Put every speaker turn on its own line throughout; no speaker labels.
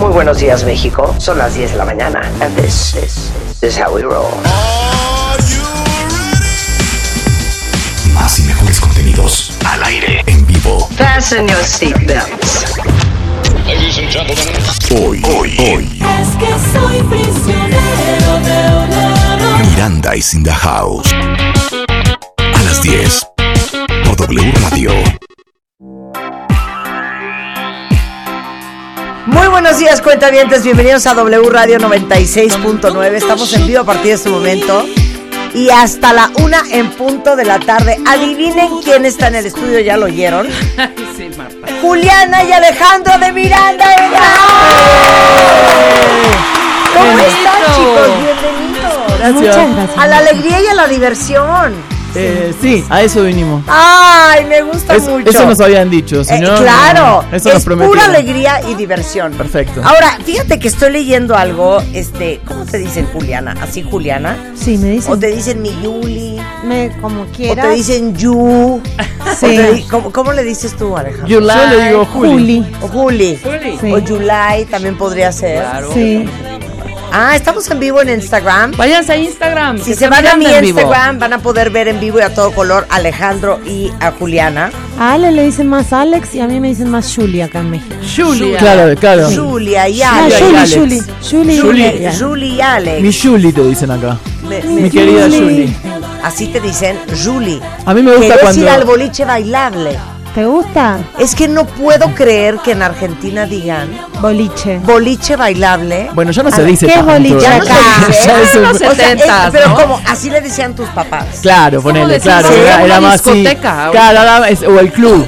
Muy buenos días, México. Son las 10 de la mañana. And this, this, this is how we roll.
Más y mejores contenidos al aire, en vivo.
Fasten your seatbelts.
Ladies and gentlemen,
Hoy, hoy, hoy.
Es que soy prisionero de una noche.
Miranda is in the house. A las 10 por W Radio.
Muy buenos días, cuentavientes. Bienvenidos a W Radio 96.9. Estamos en vivo a partir de este momento. Y hasta la una en punto de la tarde. Adivinen quién está en el estudio, ya lo oyeron. Juliana y Alejandro de Miranda. en la House. ¿Cómo están, chicos? Bienvenidos.
Muchas gracias.
A la alegría y a la diversión.
Eh, sí, a eso vinimos.
Ay, me gusta
Es-
mucho.
eso nos habían dicho, si
Eh,
no,
claro,
no, Eso
es
nos prometieron.
pura alegría y diversión.
Perfecto.
Ahora, fíjate que estoy leyendo algo, este, ¿cómo te dicen Juliana? ¿Así Juliana?
Sí, me
O
dicen.
te dicen mi Yuli,
me, como
o
quieras.
te dicen Yu. o te di-
sí.
¿cómo, cómo le dices tú, Alejandro?
Yo le digo Juli.
Juli.
O Juli.
Sí.
O July también podría ser.
Sí.
Ah, estamos en vivo en Instagram.
Váyanse a Instagram.
Si
que
se
está
van a mi
Miranda en vivo.
Instagram, van a poder ver en vivo y a todo color a Alejandro y a Juliana.
A Ale le dicen más Alex y a mí me dicen más Juli acá en México.
Julia.
Claro, claro.
Julia y
Ah,
Alex.
Julia
Juli,
y
Juli.
Alex.
Juli.
Juli.
ya.
Juli y Alex.
Mi Juli te dicen acá.
Me-
Mi
me-
querida
Juli.
Juli.
Así te dicen, Julie.
A mí me gusta
¿Querés
cuando-
ir al boliche bailable?
¿Te gusta?
Es que no puedo creer que en Argentina digan
Boliche.
boliche bailable.
Bueno, ya no se
Ah,
dice
qué
tanto,
boliche
¿eh?
Ya no
acá.
se dice.
Ya es un-
No sé.
O sea, es-
70s,
pero
¿no?
como así le decían tus papás.
Claro, ponele,
decimos,
claro.
sí,
Era,
una
era más así.
discoteca, o-
Claro, ahora es- o el club.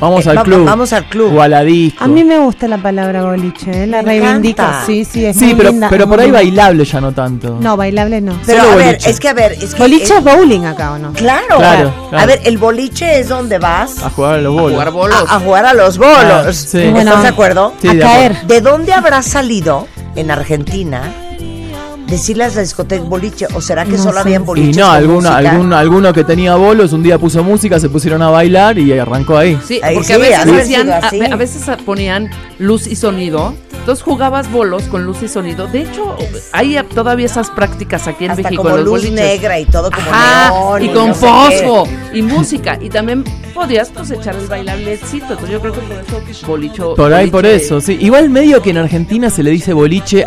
Vamos
Eh,
al
va-
club.
vamos al club.
O a la disco.
A mí me gusta la palabra boliche, ¿eh? la
Me
reivindico.
encanta.
Sí, sí, es
Sí,
muy
pero,
linda,
pero
es
por
muy
ahí
linda.
bailable ya no tanto.
No, bailable no.
Pero
Solo
a ver,
boliche.
es que a ver, es que
Boliche
eh,
es bowling acá, ¿o no?
claro.
Claro, claro.
A ver, el boliche es donde vas
A jugar a los bolos.
Jugar bolos.
a, a jugar a los bolos.
Ah, sí.
¿Estás
Bueno.
de acuerdo?
Sí,
a
de
caer.
acuerdo.
¿De dónde habrá salido en Argentina decirle a la discoteca boliche? ¿O será que
No
solo
sé.
habían
Y
boliches?
no,
con
alguno,
música?
alguno, alguno que tenía bolos, un día puso música, se pusieron a bailar y arrancó ahí.
Sí,
Ahí
porque
sí,
a
ha
veces
de haber
hacían-
sido
a,
así.
a veces ponían luz y sonido. Entonces jugabas bolos con luz y sonido. De hecho, hay todavía esas prácticas aquí en
Hasta
México.
como
los
luz
boliches.
negra y todo como
Ajá,
neón
y
y
con
no sé
fosfo y música. Y también podías pues echar el bailalecito. Entonces yo creo que por eso bolicho.
Por ahí,
boliche-
por eso, sí. Igual medio que en Argentina se le dice boliche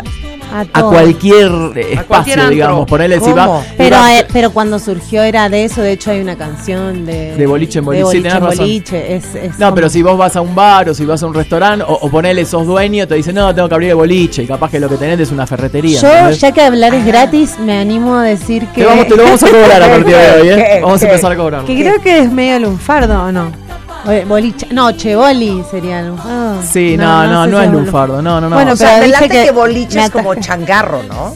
A,
a
todo.
cualquier eh,
A cualquier
espacio,
antro.
digamos. Ponele si
¿Cómo?
va.
Pero,
iba-
eh, pero cuando surgió era de eso, de hecho hay una canción de...
De boliche en boliche, sí,
de
tenés
en
razón.
boliche, es- es
No, pero
como-
si vos vas a un bar o si vas a un restaurante o, o ponele sos dueño, te dicen, no, tengo que abrir el boliche y capaz que lo que tenés es una ferretería.
Yo,
¿entendés?
ya que hablar es gratis, me animo a decir que...
Te, vamos, te lo vamos a cobrar a partir de hoy, ¿eh?
¿Qué?
Vamos a
¿Qué?
empezar a cobrar.
Que creo que es medio lunfardo, ¿o no? O- Boliche, no, Cheboli sería lunfardo.
Sí, no, no, no,
sé si
es
lun-
lunfardo, no, no, no.
Bueno,
O sea,
Pero
me
dije
late que,
que
boliche
me
es como
ata-
changarro, ¿no?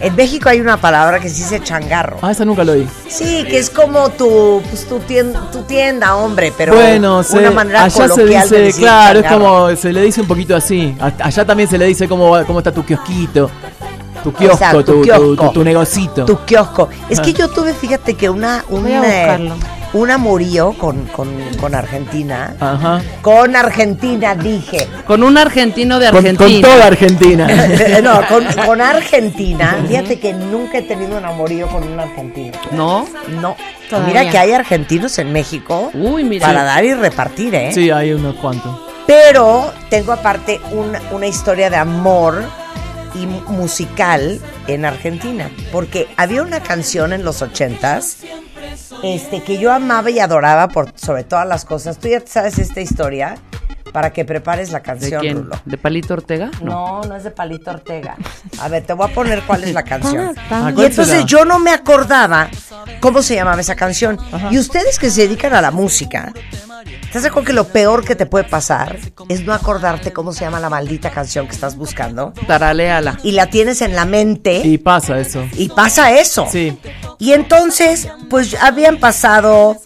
En México hay una palabra que se dice changarro.
Ah, esa nunca lo vi.
Sí, que es como tu, pues, tu, tienda, tu tienda, hombre, pero
bueno, se-
una manera
allá se
coloquial de
dice,
decir
claro, es
changarro.
como, se le dice un poquito así. A- Allá también se le dice cómo, va- cómo está tu kiosquito, tu kiosco,
Exacto,
tu, tu-
kiosco.
tu- tu negocito.
Tu kiosco. Es que
Ah.
yo tuve, fíjate que una, un,
Voy a
eh,
buscarlo.
un amorío con, con, con Argentina.
Ajá.
Con Argentina, dije.
Con un argentino de
Con,
Argentina.
con toda Argentina.
Eh, no, con, con Argentina. Fíjate que nunca he tenido un amorío con un argentino.
¿No?
No.
Todavía.
Mira que hay argentinos en México
Uy, mira.
para dar y repartir, ¿eh?
sí, hay unos cuantos.
Pero tengo aparte un- una historia de amor y mu- musical en Argentina, porque había una canción en los ochentas este, que yo amaba y adoraba por sobre todas las cosas. Tú ya te sabes esta historia para que prepares la
¿De
canción,
quién?
Rulo.
¿De Palito Ortega?
No, no es de Palito Ortega. A ver, te voy a poner cuál es la canción.
Ah, ah.
Ah,
Y
¿cuál
entonces
será?
yo no me acordaba cómo se llamaba esa canción. Y ustedes que se dedican a la música, ¿estás de acuerdo que lo peor que te puede pasar es no acordarte cómo se llama la maldita canción que estás buscando?
Taraleala.
Y la tienes en la mente y,
Y pasa eso.
pasa eso.
Sí.
Y entonces, pues habían pasado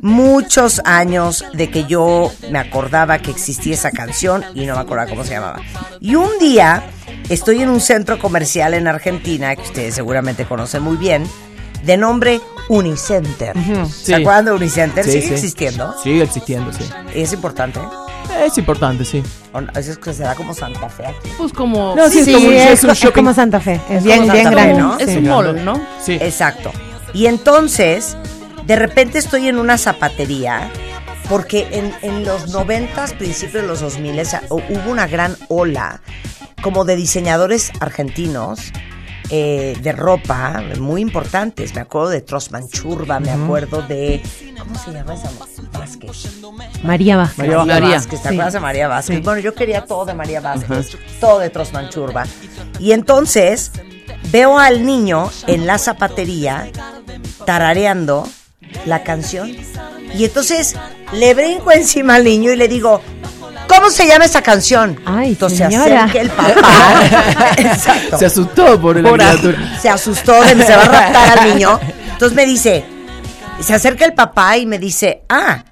muchos años de que yo me acordaba que existía esa canción y no me acordaba cómo se llamaba. Y un día estoy en un centro comercial en Argentina, que ustedes seguramente conocen muy bien, de nombre Unicenter.
Ujú,
¿Se
sí.
acuerdan de Unicenter?
Sí,
Sigue
sí.
existiendo.
Sigue existiendo, sí.
Es importante.
Es importante, sí.
O no, Eso es que se da como Santa Fe aquí.
Pues como.
No, sí,
Sí,
es, como,
sí,
es
es un
co-
shopping.
es como Santa Fe. Es
Es
bien,
como
bien
Santa Fe,
grande.
¿no?
Es
Sí,
un mall,
grande.
¿no?
Sí.
Exacto. Y entonces, de repente estoy en una zapatería, porque en, en los 90, principios de los 2000, hubo una gran ola como de diseñadores argentinos. eh, de ropa muy importantes, me acuerdo de Trosman Churba, me acuerdo de. ¿Cómo se llama esa? Vázquez.
María Vázquez.
María
María
María.
Vázquez, ¿te acuerdas de María Vázquez?
Sí.
Bueno, yo quería todo de María Vázquez, todo de Trosman Churba. Y entonces veo al niño en la zapatería tarareando la canción. Y entonces le brinco encima al niño y le digo, ¿cómo se llama esa canción?
Ay,
entonces se
señora.
acerca el papá. Exacto.
Se asustó por la
Ahora,
criatura.
Se asustó de me se va a raptar al niño. Entonces me dice, se acerca el papá y me dice, ah,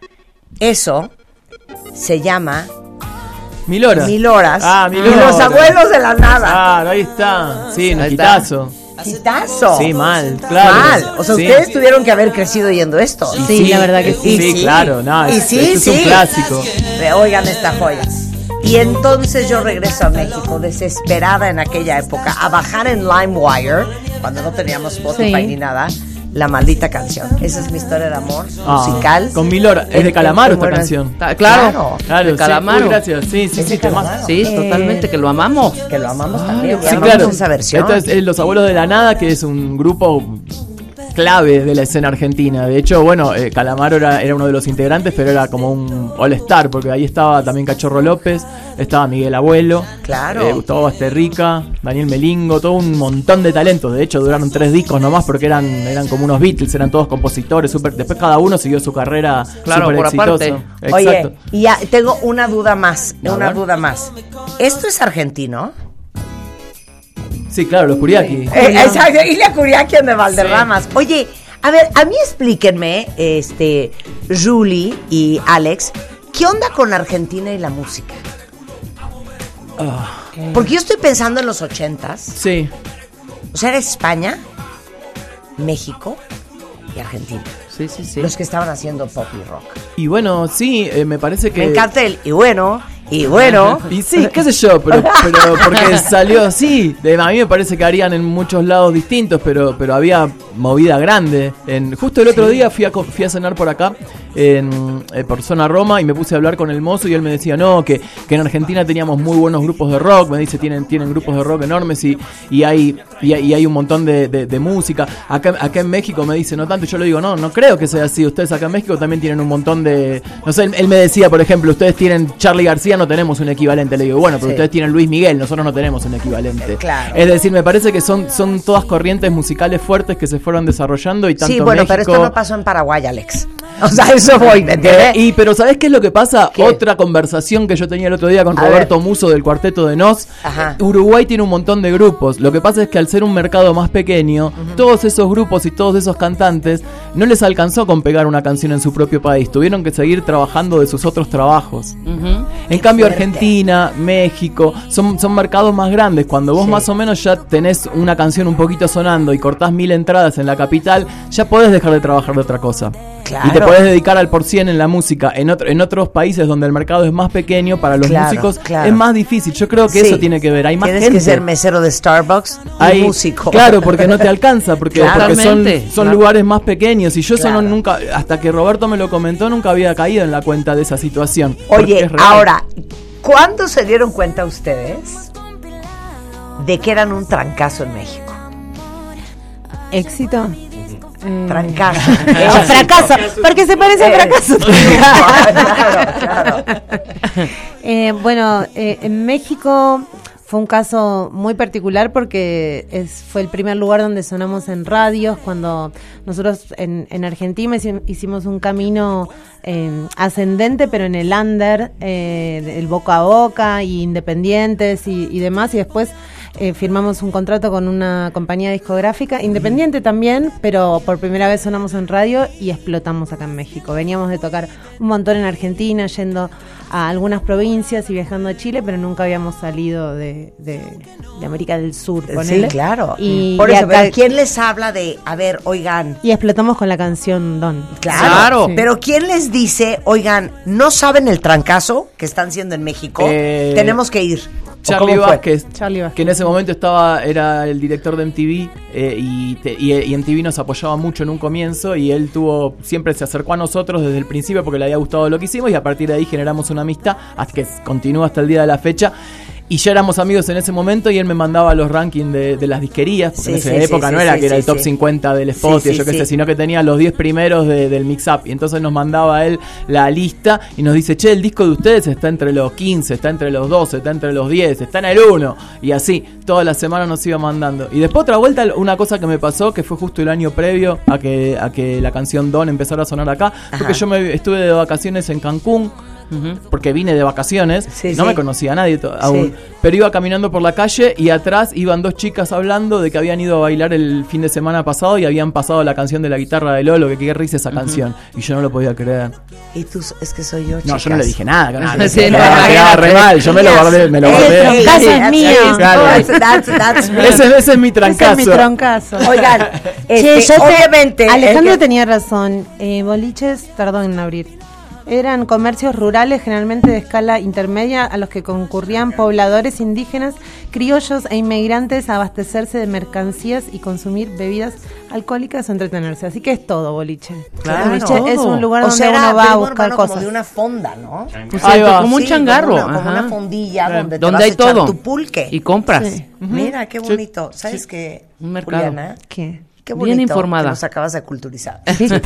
eso se llama
Mil horas.
Mil Horas
Ah, mil
y
horas.
los abuelos de la nada.
Ah, ahí está. Sí, un
Ahí está.
quitazo.
Quitazo.
Sí, mal, claro.
Mal. O sea,
Sí.
ustedes tuvieron que haber crecido oyendo esto.
Y
Sí, la verdad que sí.
Sí,
Y sí.
claro, no,
Y
es-
sí,
esto es
sí.
un clásico.
Eh, Oigan esta joya. Y entonces yo regreso a México desesperada en aquella época a bajar en LimeWire, cuando no teníamos Spotify
Sí.
ni nada, la maldita canción. Esa es mi historia de amor
Ah,
musical.
Con mil horas. Es de
En-
Calamaro
en-
esta
bueno,
canción.
Ta- Claro,
Claro.
Claro,
de
sí.
Calamaro.
Uy, gracias. Sí, sí,
Es de
sí, tema.
Calamaro.
Sí,
Eh,
totalmente, que lo amamos.
Que lo amamos también.
Sí,
Sí,
claro.
Esa versión.
Esto es eh, Los Abuelos de la Nada, que es un grupo clave de la escena argentina. De hecho, bueno, eh, Calamaro era, era uno de los integrantes, pero era como un all-star, porque ahí estaba también Cachorro López, estaba Miguel Abuelo,
Claro.
eh, Gustavo Basterrica, Daniel Melingo, todo un montón de talentos. De hecho, duraron tres discos nomás porque eran, eran como unos Beatles, eran todos compositores. súper- después cada uno siguió su carrera
Claro,
súper
por aparte.
exitosa. Exacto.
Oye, y ya, tengo una duda más,
A
una
ver.
duda más. ¿Esto es argentino?
Sí, claro, los Curiaki.
Eh, exacto, Ilia Curiaquian de Valderramas. Oye, a ver, a mí explíquenme, este, Julie y Alex, ¿qué onda con Argentina y la música? Porque yo estoy pensando en los ochentas,
Ah. Sí.
o sea, era España, México y Argentina,
Sí, sí, sí.
los que estaban haciendo pop y rock.
Y bueno, sí, eh, me parece que.
Me encanta el, y bueno, y bueno.
Y sí, qué sé yo, pero, pero porque salió así. De- A mí me parece que harían en muchos lados distintos, pero, pero había movida grande. En, justo el otro día fui a, co- fui a cenar por acá, en, eh, por zona Roma, y me puse a hablar con el mozo y él me decía, no, que, que en Argentina teníamos muy buenos grupos de rock. Me dice, tienen, tienen grupos de rock enormes y, y, hay, y, hay- y hay un montón de, de- de música. Acá, acá en México me dice, no tanto, y yo le digo, no, no creo que sea así. Ustedes acá en México también tienen un montón de... No sé, él, él me decía, por ejemplo, ustedes tienen Charlie García, no tenemos un equivalente. Le digo, bueno, pero
Sí.
ustedes tienen Luis Miguel, nosotros no tenemos un equivalente.
Claro.
Es decir, me parece que son, son todas corrientes musicales fuertes que se fueron desarrollando y tanto
Sí, bueno, pero
México-
esto no pasó en Paraguay, Alex. O sea, eso voy, ¿me entiendes?
Eh, y pero ¿sabés qué es lo que pasa?
¿Qué?
Otra conversación que yo tenía el otro día con
A
Roberto
ver. Ah.
Muso del cuarteto de Nos.
Ajá.
Eh, Uruguay tiene un montón de grupos. Lo que pasa es que al ser un mercado más pequeño, todos esos grupos y todos esos cantantes no les alcanzó con pegar una canción en su propio país. Tuvieron que seguir trabajando de sus otros trabajos.
Ujú.
En cambio,
fuerte.
Argentina, México, son, son mercados más grandes. Cuando vos más o menos ya tenés una canción un poquito sonando y cortás mil entradas en la capital, ya podés dejar de trabajar de otra cosa.
Claro.
Y te podés dedicar al por cien en la música. En, otro- en otros países donde el mercado es más pequeño, para los
Claro,
músicos
claro.
es más difícil. Yo creo que
Sí.
eso tiene que ver. Hay más
Tienes
gente.
que ser mesero de Starbucks y
Hay-
músico.
Claro, porque no te alcanza, porque, porque son,
Totalmente.
son
Claro.
lugares más pequeños. Y yo eso no-
Claro.
nunca, hasta que Roberto me lo comentó, nunca había caído en la cuenta de esa situación. Porque
Oye,
es real.
ahora, ¿cuándo se dieron cuenta ustedes de que eran un trancazo en México?
Éxito. Eh,
Trancazo.
o fracaso. Porque se parece a fracaso.
claro, claro.
Eh, bueno, eh, en México fue un caso muy particular porque es, fue el primer lugar donde sonamos en radios. Cuando nosotros en, en Argentina hici- hicimos un camino eh, ascendente, pero en el under, eh, el boca a boca, y independientes y, y demás. Y después eh, firmamos un contrato con una compañía discográfica, independiente también, pero por primera vez sonamos en radio y explotamos acá en México. Veníamos de tocar un montón en Argentina, yendo a algunas provincias y viajando a Chile, pero nunca habíamos salido de, de- de América del Sur,
Sí,
ponele.
claro.
Y,
Por
y
eso,
acá-
pero ¿quién les habla de, a ver, oigan?
y explotamos con la canción Don.
Claro.
Claro. Sí.
Pero ¿quién les dice, oigan, no saben el trancazo que están haciendo en México?
Eh,
Tenemos que ir. ¿O
Charlie
cómo fue?
Vázquez,
Charlie Vázquez.
que en ese momento estaba era el director de MTV eh, y, te- y, y MTV nos apoyaba mucho en un comienzo y él tuvo siempre se acercó a nosotros desde el principio porque le había gustado lo que hicimos y a partir de ahí generamos una amistad hasta que continúa hasta el día de la fecha. Y ya éramos amigos en ese momento y él me mandaba los rankings de, de las disquerías, porque
Sí,
en esa
sí, sí,
época
sí,
no era
sí,
que era
sí,
el top
sí.
50 del Spotify,
sí,
yo qué
sí.
sé, sino que tenía los 10 primeros de- del Mix Up. Y entonces nos mandaba él la lista y nos dice, che, el disco de ustedes está entre los 15, está entre los 12, está entre los 10, está en el 1. Y así, toda la semana nos iba mandando. Y después otra vuelta, una cosa que me pasó, que fue justo el año previo a que, a que la canción Don empezara a sonar acá,
Ajá.
fue que yo me estuve de vacaciones en Cancún. Porque vine de vacaciones,
Sí,
no
sí.
me conocía a nadie to- aún. Pero iba caminando por la calle y atrás iban dos chicas hablando de que habían ido a bailar el fin de semana pasado y habían pasado la canción de la guitarra de Lolo, que qué risa esa canción. Y yo no lo podía creer.
Y tú, es que soy yo,
No,
chicas.
yo no le dije nada, carajo.
Sí,
Me
no,
quedaba
imagínate.
re mal, yo me lo guardé, me lo
Ey,
guardé.
ey,
Trancazo es
that's-
mío.
That's, that's, that's me.
Ese, ese es mi
Ese
trancazo.
es mi troncazo.
Oigan,
Che,
este,
yo te-
obviamente.
Alejandro
el que-
tenía razón. eh, boliches tardó en abrir. Eran comercios rurales, generalmente de escala intermedia, a los que concurrían pobladores indígenas, criollos e inmigrantes a abastecerse de mercancías y consumir bebidas alcohólicas o entretenerse. Así que es todo, boliche.
Claro.
boliche es un lugar
o
donde
sea, era
uno va a
primo
buscar
hermano como
cosas.
de una fonda, ¿no?
Pues
Ahí
eh,
va.
como un
Sí,
changarro.
Como una, como
ajá.
una fondilla
Claro.
donde, te
Donde
vas
hay
a echar
todo.
tu pulque.
Y compras.
Sí.
Mira, qué bonito. ¿Sabes qué,
Un mercado.
Juliana?
¿Qué?
Qué
Bien
bonito
informada.
que nos acabas de culturizar.
¿Viste?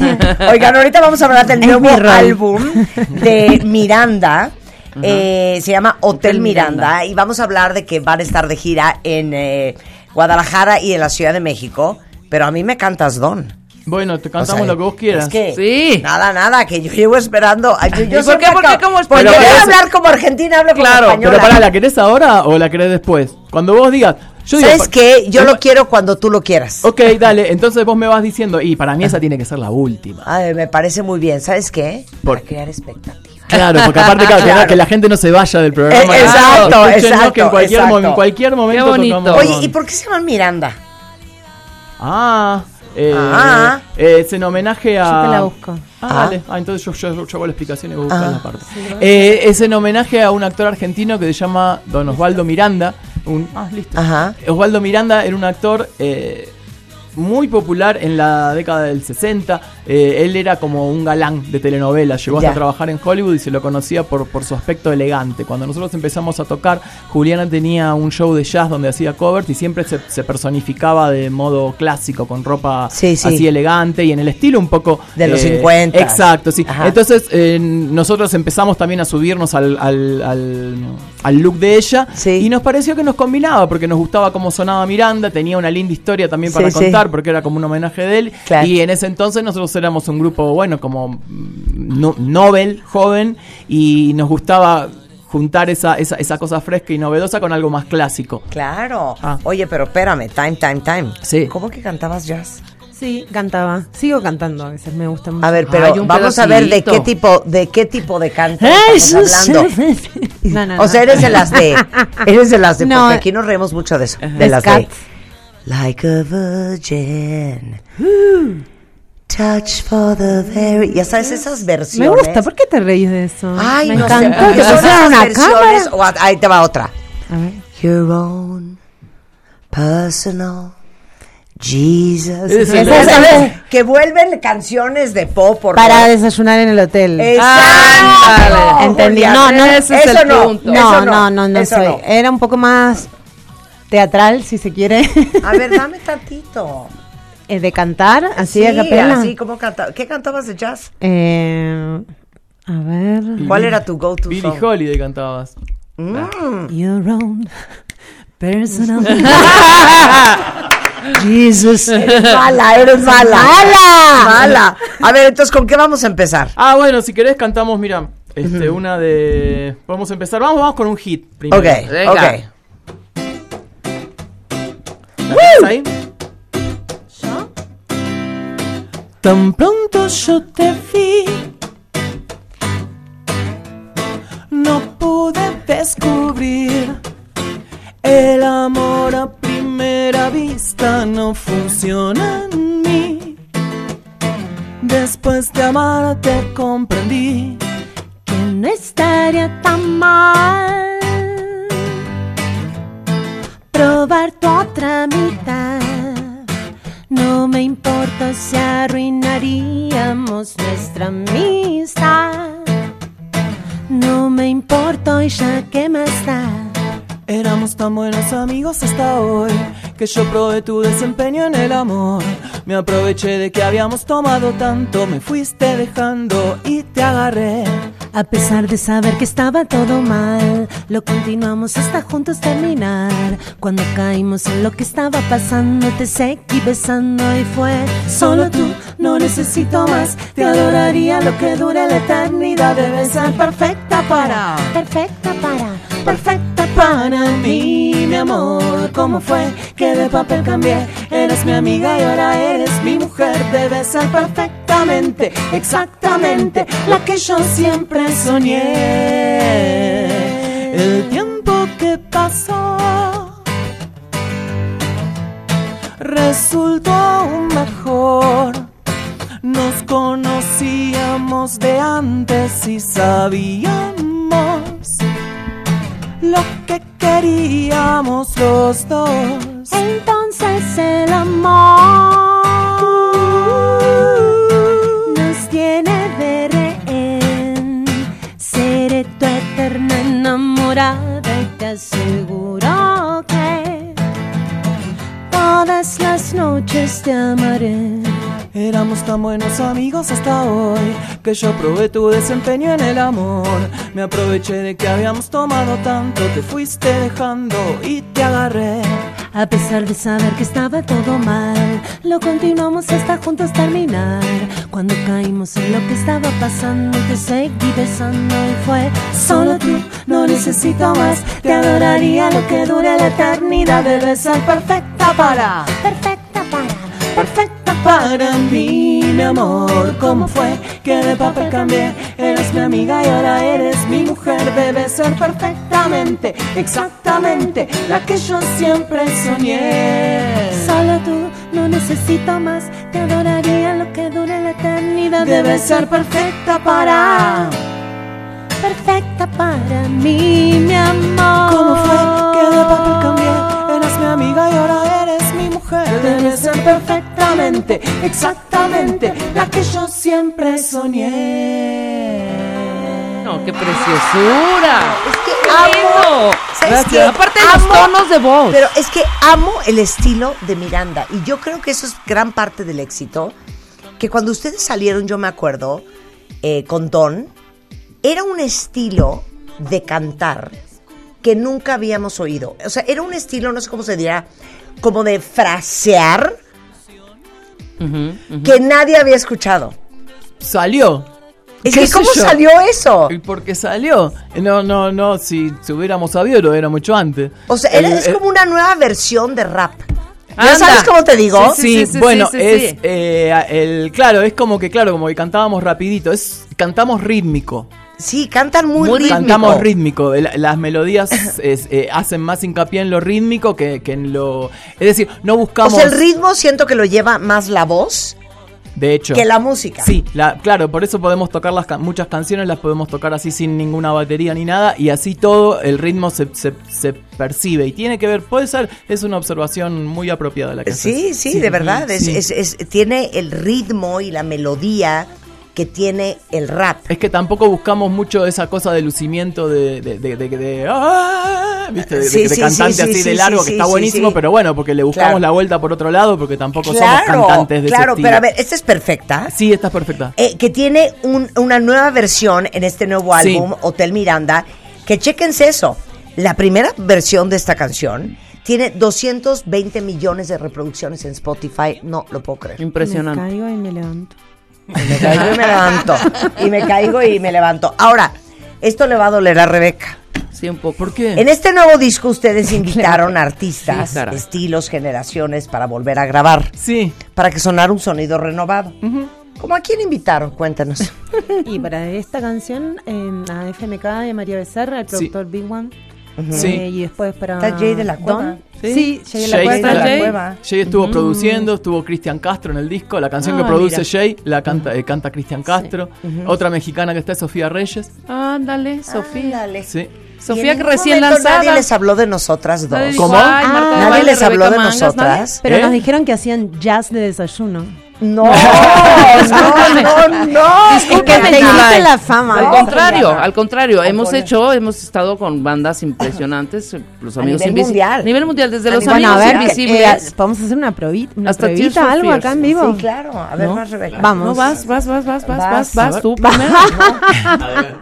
Oigan, ahorita vamos a hablar del
Es
nuevo
mi rol.
álbum de Miranda. Eh, se llama Hotel
Hotel
Miranda.
Miranda.
y vamos a hablar de que van a estar de gira en eh, Guadalajara y en la Ciudad de México. Pero a mí me cantas Don.
Bueno, te
O sea,
cantamos lo que vos quieras.
es que
Sí.
Nada, nada, que yo llevo esperando. Ay, Yo, yo
¿Y por qué?
siempre
¿Por qué?
acabo-
¿Cómo es?
Porque
Pero
debe
es-
hablar como argentina, hablo
Claro,
como española.
pero
Pero pará, ¿la querés ahora o la querés después? Cuando vos digas. Yo digo,
¿Sabes
pa-
qué? Yo
Emma-
lo quiero cuando tú lo quieras.
Ok, dale, entonces vos me vas diciendo, y para mí esa tiene que ser la última.
Ay, me parece muy bien. ¿Sabes qué?
Por-
Para crear expectativas.
Claro, porque aparte, claro, que-
Claro.
Que, la gente no se vaya del programa.
Eh, exacto,
Claro, escúchenos
exacto,
que en cualquier, mo-
exacto.
en cualquier momento
Qué bonito.
tocamos-
Oye, ¿y por qué se llaman Miranda?
Ah, eh,
Ah.
eh, es en homenaje a...
Yo te la busco.
Ah,
Ah.
dale. Ah, entonces yo, yo, yo hago la explicación y vos buscas la parte. Eh, es en homenaje a un actor argentino que se llama Don Osvaldo Miranda. Un, ah, listo.
Ajá.
Osvaldo Miranda era un actor eh, muy popular en la década del 60. Eh, él era como un galán de telenovelas. Llegó
Ya.
hasta trabajar en Hollywood y se lo conocía por, por su aspecto elegante. Cuando nosotros empezamos a tocar, Juliana tenía un show de jazz donde hacía covers y siempre se, se personificaba de modo clásico, con ropa
Sí, sí.
así elegante y en el estilo un poco...
De los 50.
Eh, Exacto, sí.
Ajá.
Entonces eh, nosotros empezamos también a subirnos al, al, al- al look de ella
Sí.
y nos pareció que nos combinaba porque nos gustaba cómo sonaba Miranda, tenía una linda historia también para
Sí, sí.
contar porque era como un homenaje de él
Claro.
y en ese entonces nosotros éramos un grupo, bueno, como mm, no- Nobel, joven y nos gustaba juntar esa, esa, esa cosa fresca y novedosa con algo más clásico.
Claro.
Ah.
Oye, pero espérame, time, time, time.
Sí.
¿Cómo que cantabas jazz?
Sí, cantaba. Sigo cantando a veces, me gusta mucho.
A ver, pero
Ay, un
vamos a ver de
pedacito.
qué tipo, de qué tipo de
Eh,
canto estamos hablando.
No, no,
O sea,
no.
eres de las de, eres de las de,
No. eh.
porque aquí nos reímos mucho de eso, de
Es
las
cat.
de. Like a virgin. Touch for the very. Ya sabes esas
Uh. Me
versiones.
gusta, ¿por qué te reís de eso?
Ay,
me
no sé.
encantó
porque
que
son
pusieran
esas
una cámara.
versiones, o a- ahí te va otra.
A ver.
Your own personal Jesus.
Ese es el-
Esas-
ese es el-
que vuelven canciones de pop por
Para desayunar en el hotel. Ah,
Exacto.
Entendí.
Julia,
No, no,
eso,
ese es el
no,
punto.
no,
eso
no, no, no
eso
soy. Era un poco más teatral, si se quiere.
A ver, dame tantito.
Eh, de cantar, así
Sí,
a capela.
así como canta. ¿Qué cantabas de jazz?
Eh, a ver.
¿Cuál era tu go-to
Billy
song? Mm.
Holiday cantabas.
Your own personal. Jesus.
Eres mala, eres mala. Mala. A ver, entonces, ¿con qué vamos a empezar?
Ah, bueno, si querés cantamos, mira, este, una de... Vamos a empezar, vamos, vamos con un hit primero.
Ok,
Venga.
ok.
¿Estás ahí? Tan pronto yo te vi, no pude descubrir. El amor a primera vista no funciona en mí. Después de amarte comprendí.
Que no estaría tan mal probar tu otra mitad. No me importa si arruinaríamos nuestra amistad. No me importa y ya que más da.
Éramos tan buenos amigos hasta hoy que yo probé tu desempeño en el amor. Me aproveché de que habíamos tomado tanto, me fuiste dejando y te agarré.
A pesar de saber que estaba todo mal, lo continuamos hasta juntos terminar. Cuando caímos en lo que estaba pasando, te seguí besando y fue solo tú, no necesito más. Te adoraría lo que dure la eternidad. Debes ser perfecta para, perfecta para, perfecta para mí, mi amor. ¿Cómo fue que de papel cambié? Eres mi amiga y ahora eres mi mujer. Debes ser perfectamente, exactamente la que yo siempre soñé. El tiempo que pasó resultó aún mejor. Nos conocíamos de antes y sabíamos lo que queríamos los dos. Entonces el amor nos tiene de rehén. Seré tu eterna enamorada y te aseguro que todas las noches te amaré.
Éramos tan buenos amigos hasta hoy que yo probé tu desempeño en el amor. Me aproveché de que habíamos tomado tanto, te fuiste dejando y te agarré.
A pesar de saber que estaba todo mal, lo continuamos hasta juntos terminar. Cuando caímos en lo que estaba pasando, te seguí besando y fue solo tú. No necesito más, te adoraría lo que dure la eternidad. Debes ser perfecta para, perfecta para, perfecta para mí, mi amor. ¿Cómo fue que de papel cambié? Eres mi amiga y ahora eres mi mujer. Debes ser perfectamente, exactamente la que yo siempre soñé. Solo tú, no necesito más. Te adoraría lo que dure la eternidad. Debes ser perfecta para. Perfecta para mí, mi amor.
¿Cómo fue que de papel cambié? Eres mi amiga y ahora eres mi mujer. Debes ser perfectamente, exactamente la que yo siempre soñé.
No, qué preciosura.
Es que
¡Amo!
amo. ¿Sabes qué?
Aparte los
Amo-
tonos de voz.
Pero es que amo el estilo de Miranda. Y yo creo que eso es gran parte del éxito. Que cuando ustedes salieron, yo me acuerdo, eh, con Don, era un estilo de cantar que nunca habíamos oído. O sea, era un estilo, no sé cómo se dirá, como de frasear que nadie había escuchado.
Salió.
Es
¿Qué
que,
sé
¿cómo
yo?
salió eso?
¿Y por qué salió? No, no, no, si hubiéramos sabido lo era mucho antes.
O sea,
El- eh,
era- es
el-
como una nueva versión de rap. ¿Ya
Anda.
sabes cómo te digo?
Sí,
Sí, bueno,
sí, sí,
es
sí.
eh, el claro, es como que claro, como que cantábamos rapidito, es cantamos rítmico.
Sí, cantan muy,
Muy
rítmico.
Cantamos rítmico, el- las melodías es, eh, hacen más hincapié en lo rítmico que, que en lo... Es decir, no
O
buscamos...
sea, el ritmo siento que lo lleva más la voz
de hecho.
que la música.
Sí, la- claro, por eso podemos tocar las can- muchas canciones, las podemos tocar así sin ninguna batería ni nada, y así todo el ritmo se, se- se percibe y tiene que ver, puede ser, es una observación muy apropiada la que
Sí,
haces.
sí, de verdad. es-
sí.
es- es- tiene el ritmo y la melodía que tiene el rap.
Es que tampoco buscamos mucho esa cosa de lucimiento de. de, de, de- de- ¡ah! ¿Viste? De, de-
Sí,
de
sí, sí,
cantante
sí,
así
sí,
de largo,
sí,
que está
sí,
buenísimo,
sí.
pero bueno, porque le buscamos
Claro.
la vuelta por otro lado, porque tampoco somos
Claro,
cantantes de ese
claro,
estilo.
pero a ver, esta es perfecta.
Sí, estás perfecta.
Eh, que tiene un- una nueva versión en este nuevo
Sí.
álbum, Hotel Miranda, que chequense eso. La primera versión de esta canción tiene 220 millones de reproducciones en Spotify. No lo puedo creer.
Impresionante.
caigo y me levanto.
Me caigo y me levanto. Y me caigo y me levanto. Ahora, esto le va a doler a Rebeca.
Sí, un poco.
¿Por qué?
En este nuevo disco ustedes invitaron a artistas,
Sí, claro.
estilos, generaciones para volver a grabar,
Sí.
para que sonara un sonido renovado. ¿Cómo a quién invitaron? Cuéntanos.
Y para esta canción, eh, a FMK de María Becerra, el
Sí.
productor Big One.
Sí.
Eh, y después para.
Está Jay de la Cueva.
Don.
Sí.
Sí, Jay
Eh,
de la
Jay
Cueva.
está
Jay.
Jay
Mm.
estuvo produciendo, estuvo Cristian Castro en el disco. La canción
Ah,
que produce
mira.
Jay la canta, eh, canta Cristian Castro. Otra mexicana que está es Sofía Reyes.
Ándale, Sofía.
Ándale.
Sí.
Y en
Sofía que
ningún
recién
momento
lanzada.
Nadie les habló de nosotras dos.
Nadie dijo,
¿Cómo?
"Ay,
Ah,
Marta de
Nadie
Baile,
les habló de
Rebeca Mangas", nadie.
nosotras.
Pero
¿Eh?
nos dijeron que hacían jazz de desayuno.
No, no, no, no.
Es que te hiciste la fama.
Al
No,
contrario,
Juliana.
al contrario, hemos
contrario.
hecho, hemos estado con bandas impresionantes, los
A
amigos
nivel
invisibles.
mundial.
nivel mundial, desde los
bueno, a
amigos
ver, eh,
invisibles.
¿podemos hacer una probita, una
Hasta Tears
probita
for
algo
Fears.
acá en vivo?
Sí, claro. A ver, más Rebeca.
Vamos.
no vas, vas, vas, vas, vas, vas,
Vas.
vas, tú primero.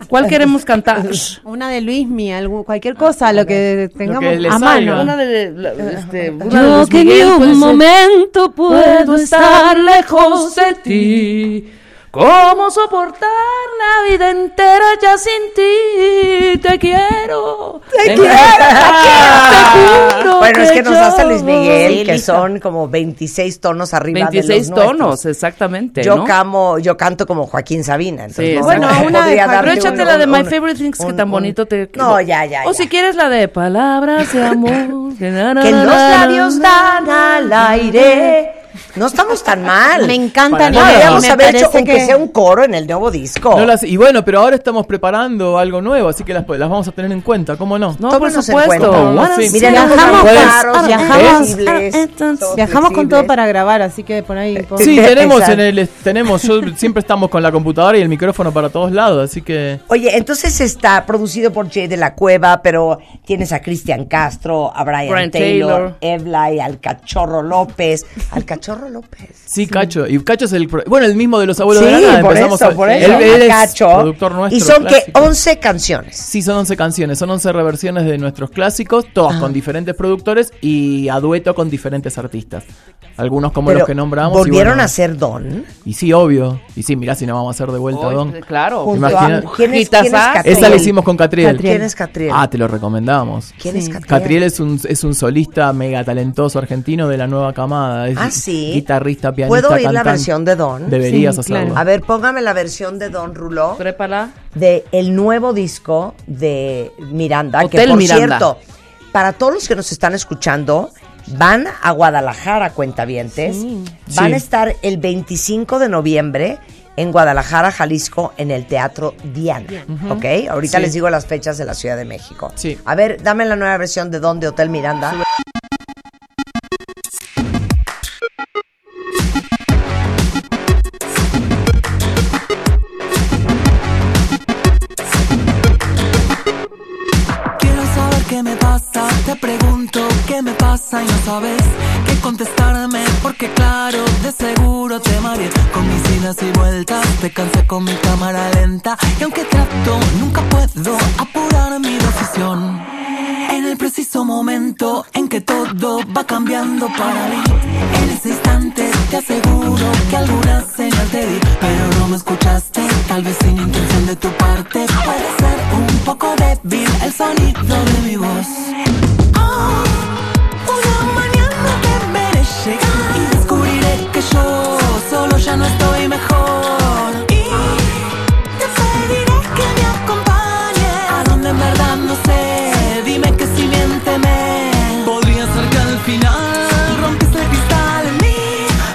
¿Cuál queremos cantar?
Una de Luismi, algo, cualquier cosa, lo que tengamos
que le
a
salga.
mano.
Una de, la- este, una de
Yo pues,
Luis
que
Miguel, pues,
en
puede ser.
un momento puedo estar lejos de
ti. ¿Cómo soportar la vida entera ya sin ti? Te quiero. Te quiero. Te juro.
Bueno, es que nos
yo
hace Luis Miguel,
Sí,
que
listo.
son como 26 tonos arriba
26
de los nuestros.
tonos, exactamente.
Yo,
¿no?
camo- yo canto como Joaquín Sabina. entonces
Sí,
no-
bueno,
no
una de
podría
Javier-
darte
Pero
un-
échate la de
un-
My
un-
Favorite Things que
un-
tan
un-
bonito te.
No, ya, ya.
O
ya.
si quieres la de palabras de amor. que na, na,
Que
na,
los
na,
labios
na,
dan
na,
al
na.
aire. No estamos tan mal.
Me encanta
Para
el
nada.
video,
Podríamos
me
haber hecho
parece
aunque
que-
sea un coro en el nuevo disco.
No las- y bueno, pero ahora estamos preparando algo nuevo, así que las, las vamos a tener en cuenta, ¿cómo no?
No, por
Tómenos en
supuesto.
cuenta.
Wanna
Sí.
see
Miren,
Sí,
nos
viajamos,
somos
pues,
caros,
ah,
somos
viajamos,
flexibles,
ah, entonces,
somos
viajamos con todo
flexibles.
para grabar, así que por ahí. po-
Sí,
Sí,
tenemos
exacto.
en el tenemos, yo siempre estamos con la computadora y el micrófono para todos lados, así que
Oye, entonces está producido por Jay de la Cueva, pero tienes a Cristian Castro, a Brian,
Brian
Taylor,
Taylor.
Evla y al Cachorro López. Al Cachorro López.
sí, Cacho, y Cacho es el pro- bueno, el mismo de los abuelos
sí,
de la nada,
por
empezamos
eso,
a-
por
él-
eso.
él,
al
es
Cacho.
productor nuestro.
y son que
clásico.
11 canciones.
Sí, son 11 canciones, son 11 reversiones de nuestros clásicos,
Ah.
todas con diferentes productores y a dueto con diferentes artistas. Algunos como
Pero
los que nombramos. y
¿Volvieron
bueno,
a ser Don?
Y sí, obvio. Y sí, mirá si no vamos a hacer de vuelta,
Oy,
Don.
Claro.
Junto a-
Imagina-
¿Quién es, quién es
Esa la
Catriel?
Esa la hicimos con Catriel.
¿Quién es Catriel?
Ah, te lo recomendamos.
¿Quién es
Sí.
Catriel?
Catriel es un, es un solista mega talentoso argentino de la nueva camada. Es
Ah, sí.
Guitarrista, pianista,
¿Puedo oír la
cantante.
versión de Don? Ah,
Deberías
Sí,
hacerlo.
claro.
A ver, póngame la versión de Don Ruló
Prépala.
de el nuevo disco de Miranda, que
Hotel
por
Miranda.
cierto, para todos los que nos están escuchando, van a Guadalajara, cuentavientes. Van
Sí.
a estar el 25 de noviembre en Guadalajara, Jalisco, en el Teatro Diana, ¿ok? Ahorita
Sí.
les digo las fechas de la Ciudad de México.
Sí.
A ver, dame la nueva versión de Don de Hotel Miranda.
Quiero saber qué me pasa, te pregunto qué me pasa y no sabes qué contestarme porque claro, de seguro te mareé con mis idas y vueltas, te cansé con mi cámara lenta y aunque trato nunca puedo apurar mi decisión. En el preciso momento en que todo va cambiando para mí. En ese instante te aseguro que alguna señal te di, pero no me escuchaste, tal vez sin intención de tu parte. Puede ser un poco débil el sonido de mi voz. Oh, una mañana te veré llegar y descubriré que yo solo ya no estoy mejor. Y te pediré que me acompañes A donde en verdad no sé Dime que si miénteme Podría ser que al final Rompiste el cristal en mí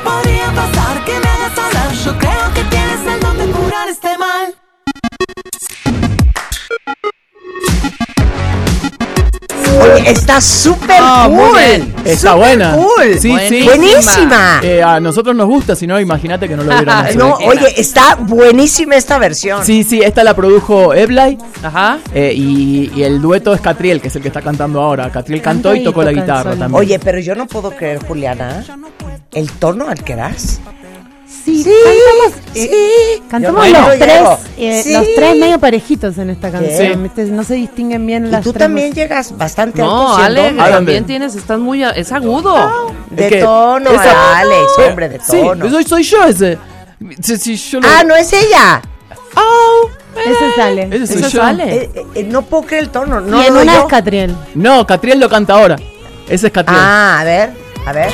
Podría pasar que me hagas hablar Yo creo que tienes el don de curar este mal
Oye, está súper
Ah,
cool.
muy bien. Está
Súper
buena.
cool.
Sí, sí.
Buenísima.
Eh, a nosotros nos gusta, si no, imagínate que no lo hubiéramos hecho.
No, oye, está buenísima esta versión.
Sí, sí, esta la produjo Eblay
Ajá.
eh, y, y el dueto es Catriel, que es el que está cantando ahora. Catriel cantó y tocó la guitarra también.
Oye, pero yo no puedo creer, Juliana, el tono al que das.
Sí, cantamos, eh, cantamos
Yo-
los,
Bueno,
tres,
llego.
eh,
Sí.
los tres medio parejitos en esta
Sí.
canción. ¿viste? No se distinguen bien
Y
las
tú
tres
también
voces.
llegas bastante
No,
alto
Ale,
siendo
¿A dónde?
también tienes, estás muy, a- es agudo.
de
Es que-
tono,
esa-
Alex,
Eh,
hombre, de
Sí,
tono.
soy, soy yo ese. Si- si yo lo-
Ah, no es ella.
Au,
Ese sale.
Ese soy
¿Eso
yo.
sale?
Eh, eh, eh, no puedo creer el tono. No
y en
lo
una
yo.
es Catriel.
No, Catriel lo canta ahora. Ese es Catriel.
Ah, a ver, a ver.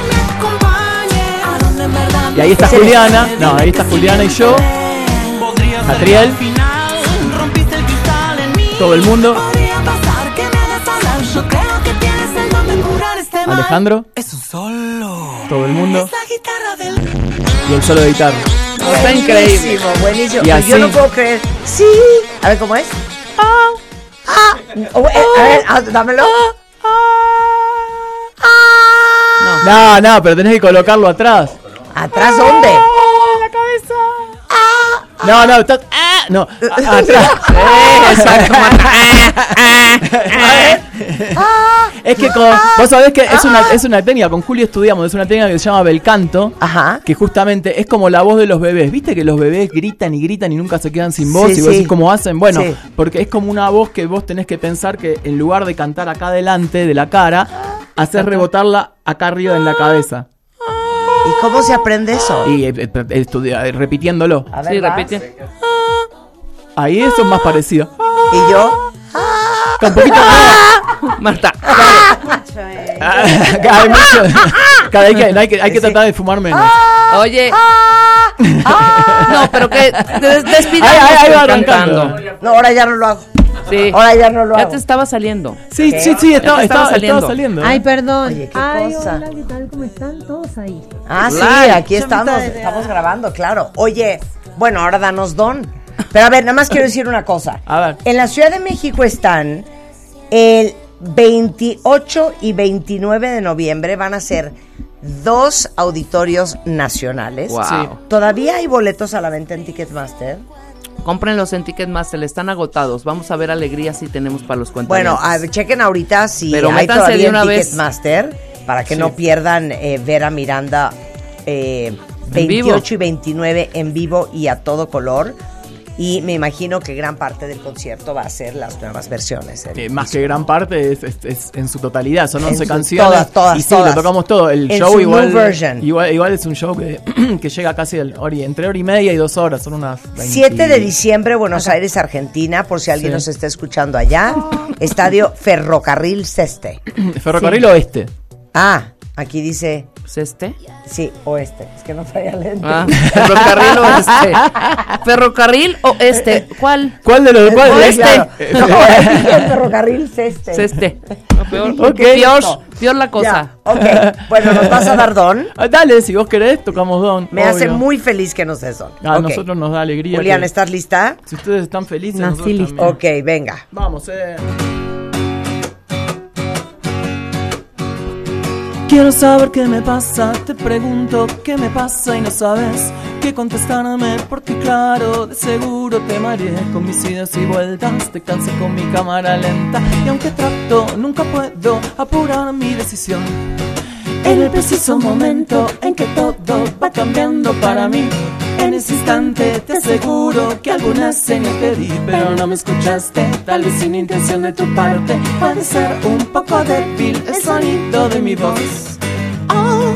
A donde en verdad
y ahí está
ese-
Juliana. No, ahí está Juliana y yo.
podría ser
Catriel.
el final. Rompiste el cristal en mí.
Todo el mundo.
Podría pasar que me hagas hablar. Yo creo que tienes el don de curar este mal.
Alejandro,
Es un solo.
todo el mundo.
Es la guitarra del
Y el solo de guitarra. Está increíble.
Buenísimo, buenísimo.
Y así-
Yo no puedo creer. Sí. A ver cómo es. Ah. Oh, eh, a ver, ah, dámelo.
No, no, pero tenés que colocarlo atrás.
¿Atrás dónde?
No, no, está. ah, no, a- atrás.
Eh,
Ah.
es que con,
Ah.
vos sabés que es una, es una técnica, con Julio estudiamos, es una técnica que se llama belcanto,
Ajá.
que justamente es como la voz de los bebés. ¿Viste que los bebés gritan y gritan y nunca se quedan sin voz?
Sí,
y vos
sí.
decís cómo hacen. Bueno,
Sí.
porque es como una voz que vos tenés que pensar que en lugar de cantar acá adelante de la
Ah.
cara, hacer rebotarla acá arriba en la cabeza.
¿Y cómo se aprende eso?
Y eh, eh, estudia- eh, repitiéndolo.
A ver,
Sí,
vas.
repite.
Ahí eso es más parecido.
Y yo.
Con poquito
Marta.
Ah, cada vez mucho- cada vez que- no, hay que, hay que tratar de fumar menos.
Oye.
Ah,
No, pero que des-
Ahí-
despidamos
ahí- ahí va
el
arrancando.
cantando.
No, ahora ya no lo hago.
Sí.
Ahora ya no lo
Ya
hago.
te estaba saliendo.
Sí, sí, sí, estaba,
Estaba
estaba-
saliendo.
estaba saliendo. ¿eh?
Ay, perdón.
Oye, qué
Ay,
cosa.
hola, ¿qué tal? ¿Cómo están todos ahí?
Ah, sí,
Live.
aquí estamos, estamos grabando, claro. Oye, bueno, ahora danos don. Pero a ver, nada más quiero decir una cosa.
A ver.
En la Ciudad de México están el 28 y 29 de noviembre van a ser dos auditorios nacionales.
Wow.
Todavía hay boletos a la venta en Ticketmaster.
Cómprenlos en Ticketmaster, están agotados. Vamos a ver alegría si tenemos para los cuentos.
Bueno, a ver, chequen ahorita si
Pero
hay
métanse
todavía
de una
en
vez.
Ticketmaster para que no pierdan eh, ver a Miranda eh,
En vivo.
28 y 29 en vivo y a todo color. Y me imagino que gran parte del concierto va a ser las nuevas versiones.
Eh, más que gran parte es, es- es en su totalidad, son 11
su-
canciones.
todas, todas,
y sí,
todas.
lo tocamos todo. El
En
show
su
igual,
new version.
igual. igual es un show que, que llega casi al hora y- entre hora y media y dos horas, son unas 20.
7 de diciembre, Buenos Aires, Argentina, por si alguien
Sí.
nos está escuchando allá.
Oh.
Estadio Ferrocarril Ceste.
Ferrocarril Oeste.
Ah, aquí dice,
¿Es este?
sí, oeste. Es que no traía lente.
Ah, ferrocarril oeste. Ferrocarril oeste. ¿Cuál? Este.
¿Cuál de los cuál-
Oeste.
claro.
No, es el Ferrocarril Ceste.
Es este. No, peor.
Ok.
Peor, peor la cosa.
Ya, ok. Eh, Bueno, nos vas a dar don.
Ah, Dale, si vos querés, tocamos Don.
Me hace
obvio.
muy feliz que nos des don.
A
Ok.
Ah, nosotros nos da alegría.
Julián,
que-
¿estás lista?
Si ustedes están felices,
Nací
nosotros
lista.
también.
Ok, venga.
Vamos, eh. Quiero saber qué me pasa, te pregunto qué me pasa y no sabes qué contestarme porque claro, de seguro te mareé con mis idas y vueltas, te cansé con mi cámara lenta y aunque trato, nunca puedo apurar mi decisión. En el preciso momento en que todo va cambiando para mí, en ese instante te aseguro que alguna señal te di, pero no me escuchaste, tal vez sin intención de tu parte, puede ser un poco débil el sonido de mi voz. Oh,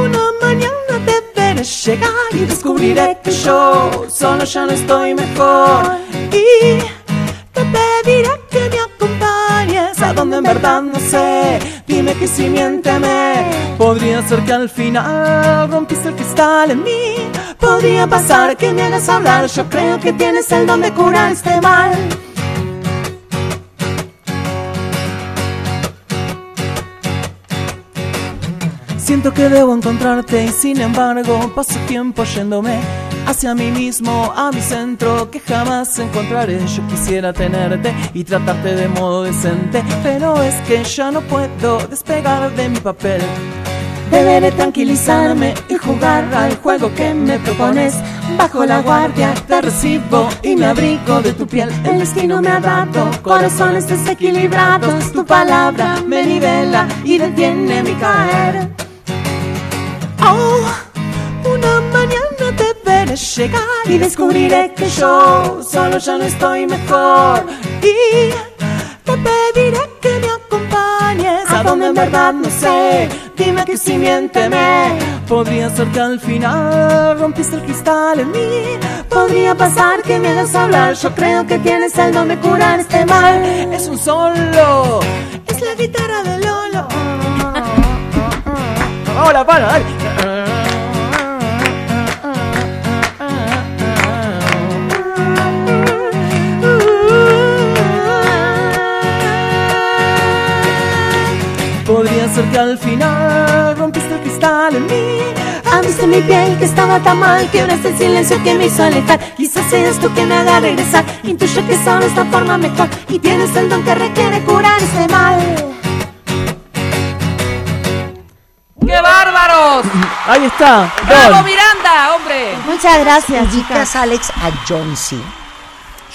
una mañana deberé llegar y descubriré que yo solo ya no estoy mejor. Y te pediré que me acompañes a donde en verdad no sé. Dime que si miénteme. Podría ser que al final rompiste el cristal en mí. Podría pasar que me hagas hablar. Yo creo que tienes el don de curar este mal. Siento que debo encontrarte y sin embargo paso tiempo yéndome hacia mí mismo, a mi centro que jamás encontraré. Yo quisiera tenerte y tratarte de modo decente, pero es que ya no puedo despegar de mi papel. Deberé tranquilizarme y jugar al juego que me propones. Bajo la guardia te recibo y me abrigo de tu piel. El destino me ha dado corazones desequilibrados. Tu palabra me nivela y detiene mi caer. Oh, una mañana deberé llegar y descubriré que yo solo ya no estoy mejor. Y te pediré que me acompañes a donde en verdad no sé, dime que si miénteme. Podría ser que al final rompiste el cristal en mí. Podría pasar que me hagas hablar, yo creo que tienes algo me curar este mal. Es un solo, es la guitarra de Lolo.
Ahora, pana, dale.
Podría ser que al final rompiste el cristal en mí. Abriste mi piel que estaba tan mal, quebraste el silencio que me hizo alejar. Quizás seas tú que me haga regresar. Intuyo que solo esta forma mejor y tienes el don que requiere curar este mal.
¡Qué bárbaros!
Ahí está.
¡Bravo,
Don.
Miranda, hombre!
Muchas gracias, chicas.
Chicas, Alex, a John C.,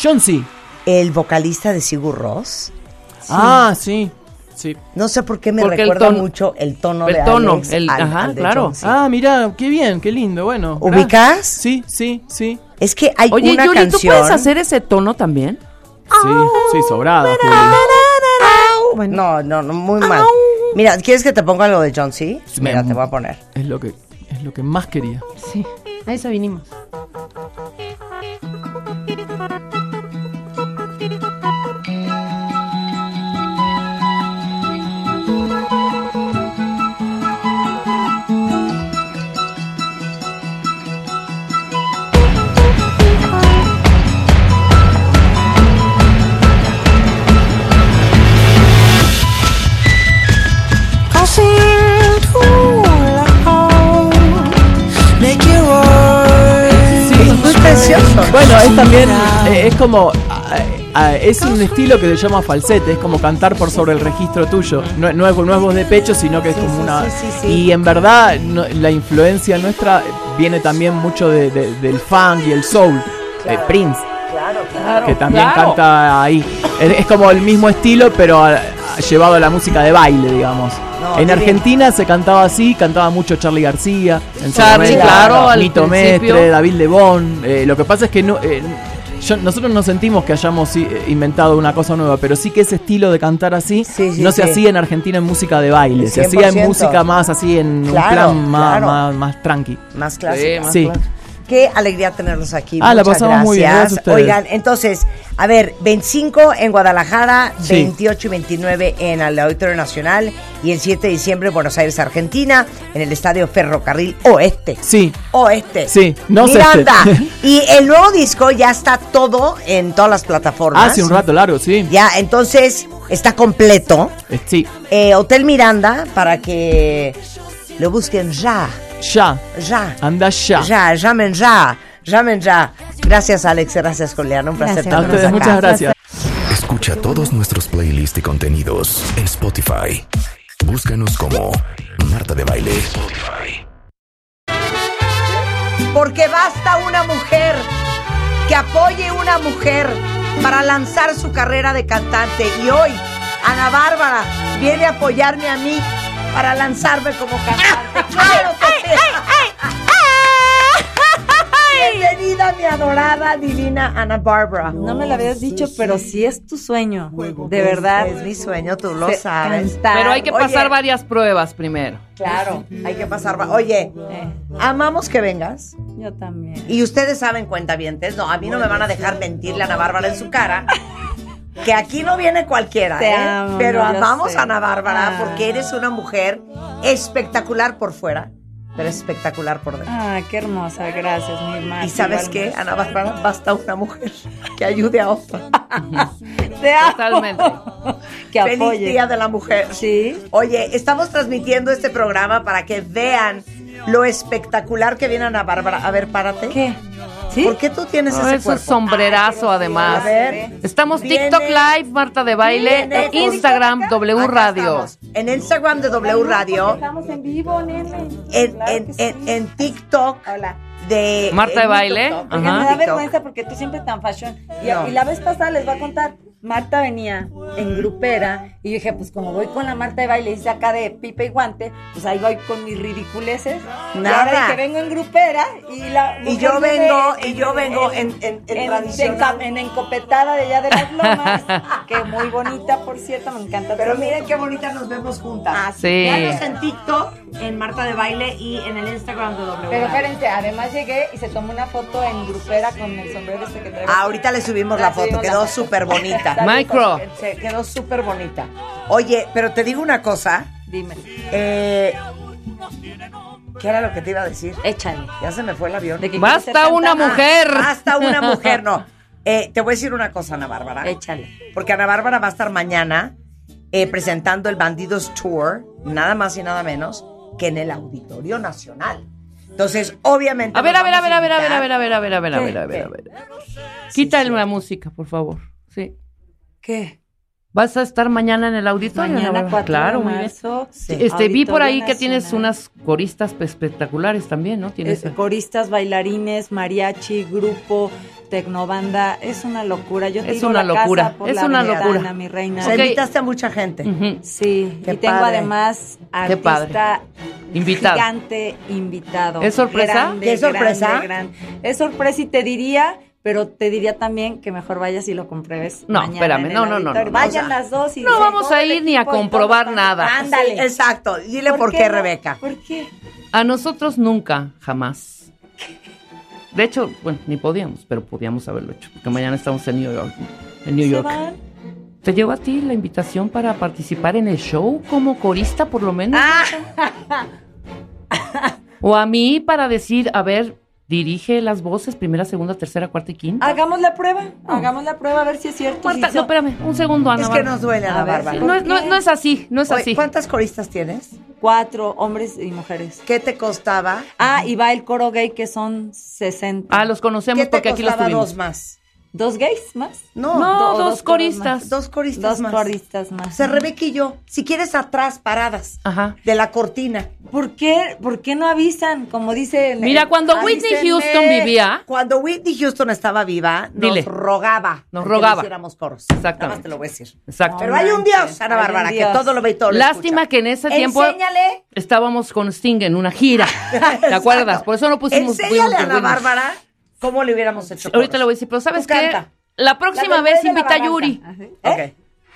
John C.
el vocalista de Sigur Ross.
Ah, sí. Sí.
No sé por qué me
Porque el
recuerda
tono-
mucho el tono
el
de
tono,
Alex
el-
al-
ajá,
al de
claro.
John C.
Ah, mirá, qué bien, qué lindo,
Ah,
bueno. gra-
¿Ubicás?
Sí, sí, sí.
Es que hay
Oye,
una
Yuri,
canción...
¿tú puedes hacer Ah, ese tono también?
Sí, sí, sobrado.
Bueno.
No, no, no, muy mal. Mira, ¿quieres que te ponga lo de John C? Mira, te voy a poner.
Es lo que es lo que más quería.
Sí, a eso vinimos.
Es muy precioso.
Bueno, es también eh, es como ah, ah, es un estilo que se llama falsete, es como cantar por sobre el registro tuyo. No, no es, no es voz de pecho, sino que es como
sí,
una.
sí, sí, sí.
Y en verdad no- la influencia nuestra viene también mucho de- de- del funk y el soul. De Prince, que también
claro.
canta ahí. Es es como el mismo estilo, pero ah, llevado a la música de baile, digamos.
No,
en
qué
Argentina se cantaba así, cantaba mucho Charlie García. en su
Charly,
momento,
claro, al
Nito
principio.
Mestre, David Lebón. eh, lo que pasa es que no, eh, yo- nosotros no sentimos que hayamos sí, eh, inventado una cosa nueva, pero sí que ese estilo de cantar así
Sí, sí,
no se
sí.
hacía en Argentina en música de baile, se hacía
100%.
en música más así, en
Claro,
un plan más,
claro.
más, más tranqui.
Más clásico.
Sí.
Qué alegría tenerlos aquí.
Ah, la
Muchas
pasamos muy bien,
gracias.
gracias a ustedes.
Oigan, entonces, a ver, 25 en Guadalajara,
Sí.
28 y 29 en el Auditorio Nacional y el 7 de diciembre en Buenos Aires, Argentina, en el Estadio Ferrocarril Oeste.
Sí.
Oeste.
Sí, no sé
Miranda.
este.
y el nuevo disco ya está todo en todas las plataformas.
Hace un rato largo, sí.
Ya, entonces está completo.
Eh, Sí.
Eh, Hotel Miranda para que lo busquen ya,
Ya.
ya.
Anda ya.
Ya, llamen ya, llamen ya. Gracias Alex, gracias Julián, un placer
Gracias.
A
tenerlos
ustedes,
acá.
muchas gracias.
Escucha todos nuestros playlists y contenidos en Spotify. Búscanos como Marta de Baile.
Porque basta una mujer que apoye una mujer para lanzar su carrera de cantante. Y hoy Ana Bárbara viene a apoyarme a mí para lanzarme como cantante. ¡Claro que sí! Bienvenida, mi adorada, divina Ana Bárbara.
No me lo habías dicho, pero sí es tu sueño. De verdad.
Es mi sueño, tú lo
Te-
sabes.
cantar.
Pero hay que
Pues, Oye.
pasar varias pruebas primero.
Claro, hay que pasar. ba- Oye,
Eh,
amamos que vengas.
yo también.
Y ustedes saben, cuentavientes, no, a mí no me van a dejar mentirle a Ana Bárbara en su cara. Que aquí no viene cualquiera,
Te
¿eh?
amo,
Pero
no, yo
amamos
sé.
a Ana Bárbara
Ah.
porque eres una mujer espectacular por fuera, pero espectacular por dentro.
Ah, qué hermosa, gracias, mi hermana.
y sabes qué, Ana Bárbara, basta una mujer que ayude a otra.
Ah, Te amo.
Totalmente.
Que
Feliz
apoye.
Día de la Mujer.
Sí.
Oye, estamos transmitiendo este programa para que vean lo espectacular que viene Ana Bárbara. A ver, párate.
¿Qué? ¿Sí?
¿Por qué tú tienes
No,
ese
es un
cuerpo?
sombrerazo además.
A ver.
Estamos
Viene-
TikTok Live, Marta de Baile,
Viene
e
con-
Instagram, W
Acá
Radio.
estamos. En Instagram de W Radio,
Estamos en vivo, nene.
en,
Claro
en,
que sí.
en, en TikTok
Hola.
de...
Marta de
en
Baile,
TikTok,
ajá.
Oigan,
en
me da
TikTok.
vergüenza porque tú siempre tan fashion. Y,
No.
y la vez pasada les voy a contar.
Marta venía en grupera y yo dije, pues como voy con la Marta de baile y saca de pipa y guante, pues ahí voy con mis ridiculeces. Y
Nada.
ahora que vengo en grupera y la
Y
mujer
yo
viene
vengo- y yo vengo en- en- en tradicional.
en- en encopetada de allá de las lomas, que muy bonita, por cierto, me encanta. Ah,
Pero miren qué bonita nos vemos juntas.
Sí.
Véanos en TikTok, en Marta de Baile y en el Instagram de W.
Pero espérense, además llegué y se tomó una foto en grupera con el sombrero este que traigo.
Ah,
Ahorita le subimos la
La
foto,
subimos la
quedó
foto.
súper bonita.
Micro.
Se quedó súper bonita. Oye, pero te digo una cosa.
Dime,
eh, ¿Qué era lo que te iba a decir?
échale.
Ya se me fue el avión.
De que
Basta
1570,
una mujer.
Hasta una mujer, no. Eh, te voy a decir una cosa, Ana Bárbara.
ah, Échale.
Porque Ana Bárbara va a estar mañana eh, presentando el Bandidos Tour, nada más y nada menos, que en el Auditorio Nacional. Entonces, obviamente.
A ver,
nos
a ver, a
vamos
ver, a ver, a ver,
invitar-
a ver, a ver, a ver, a ver, a ver, a ver, a ver. Quítale
sí.
la música, por favor. Sí.
¿Qué?
Vas a estar mañana en el auditorio. Ana
Mañana
Bárbara?
4
claro,
de
muy bien.
marzo.
Sí.
Este, vi por
Auditorio
ahí que tienes
Nacional.
unas coristas espectaculares también, ¿no? Tienes
Eh, coristas, bailarines, mariachi, grupo, tecnobanda. Es una locura. Yo te
Es
digo
una
la
locura,
Casa por
es
la
una
ventana,
locura.
mi reina.
O sea,
Ok.
invitaste a mucha gente.
Ujú.
Sí,
Qué
y tengo
padre.
además
Qué padre.
artista
Invitado.
gigante invitado.
¿Es sorpresa?
Grande,
¿Es sorpresa?
grande, gran. Es sorpresa y te diría, pero te diría también que mejor vayas y lo compruebes.
No,
mañana
espérame,
en el
no, no, no,
auditorio.
no, no,
Vayan
o sea,
las dos y
no
dicen,
vamos a
"Todo el
ir ni a
equipo y todo
comprobar
está-
nada".
Ándale.
Sí, exacto. Dile por, qué,
no?
Rebeca.
¿Por qué?
A nosotros nunca, jamás. De hecho, bueno, ni podíamos, pero podíamos haberlo hecho, porque mañana estamos en New York. En New
¿Se
York.
van?
¿Te llevo a ti la invitación para participar en el show como corista, por lo menos?
Ah.
o a mí para decir, a ver, dirige las voces, primera, segunda, tercera, cuarta y quinta.
Hagamos la prueba, hagamos la prueba a ver si es cierto.
Marta,
si so-
no, espérame, un segundo, Ana.
Es que
Bárbara.
nos duele, Ana
A ver,
Bárbara.
sí,
No es, no es- no es así, no es
Oye,
así.
¿Cuántas coristas tienes?
Cuatro hombres y mujeres.
¿Qué te costaba?
Ah, y va el coro gay que son 60.
Ah, los conocemos
¿Qué te
porque aquí los
costaba dos
tuvimos.
más?
¿Dos gays más?
No,
No,
Do-
dos
dos
coristas.
dos coristas
Dos
más.
coristas más.
O sea, Rebeca y yo, si quieres atrás, paradas,
Ajá.
de la cortina.
¿Por qué, ¿Por qué no avisan? Como dice. el-
Mira, cuando Whitney
avísenme.
Houston vivía,
Cuando Whitney Houston estaba viva,
Dile.
nos rogaba.
Nos
que
rogaba.
le hiciéramos coros.
Exactamente.
Nada más te lo voy a decir.
exacto.
Pero hay un Dios, Ana
Hay un
Bárbara, que
Dios.
todo lo ve y todo lo
Lástima
escucha.
que en ese tiempo
Enséñale.
estábamos con Sting en una gira. ¿Te
Exacto.
acuerdas? Por eso no pusimos.
Enséñale
pudimos
a
ver
Ana
Whitney.
Bárbara cómo le hubiéramos hecho coros.
Ahorita le voy a decir, pero ¿sabes
Tú
qué?
canta.
La próxima
del
vez
rey de la
invita a
barranca.
Yuri.
Ah,
Ajá. ¿Eh?
Ok.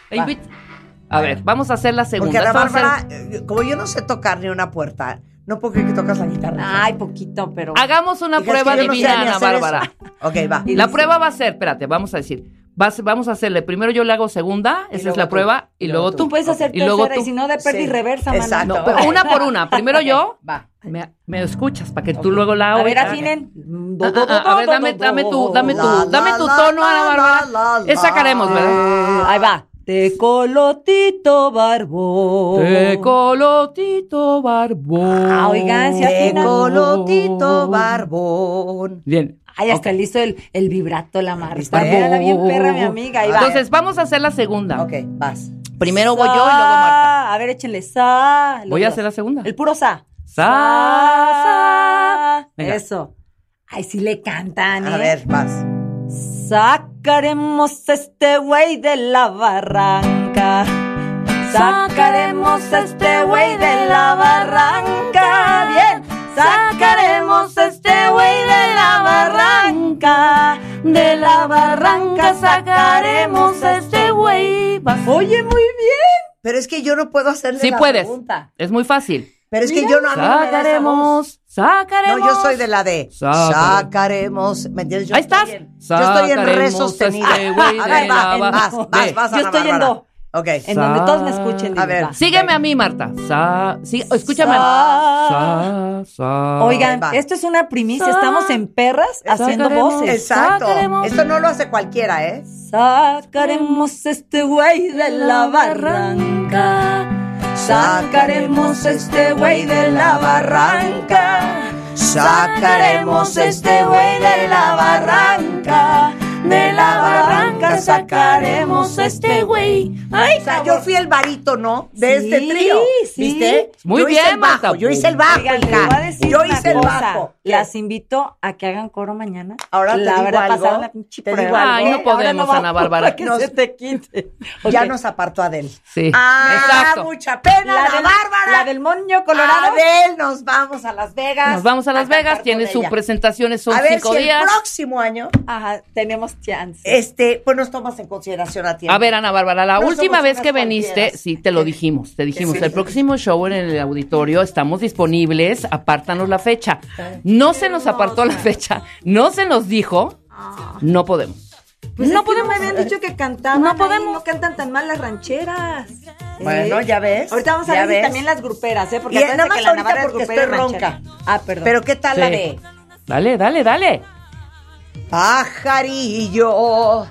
E invita- A ver, vamos a hacer la
Porque
segunda.
Ana
Esto va a ser-
Bárbara, eh, como yo no sé tocar ni una puerta, no puedo creer que tocas la guitarra.
Ay, poquito, pero.
Hagamos una
Hija, es
prueba
que yo no sé
divina,
ni
Ana
hacer eso.
Bárbara.
Ok, va.
La prueba va a ser, espérate, vamos a decir. va a ser- vamos a hacerle, primero yo le hago segunda, esa es
luego
la
tú.
prueba, y, luego tú.
Tú puedes hacer
y luego
tercera y
tú.
si no, de pérdida y
Sí.
reversa, mano.
Exacto.
No, pero una por una. Primero yo,
Va.
me, me escuchas para que tú luego la
A
oigas.
ver, afinen.
Ah, ah, ah, a ver, dame, dame tu, dame tu, dame tu tono, Ana Bárbara. Esa sacaremos, ¿verdad?
Ahí va. Te colotito barbo.
Te colotito barbón.
Ah, oigan, si
De
afinan.
colotito barbón.
Bien.
Ay, hasta
Ok.
listo el, el vibrato, la Marta.
Barbón.
Era bien perra, mi amiga. Ahí va.
Entonces, vamos a hacer la segunda.
Ok, vas.
Primero voy yo y luego Marta.
Sa, A ver, échenle sa. los
Voy a
dos.
hacer la segunda.
El puro sa.
Sa, sa. Venga.
Eso. Ay, sí le cantan,
A
¿eh?
ver, vas.
Sacaremos este güey de la barranca. Sacaremos este güey de la barranca. Bien. Sacaremos este güey de la barranca. De la barranca sacaremos este güey. Oye, muy bien.
Pero es que yo no puedo hacerle
Sí
la
puedes.
pregunta.
Es muy fácil.
Pero es que yo no, a mí no me da esa voz.
Sacaremos, sacaremos.
No, yo soy de la de
Sacaremos.
sacaremos. ¿Me entiendes? Yo
Ahí
estoy
estás.
en- yo estoy en re
Sacaremos
sostenida.
este güey
a
de
ver, va,
la
vas,
ba-
vas,
de-
vas,
Yo
Ana
estoy en
Bárbara.
do.
Ok.
En donde todos me escuchen.
A ver.
va.
Sígueme a mí, Marta. Sa, sí, escúchame.
Sa-
Sa, sa.
Oigan,
va.
esto es una primicia. Estamos en perras haciendo
Sacaremos.
voces.
Exacto.
Sacaremos.
Esto no lo hace cualquiera, ¿eh?
Sacaremos este güey de la barranca. Sacaremos este güey de la barranca. Sacaremos este güey de la barranca. De la barranca sacaremos este güey.
o sea, yo fui el barítono de
Sí,
este trío.
sí.
¿Viste?
Muy
yo
bien,
hice el bajo,
Marta.
yo hice el bajo,
Oigan, les
hija.
voy a decir
Yo
una
hice el
cosa.
bajo.
Las invito a que hagan coro mañana.
Ahora te
la
digo
verdad
algo,
pasaron la pinche
te digo
prueba.
algo. Ay, no
Ahora
podemos,
va
Ana
a
Bárbara.
Que
Nos-
se te quite.
Ya
Ok.
nos apartó Adel.
Sí.
Ah,
Exacto.
mucha pena, la,
La del-
Bárbara.
la del moño colorado.
Adel, nos vamos a Las Vegas.
Nos vamos a Las Vegas,
cantar
tiene
con
sus
ella.
presentaciones, son
a ver
cinco
si
días.
el próximo año,
Ajá, tenemos chance.
este, pues nos tomas en consideración a tiempo.
A ver, Ana Bárbara, la
No
última
somos
vez
unas
que viniste,
cualquieras.
sí, te lo dijimos, te dijimos, el próximo show en el auditorio estamos disponibles, apártanos la fecha.
Pues
No se nos apartó la fecha, no se nos dijo,
Ah.
no podemos.
Pues
no podemos. Pues me habían dicho que cantaban.
No
No podemos.
podemos.
no cantan tan mal las rancheras.
Bueno,
Eh,
ya ves.
Ahorita vamos a
ya
ver si
ves.
también las gruperas, ¿eh? Porque
Y
acuérdense
nada más
que la
ahorita
Navarra es
porque
grupera
estoy
y ranchera.
ronca.
Ah, perdón.
Pero ¿qué tal la
Sí.
de
Dale, dale, dale.
pajarillo?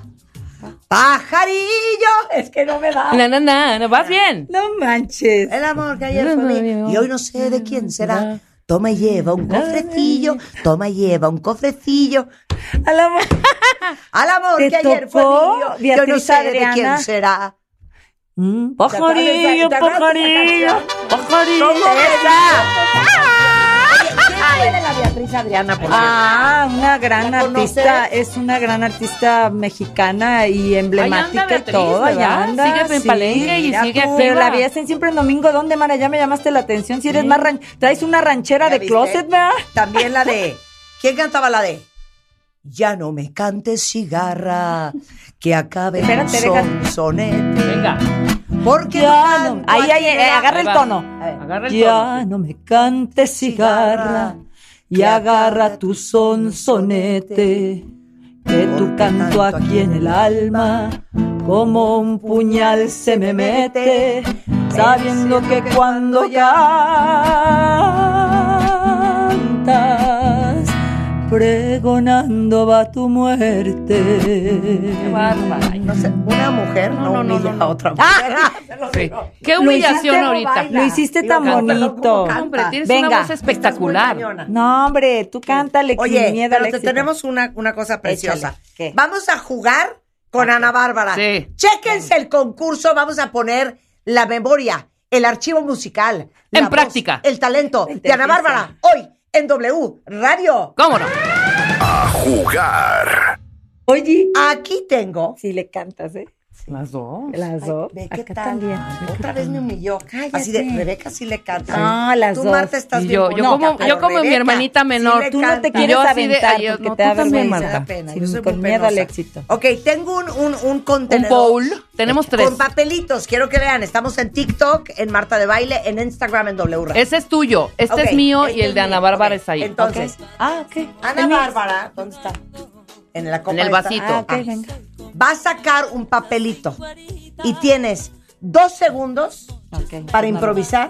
Pajarillo, es que no me da.
Na, na, na, na,
Ah.
vas bien. Ah.
No manches.
El amor que ayer fue mío y hoy no sé de quién será. Toma y lleva un cofrecillo, toma y lleva un cofrecillo.
A la ma-
Al amor
¿Te
que ayer fue
tocó,
mío, yo no
Beatriz
sé de
Adriana?
quién será.
Mm,
Pajarillo, pajarillo,
pajarillo.
¿Cómo era? la Beatriz Adriana? por
Ah, una gran
¿La conoces?
artista, es una gran artista mexicana y emblemática
Beatriz,
y todo,
¿verdad?
allá anda.
Sigue en Palenque y
mira
sigue
tú.
activa.
Pero la vi en siempre en domingo, ¿dónde, Mara? Ya me llamaste la atención, si eres más ran... traes una ranchera
¿Ya
de
viste?
closet, ¿verdad?
También la de. ¿Quién cantaba la de? Ya no me cantes cigarra, que acabe el
Espérate, deja-
son, sonete.
Venga,
Porque
Ya no-
canto
ahí,
a
ahí,
ti,
eh, agarra el
va.
tono.
A ver.
agarra el tono.
Ya no me cantes cigarra y agarra tu sonsonete, que tu canto aquí en el alma como un puñal se me mete, sabiendo que cuando cantas, pregonando va tu muerte.
Qué bárbara. Ay,
No sé, una mujer no,
no, no,
humilla
no, no.
a otra mujer.
Ah,
sí. Qué
Lo hiciste,
humillación
no
ahorita.
baila. Lo hiciste
Digo,
tan
canta,
bonito.
No, hombre, tienes
Venga.
una voz
Estás
espectacular.
Cañona.
No, hombre, tú cántale
Oye,
sin miedo
pero
al
te
éxito.
tenemos una, una cosa preciosa.
¿Qué? Ah,
Vamos a jugar con Ana Bárbara.
Sí.
Chéquense el concurso, vamos a poner la memoria, el archivo musical. la
En
voz,
práctica.
el talento de Ana
inteligencia.
Bárbara, hoy en W Radio.
¿Cómo no?
A jugar.
Oye,
Aquí tengo.
si le cantas, ¿eh?
Las dos.
Las
Ay,
dos.
ve qué
Acá
tal.
también.
Otra vez me humilló.
Cállate.
Así de Rebeca sí le canta.
Ah, las
Tú,
dos.
Marta, estás
Y
bien
yo- yo
bonita,
como-
pero
yo como mi
Rebeca
hermanita
sí
menor.
le
Tú no te
canta.
quieres
Yo así de-
aventar
ay,
porque
no,
te
tú
da
también,
Me
vergüenza.
da
Marta.
pena,
Sin-
yo soy
con
muy
miedo al
penosa.
éxito.
Ok, tengo un, un, un
Un
contenedor.
bowl. Tenemos tres.
Con papelitos, quiero que vean. Estamos en TikTok, en Marta de Baile, en Instagram, en W Radio.
Ese es tuyo, este
Ok,
es mío
este
y el de
es
Ana
mío.
Bárbara
Ok,
es ahí.
Entonces,
Ah, ok.
Ana
El mío.
Bárbara, ¿dónde está? En la copa
En el
esta.
vasito.
Ah, ok,
Ah.
venga.
Va a sacar un papelito y tienes dos segundos
Ok.
para improvisar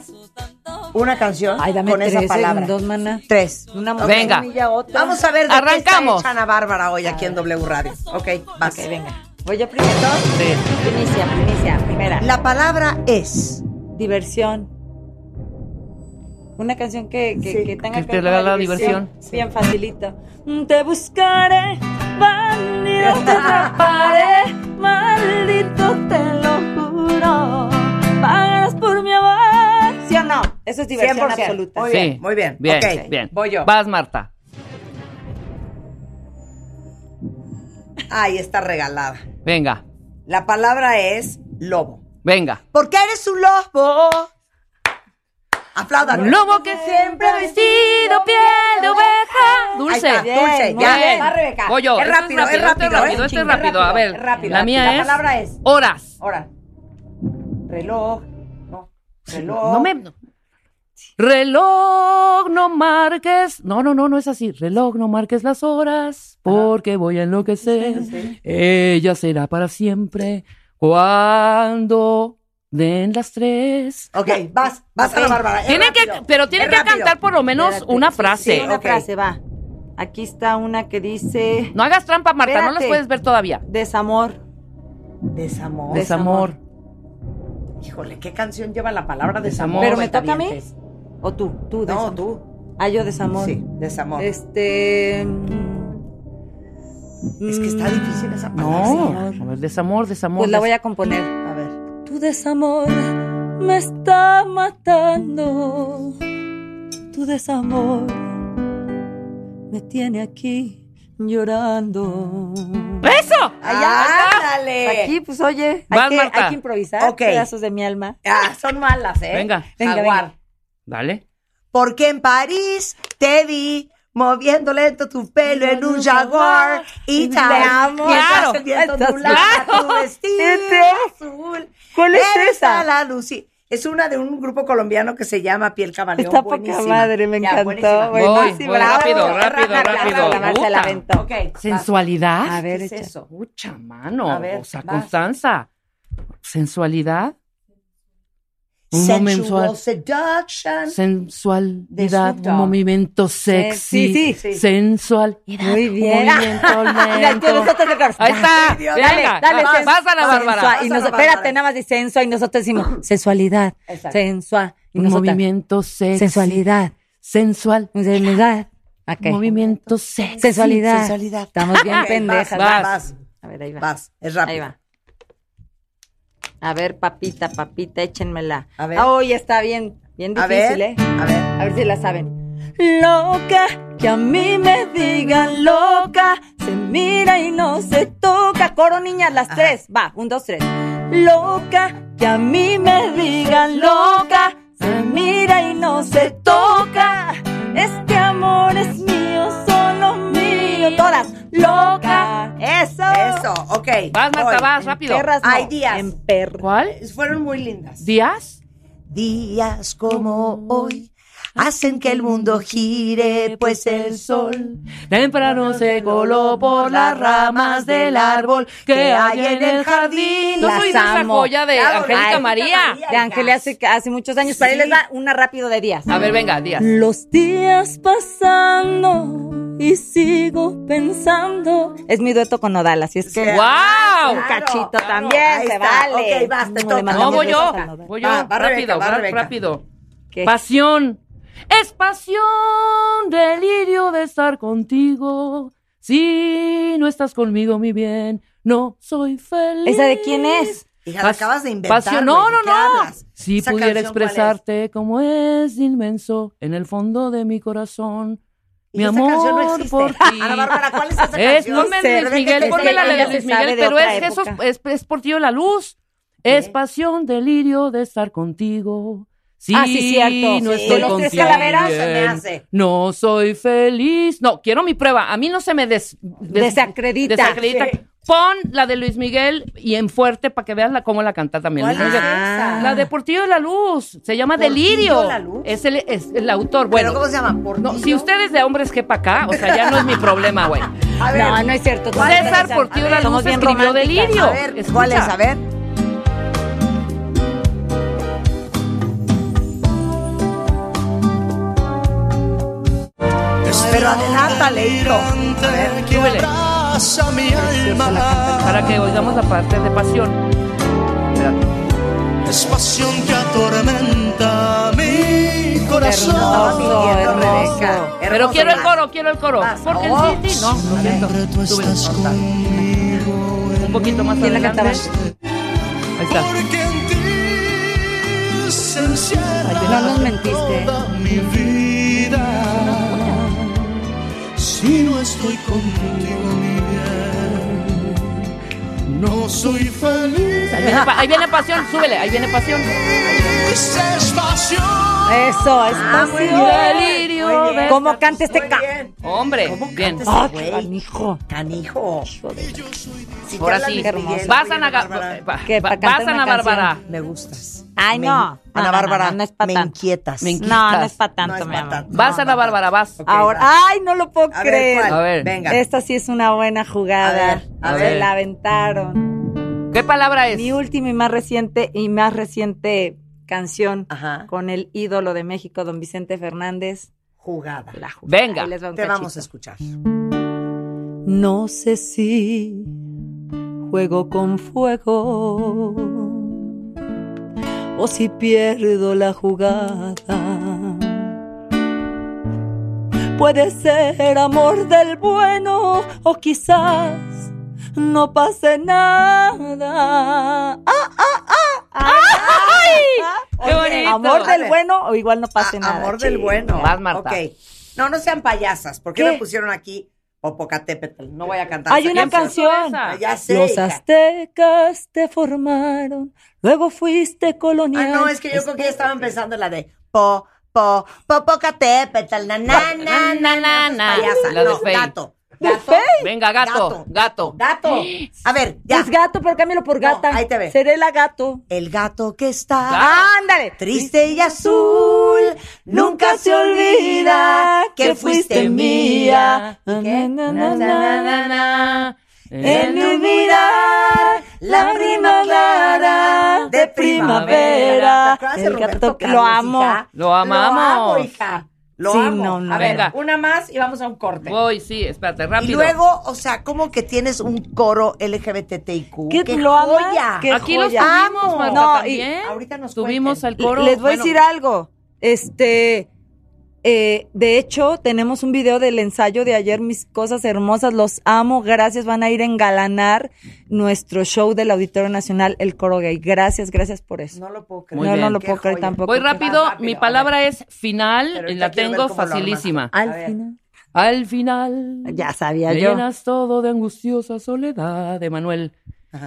una canción
Ay, dame
con
tres
esa palabra.
segundos, mana.
Tres.
Una
Venga.
milla, otra.
Vamos a ver de
Arrancamos.
qué está hecha Ana Bárbara hoy aquí en W Radio. Ok, vas.
Ok, venga. Voy yo primero. Primicia, primicia, primera.
La palabra es.
Diversión. Una canción que, que, que tenga
Que te
ver con
haga la diversión.
Bien facilito. Te buscaré, bandido, te atraparé, maldito, te lo juro. Pagarás por mi amor. ¿Sí o no? Eso es diversión
100%.
absoluta.
Muy
Sí.
bien, muy bien.
Bien,
Ok,
bien.
voy yo.
Vas, Marta.
Ahí está regalada.
Venga,
La palabra es lobo.
venga.
Porque eres un lobo. Aplaudan.
Un lobo que siempre ha vestido piel de oveja. Dulce.
Ahí está, dulce,
Bien,
ya.
muy bien.
Va, Rebeca.
Voy
Es
yo. Este
rápido, es
este
rápido, ¿eh?
este es
Chinga,
rápido. A
rápido,
ver,
es rápido.
la mía
La
es...
palabra es-
Horas.
Ahora. Reloj. No. Reloj.
No me... Reloj, no marques. No, no, no, no es así. Reloj, no marques las horas, porque voy a enloquecer. Ella será para siempre cuando den las tres.
Ok, vas, vas a la Bárbara. es
Tiene que,
rápido,
pero tiene
es
que
rápido.
cantar por lo menos
Espérate.
una
Sí,
frase.
sí, una
Ok.
frase, va. Aquí está una que dice
No hagas trampa, Marta, no las
Espérate.
puedes ver todavía.
desamor.
Desamor.
Desamor.
Desamor.
Híjole, ¿qué canción lleva la palabra desamor?
Desamor.
¿Pero me toca a mí?
cuentavientes?
¿O tú? Tú,
No,
desamor.
tú.
Ah, yo desamor.
Sí, desamor. Es,
Este. mm,
que está difícil esa palabra.
No.
señora.
A ver, desamor, desamor.
Pues la voy
des-
a componer.
A ver.
Tú Tu desamor me está matando. Tu desamor me tiene aquí llorando.
¡Eso!
Ah,
Allá,
Ándale.
Aquí, pues oye,
Vas,
hay que,
Marta.
hay que improvisar
Ok.
pedazos de mi alma.
Ah,
son malas, ¿eh?
Venga.
venga, venga.
Dale.
Porque en París te vi moviendo lento tu pelo en un jaguar y te amo.
Claro.
Estás viendo
Estás-
ondulada
claro.
tu vestido
Este.
azul.
¿Cuál es
Eres
esa?
a la luz. Sí, Es una de un grupo colombiano que se llama Piel Camaleón.
Está poca
buenísima.
madre, me
Ya,
encantó,
buenísima.
Voy, buenísima. voy,
bravo.
rápido,
rápido,
Raja,
rápido.
raja, raja,
Se la aventó.
Ok,
¿Sensualidad?
A ver,
¿Qué es
echa.
eso? Mucha mano.
A ver,
o sea,
vas.
Constanza. Sensualidad. Un
Sensual
momento.
seduction.
Sensualidad.
Snoop
Un
Dogg.
movimiento sexy.
sí, sí.
Sensual.
Muy bien.
Movimiento lento. Ahí está.
Dios,
Venga,
dale, dale,
vas,
sen-
vas a la
sensual.
Bárbara.
Y nos, espérate, nada más de sensual y nosotros decimos sensualidad, sensual. Y
Un
nosotras,
movimiento sexy.
Sensualidad.
Sensual.
Sensualidad. Ok.
Movimiento sexy.
Sensualidad.
Sensualidad.
Estamos bien
Ok,
pendejas.
Vas,
Vas.
vas,
A ver, ahí va.
vas. Es rápido.
Ahí va. A ver, papita, papita, échenmela. A
ver.
Hoy Ah, está bien, bien
A
difícil,
ver,
¿eh?
a ver.
A ver si la saben. Loca, que a mí me digan loca, se mira y no se toca. Coro, niñas, las
Ah.
tres. Va, un, dos, tres. Loca, que a mí me digan loca, se mira y no se toca. Este amor es mío, solo mío. Todas, loca. Eso.
Eso, ok.
Vas, Marta,
Voy.
vas, rápido.
Perras no,
Hay días.
En perro.
¿Cuál?
Fueron muy lindas.
¿Días?
Días como hoy hacen que el mundo gire, pues el sol
Temprano se coló por las ramas del árbol que hay en el jardín. No
Las
soy de esa
amo.
joya de
Claro,
Angélica
Angélica
María.
María.
De Ángel hace, hace muchos años. Para él les va una rápido de días.
A ver, venga, Díaz.
Los días pasando y sigo pensando. Es mi dueto con Nodal, así es que.
¡Wow!
Un cachito
Claro,
también,
ahí
se
está.
vale.
Ok, vas, te
Le
toca.
No,
mandamos
voy yo.
besos al Nodal.
Voy yo.
Va, va,
rápido,
Rebeca, va,
va,
Rebeca.
rápido.
¿Qué?
Pasión. Es pasión, delirio de estar contigo. Si no estás conmigo, mi bien, no soy feliz.
¿Esa de quién es?
Hija, la
Pas-
acabas de inventar.
pasión.
güey,
No,
¿de
no,
qué
no.
hablas?
Si
¿Esa
pudiera
canción cuál es?
expresarte como es inmenso en el fondo de mi corazón.
Y
Mi
esa
amor
canción no existe.
por ti.
Ana Bárbara, ¿cuál es esa
Es,
canción?
no me Luis
Rebeca,
Miguel,
que
ponme la
ella
de
se
Luis
sabe
Miguel,
de
pero
otra
es que eso
época.
es, es por ti o la luz. Es pasión, delirio de estar contigo. Sí,
Ah, sí, cierto.
No
Sí.
estoy
De los tres
contigo
calaveras
se me
bien.
hace.
No soy feliz. No, quiero mi prueba. A mí no se me des- des-
Desacredita.
desacredita.
Sí.
Pon la de Luis Miguel y en fuerte para que veas la, cómo la canta también.
¿Cuál
Luis
es
Miguel.
esa?
La de Portillo de la Luz. Se llama
¿Portillo
Delirio.
la Luz?
Es el, es el autor.
¿Pero
Bueno,
cómo se llama? ¿Por
no,
ti,
si
Oh, no?
ustedes de hombres que pa' acá, o sea, ya no es mi problema, güey.
A ver,
No, no es cierto. tú sabes
César
esa.
Portillo de la
Somos
Luz
bien
escribió
románticas.
Delirio.
a ver, ¿cuál es?
Escucha.
A ver. Pero adelántale, hijo. A ver. Este
Súbele. Para que oigamos la parte de pasión. Espérate.
Es pasión que atormenta mi
Hermoso,
Estaba pidiendo,
hermoso.
Rebeca.
Pero
Hermoso,
quiero el
vas.
coro, quiero el coro.
Vas.
Porque
Oh.
el sí, sí, no, no siento. Súbele. Un poquito más
¿Quién la
adelante.
cantaba?
Ahí está.
Porque en ti se encierra
No nos mentiste.
toda mi vida. Si no estoy contigo, mi bien, no soy feliz.
Ahí viene, pa- ahí viene pasión, súbele, ahí viene pasión.
Es pasión.
Eso,
Ah,
es pasión.
Delirio. de-
¿Cómo canta este ca?
Hombre, bien.
¡Ah,
Güey.
hijo!
Canijo. Si te
Ahora
habla
sí.
Luis Miguel,
Vas a
Ana
Ana
Bárbara.
Que pa' cantar
Vas a
una
Ana Bárbara.
Me gustas.
Ay,
Me-
no. No, no,
Ana
no,
Bárbara,
no es pa'
me
tanto.
inquietas.
Me inquietas.
No, no es para
No
tanto,
es
mi
pa'
amor.
tanto.
Vas
No,
a Ana
no, no.
Bárbara, vas.
Ok,
Ahora,
va.
ay, no lo puedo
A ver,
creer.
¿cuál?
A ver.
Venga.
Esta sí es una buena jugada.
A ver, a
Se
ver.
la aventaron.
¿Qué palabra es?
Mi última y más reciente y más reciente canción
Ajá.
con el ídolo de México, don Vicente Fernández.
Jugada.
La ju-
Venga.
Ahí les va un
Te vamos a
cachito.
escuchar.
No sé si juego con fuego o si pierdo la jugada. Puede ser amor del bueno o quizás no pase nada. ¡Ah, ah, ah! ¡Qué bonito! Amor del bueno o igual no pase nada.
Amor del
chico.
bueno.
Vas, Marta.
Ok. No, no sean payasas. ¿Por qué,
¿Qué?
me pusieron aquí Popocatépetl? No voy a cantar.
Hay
esa
una canción.
Ya sé.
Los
hija.
aztecas te formaron, luego fuiste colonial.
Ah, no, es que yo creo que ya estaban pensando en la de po, po, popocatépetl, na, na, na, na, na, na. Payasa.
La de
no,
Fey.
gato.
Venga, gato, gato.
Gato. A ver, ya.
Es gato, pero cámbialo por gata.
ahí te ve.
Seré la gato.
El gato que está.
¡Ándale!
Triste y azul, nunca se olvida que fuiste mía.
Na, na, na,
Na,
na.
na, na.
Eh.
En mi mirar, la primavera de primavera.
¿Te acuerdas de
El
Roberto
gato que
Carlos,
lo amo.
hija?
Lo amamos.
amo, hija. Lo
Sí,
amo.
no, no.
A ver,
Venga.
una más y vamos a un corte.
Voy, sí, espérate,
Y
rápido.
luego, o sea, como que tienes un coro LGBTIQ.
¿Qué,
¡Qué
lo amas?
joya!
¿Qué
Aquí los
joya?
tuvimos, Marta,
No, y-
también.
Ahorita nos
Tuvimos
cuenten.
al coro.
Les voy
bueno,
a decir algo. Este, eh, de hecho, tenemos un video del ensayo de ayer, mis cosas hermosas, los amo, gracias, van a ir a engalanar nuestro show del Auditorio Nacional, el Coro Gay. Gracias, gracias por eso.
No lo puedo creer.
Muy
no, no
bien.
lo
Qué
puedo creer
joya.
tampoco.
Voy rápido,
Ah, rápido,
mi
a
palabra es final,
Pero
la
ahorita quiero
tengo
ver cómo lo armas.
facilísima.
A
Al
ver.
final.
Al final.
Ya sabía
Me
yo.
llenas todo de angustiosa soledad, Emanuel.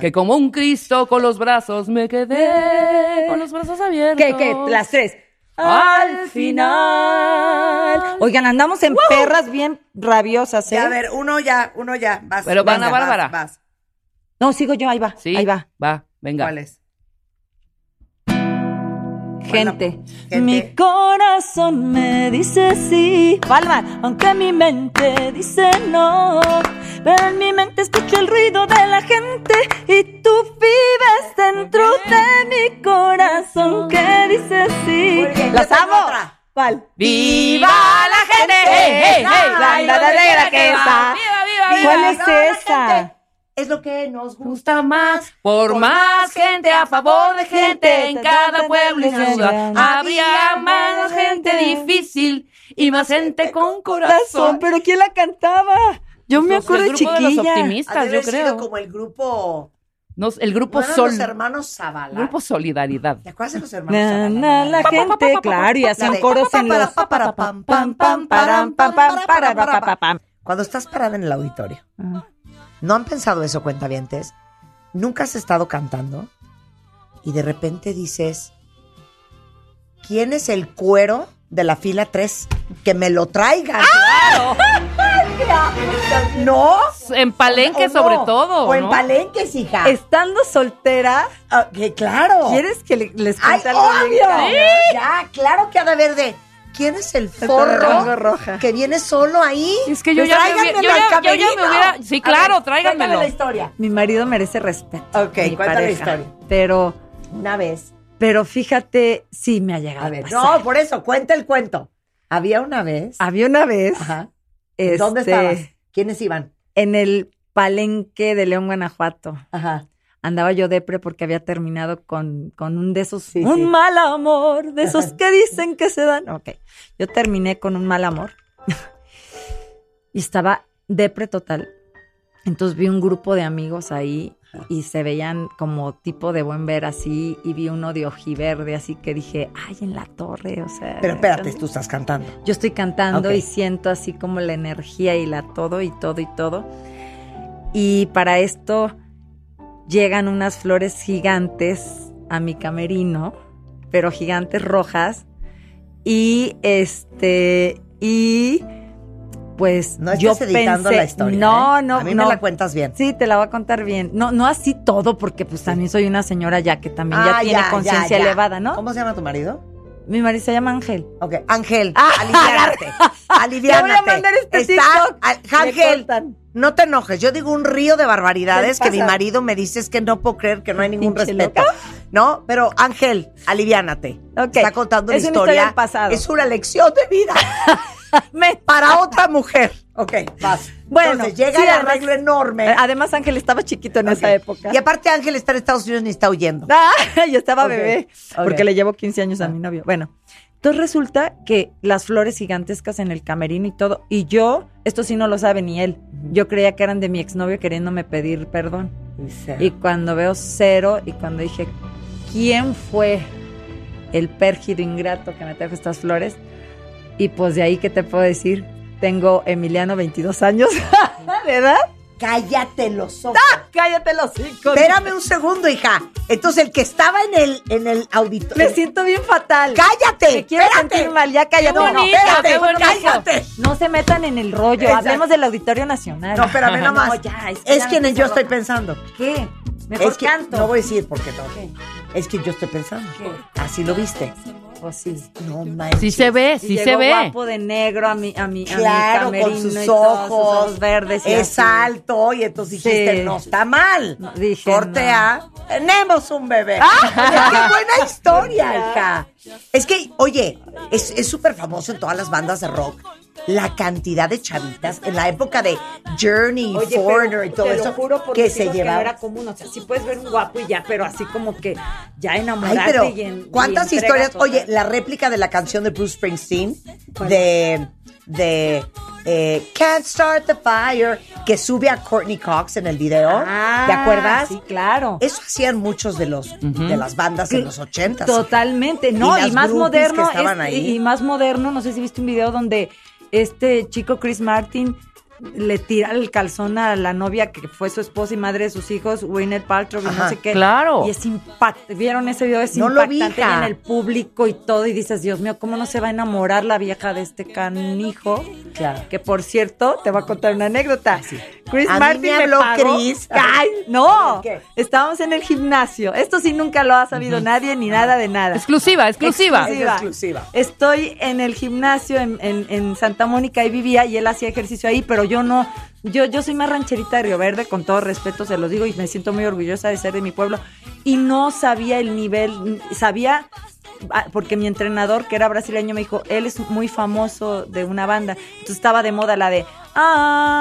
Que como un Cristo con los brazos me quedé con los brazos abiertos.
¿Qué, qué? Las tres.
Al
Al
final.
final. Oigan, andamos en perras bien rabiosas, ¿eh?
Ya, a ver, uno ya, uno ya. Vas,
Pero van
venga,
a Bárbara.
Vas, vas.
No, sigo yo, ahí va,
Sí,
ahí va.
Va, venga.
¿Cuál es?
Gente.
Gente.
Mi corazón me dice sí,
Palma.
aunque mi mente dice no. Pero en mi mente escucho el ruido de la gente y tú vives dentro de mi corazón que dice sí.
Muy bien, yo
Las
tengo
amo.
otra.
¿Cuál?
¡Viva la gente! ¡Hey, hey, hey!
La- la- la- la- la- que está.
¡Viva, viva, viva!
¿Cuál es
Viva la gente.
esa?
Es lo que nos gusta.
gusta más. Por más gente, a favor de gente, en cada pueblo y ciudad. Había más gente difícil y más gente
Corazón,
con corazón. Pues
pero ¿quién la cantaba? Yo me
Los-
acuerdo
el
de
grupo de los
chiquilla.
Ha de
optimistas, yo
haber sido
creo.
como el grupo.
Nos- el
¿no
grupo
eran
Sol.
los hermanos Zavala.
Grupo Solidaridad.
¿Te acuerdas de los hermanos
Na,
Zavala?
na, la gente, claro, y
La
hacían
de-
coros en los.
pa, para, pam, pam, pam, param, pam, para, para, para, para. Cuando estás parada en el auditorio, ¿no han pensado eso, cuentavientes? ¿Nunca has estado cantando? Y de repente dices, ¿quién es el cuero de la fila 3? Que me lo traigan. ¿No?
En Palenque,
¿O no?
sobre todo.
O en
¿no?
palenques, hija.
Estando soltera,
Ah, que claro.
¿quieres que le- les
¡Ay,
cuente algo bien
obvio!
cañón?
Ya, claro que ha de haber de. ¿Quién es el
rango
forro
roja.
que viene solo ahí?
Es que yo ya me hubiera-
Tráiganmelo
yo ya-
al
yo ya me
camerino.
hubiera- sí,
A
claro,
ver,
tráiganmelo.
cuéntame la historia.
Mi marido merece respeto.
Ok, cuéntame
mi
la
pareja.
historia.
Pero,
Una vez.
pero fíjate, sí me ha llegado.
A ver,
pasar.
no, por eso, cuenta el cuento. Había una vez.
Había una vez.
Ajá.
este,
¿Dónde estabas? ¿Quiénes iban?
En el palenque de León, Guanajuato.
Ajá.
Andaba yo depre porque había terminado con, con un de esos.
Sí,
un
sí.
mal amor, de esos que dicen que se dan. Ok. Yo terminé con un mal amor. y estaba depre total. Entonces vi un grupo de amigos ahí y se veían como tipo de buen ver así. Y vi uno de ojiverde, así que dije, ay, en la torre, o sea.
Pero espérate, tú estás cantando.
Yo estoy cantando
Ok.
y siento así como la energía y la todo y todo y todo. Y para esto llegan unas flores gigantes a mi camerino, pero gigantes rojas. Y este, y pues
No
yo
estás editando
pensé-
la historia.
No,
¿eh?
no,
A mí
no.
me la cuentas bien.
Sí, te la voy a contar bien. No, no así todo, porque pues también soy una señora ya que también ya
Ah,
tiene
ya,
conciencia
ya.
elevada, ¿no?
¿Cómo se llama tu marido?
Mi marido se llama Ángel.
Ok, Ángel,
Ah,
aliviánate.
Te voy a
aliviánate.
mandar este
Está-
TikTok.
a-
Me
Ángel,
cortan.
no te enojes. Yo digo un río de barbaridades
¿Qué
que
pasa?
mi marido me dice es que no puedo creer que no hay ningún
Pinche
respeto. No, pero Ángel, aliviánate.
Ok.
Está contando
Es
una
una
historia.
historia del pasado.
Es una lección de vida
Me-
para otra mujer. Ok, vas.
Bueno,
Entonces llega
sí,
el
además-
arreglo enorme.
Eh, Además, Ángel estaba chiquito en
Ok.
esa época.
Y aparte Ángel está en Estados Unidos ni está huyendo.
Ah, yo estaba
Ok,
bebé,
ok. Ah.
porque le llevo 15 años a mi novio. Bueno, entonces resulta que las flores gigantescas en el camerino y todo, y yo, esto sí no lo sabe ni él, yo creía que eran de mi exnovio queriéndome pedir perdón. Y cuando veo cero, y cuando dije, quién fue el pérgido ingrato que me trajo estas flores. Y pues de ahí, ¿qué te puedo decir? Tengo Emiliano 22 años. ¿De edad?
Cállate los ojos.
¡Ah! Cállate los hijos.
Espérame un segundo, hija. Entonces, el que estaba en el, en el auditorio.
Me siento bien fatal.
¡Cállate!
Me quiero
Espérate.
sentir mal, ya cállate.
No, no, espérate, cállate.
No se metan en el rollo,
Exacto.
hablemos del Auditorio Nacional.
No, espérame nomás.
No, ya, es que
es
ya
quien
me
yo
puse
estoy
loca.
pensando.
¿Qué? Mejor
es que,
canto.
No voy a decir porque no.
¿Qué?
Es que yo estoy pensando.
¿Qué?
Así lo viste.
Pues sí.
No manches.
Sí se ve,
Y
sí se
llegó
ve.
guapo de negro a mi, a mi, a mi
Claro,
camerino
con sus
y
ojos,
todo, sus ojos verdes. y
es
así.
alto y entonces dijiste,
Sí.
no está mal.
dije,
Corte
no. Ah.
A, tenemos un bebé. Oye, ¡Qué buena historia, hija! Es que, oye, es es súper famoso en todas las bandas de rock la cantidad de chavitas en la época de Journey,
Oye, pero
Foreigner y todo
te lo
eso
juro por
que
mis
se
hijos
llevaban.
no era común, o sea, sí puedes ver un guapo y ya, pero así como que ya
Ay,
enamorarte
pero
y en- y
¿cuántas
entrega
historias?
total.
Oye, la réplica de la canción de Bruce Springsteen
¿Cuál?
de de eh, Can't Start the Fire que sube a Courtney Cox en el video.
Ah,
¿Te acuerdas?
Sí, claro.
Eso hacían muchos de los de las bandas en los ochentas.
Totalmente, no,
Y
y,
las
más
groupies
moderno,
que estaban
este-
ahí.
y más moderno, no sé si viste un video donde este chico Chris Martin le tira el calzón a la novia que fue su esposa y madre de sus hijos, Winnet Paltrow, y
Ajá,
no sé qué.
claro.
Y es impactante. ¿Vieron ese video? Es
No lo vi,
impactante
hija.
en el público y todo. Y dices, Dios mío, ¿cómo no se va a enamorar la vieja de este canijo?
Claro.
Que por cierto, te voy a contar una anécdota. Chris
A mí
Martin
me
me,
habló
pagó-
Chris.
¡Ay, no!
¿Qué?
Estábamos en el gimnasio. Esto sí nunca lo ha sabido nadie ni nada de nada.
Exclusiva, exclusiva.
Exclusiva.
Es exclusiva.
Estoy en el gimnasio en, en- en Santa Mónica y vivía y él hacía ejercicio ahí, pero yo no. Yo, yo soy más rancherita de Río Verde, con todo respeto se los digo, y me siento muy orgullosa de ser de mi pueblo. Y no sabía el nivel, sabía, ah, porque mi entrenador, que era brasileño, me dijo, él es muy famoso de una banda. Entonces estaba de moda la de...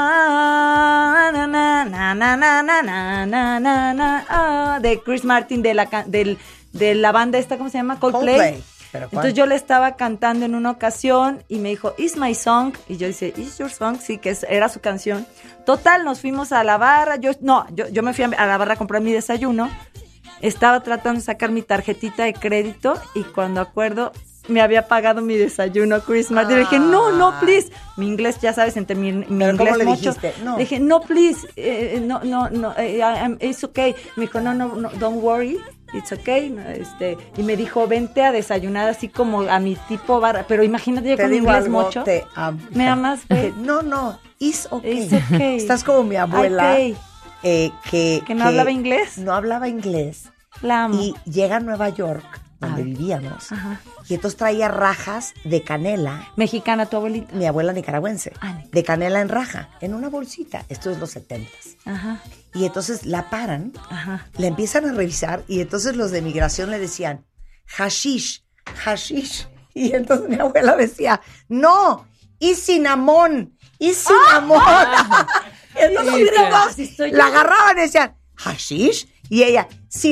"Ah, na, na, na, na, na, na, na, na, na, na, ah", de Chris Martin, de la, ca- del, de la banda esta, ¿cómo se llama?
Coldplay. Pero ¿cuál?
Entonces yo le estaba cantando en una ocasión y me dijo, Is my song. Y yo dije, Is your song. Sí, que es- era su canción. Total, nos fuimos a la barra. Yo, no, yo, yo me fui a a la barra a comprar mi desayuno. Estaba tratando de sacar mi tarjetita de crédito y cuando acuerdo me había pagado mi desayuno Chris Martin. Le dije, no, no, please. Mi inglés, ya sabes, entre mi, mi
Ah. Pero ¿cómo
inglés
le
mucho.
dijiste? No.
Le dije, no, please, eh, no, no, no, eh, I'm- it's okay. Me dijo, no, no, no, don't worry, it's okay. no, este, y me dijo, vente a desayunar así como a mi tipo barra. Pero imagínate yo
Te
con mi
digo
inglés
algo,
mucho.
te amo.
Me amas, güey.
Eh, No, no, it's okay.
It's okay.
Estás como mi abuela
Okay.
eh, que,
Que no hablaba inglés.
No hablaba inglés.
La amo.
Y llega a Nueva York, donde
Ah.
vivíamos,
Ajá.
y entonces traía rajas de canela,
Mexicana, tu abuelita.
mi abuela nicaragüense,
Ah, Nicaragüense.
de canela en raja, en una bolsita. Esto es los setentas.
Ajá,
Y entonces la paran,
ajá.
la empiezan a revisar, y entonces los de migración le decían, hashish, hashish. Y entonces mi abuela decía, no, y cinnamón, y cinnamón. Y entonces
Sí,
mi mamá
Ah. sí, estoy
la
yo.
agarraban y decían, hashish, y ella,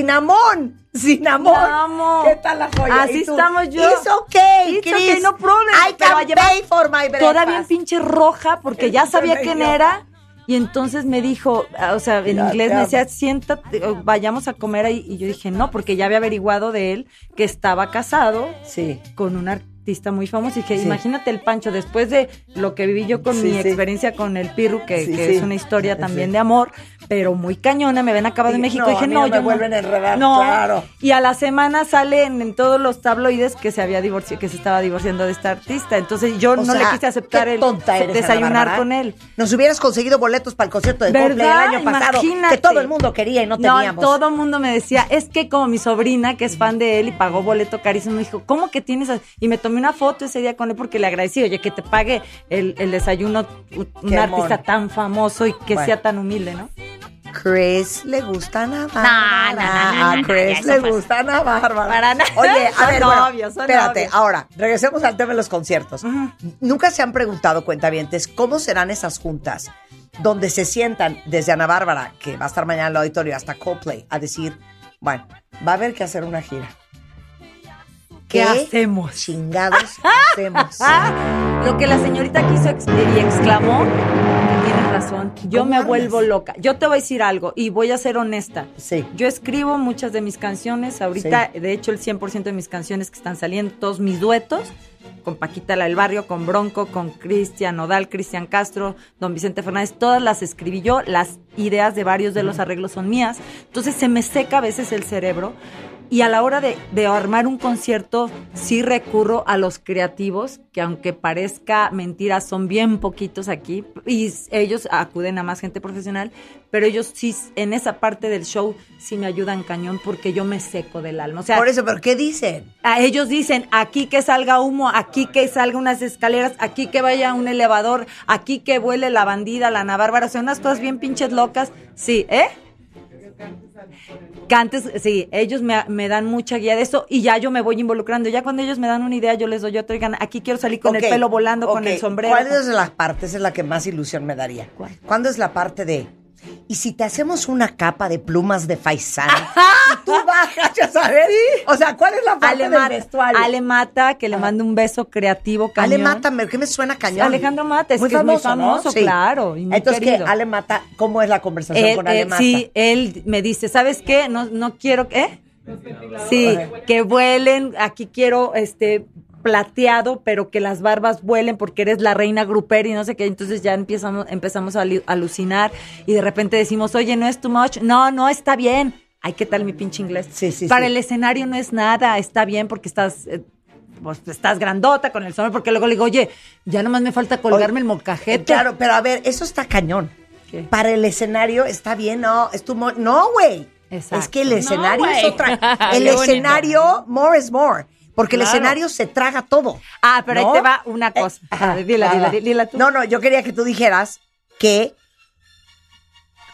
cinnamón, cinnamón.
Vamos.
¿Qué tal la joya?
Así
Y tú,
estamos yo.
It's okay,
It's
Chris.
okay, no problem.
I
Pero
can
a llevar-
pay for my breakfast.
Toda bien pinche roja porque ya
Eres una
sabía quién
idiota.
era. Y entonces me dijo, ah, o sea, en
Ya,
inglés
te
me
amo.
decía, siéntate, o vayamos a comer ahí. Y yo dije, no, porque ya había averiguado de él que estaba casado
Sí.
con un artista muy famoso. Y dije,
Sí.
imagínate el Pancho, después de lo que viví yo con
Sí,
mi
sí.
experiencia con el Pirru, que,
Sí,
que
sí.
es una historia
Sí,
también
sí.
de amor, pero muy cañona, me ven acabado de
Sí,
México.
no,
y dije,
a mí
no,
no me
yo
vuelven a enredar, claro.
Y a la semana salen en todos los tabloides que se había divorciado, que se estaba divorciando de esta artista. Entonces yo
O
no
sea,
le quise aceptar
qué
el
tonta eres, Ana
desayunar
Bárbara. ¿eh?
con él.
Nos hubieras conseguido boletos para el concierto de
¿Verdad?
Coldplay el año pasado,
Imagínate.
que todo el mundo quería y no teníamos.
todo el mundo me decía, es que como mi sobrina, que es fan de él y pagó boleto carísimo, me dijo, ¿cómo que tienes? a-?" Y me tomé una foto ese día con él porque le agradecí, oye, que te pague el, el desayuno u- un
Qué
artista
mono.
tan famoso y que
Bueno.
sea tan humilde, ¿no?
Chris le gusta a Bárbara. a Chris le gusta a Bárbara.
Para nada.
Oye, a
Son
ver, bueno,
novios, son
espérate,
novios.
ahora, regresemos al tema de los conciertos. Nunca se han preguntado, cuentavientes, cómo serán esas juntas donde se sientan desde Ana Bárbara, que va a estar mañana en el auditorio, hasta Coldplay, a decir, bueno, va a haber que hacer una gira.
¿Qué hacemos?
Chingados hacemos.
Ah, lo eh, que la señorita quiso ex- y exclamó, que tienes razón. Yo
¿Cómo
me
hablas?
vuelvo loca. Yo te voy a decir algo y voy a ser honesta.
Sí.
Yo escribo muchas de mis canciones. Ahorita, de hecho, el 100% de mis canciones que están saliendo, todos mis duetos, con Paquita La del Barrio, con Bronco, con Cristian Odal, Cristian Castro, Don Vicente Fernández, todas las escribí yo. Las ideas de varios de los arreglos son mías. Entonces se me seca a veces el cerebro. Y a la hora de, de armar un concierto, sí recurro a los creativos, que aunque parezca mentira, son bien poquitos aquí. Y s- ellos acuden a más gente profesional, pero ellos sí, s- en esa parte del show, sí me ayudan cañón porque yo me seco del alma. O sea,
Por eso, ¿pero qué dicen?
a ellos dicen, aquí que salga humo, aquí que salga unas escaleras, aquí que vaya un elevador, aquí que vuele la bandida, la Ana Bárbara, o sea, unas cosas bien pinches locas. Sí, ¿eh? Cantes, sí, ellos me, me dan mucha guía de eso y ya yo me voy involucrando. Ya cuando ellos me dan una idea, yo les doy otra, oigan, aquí quiero salir con
Ok,
el pelo volando, con
ok.
el sombrero.
¿Cuál es de las partes es la que más ilusión me daría? ¿Cuándo es la parte de... Y si te hacemos una capa de plumas de faisán,
Ah.
y tú bajas, ya sabes. O sea, ¿cuál es la parte
Ale,
del
Mata-
vestuario?
Ale Mata, que le mando un beso creativo, cañón.
Ale Mata, me- ¿qué me suena cañón?
Alejandro Mata, es que es muy famoso,
Sí.
claro, y muy
Entonces, ¿qué?
querido.
Ale Mata, ¿cómo es la conversación
Él-
con Ale
él-
Mata?
Eh, sí, él me dice, ¿sabes qué? No, no quiero que... ¿eh? Sí, que vuelen, aquí quiero este plateado, pero que las barbas vuelen porque eres la reina grupera y no sé qué, entonces ya empezamos, empezamos a alu- alucinar y de repente decimos, oye, no es too much, no, no, está bien. Ay, ¿qué tal mi pinche inglés? Para
sí.
el escenario no es nada, está bien porque estás... eh, pues, estás grandota con el sol, porque luego le digo, oye, ya nomás me falta colgarme el mocajete.
Eh, Claro, pero a ver, eso está cañón. Para el escenario está bien, no, es tu mo- no, güey. Es que el
No,
escenario es
güey.
otra. El
Qué bonito.
escenario, more is more. Porque el
Claro.
escenario se traga todo. Eh,
Ah, pero ahí te va una cosa.
Ajá,
Dila,
ajá.
dila, dila, dila tú.
No, no, yo quería que tú dijeras que.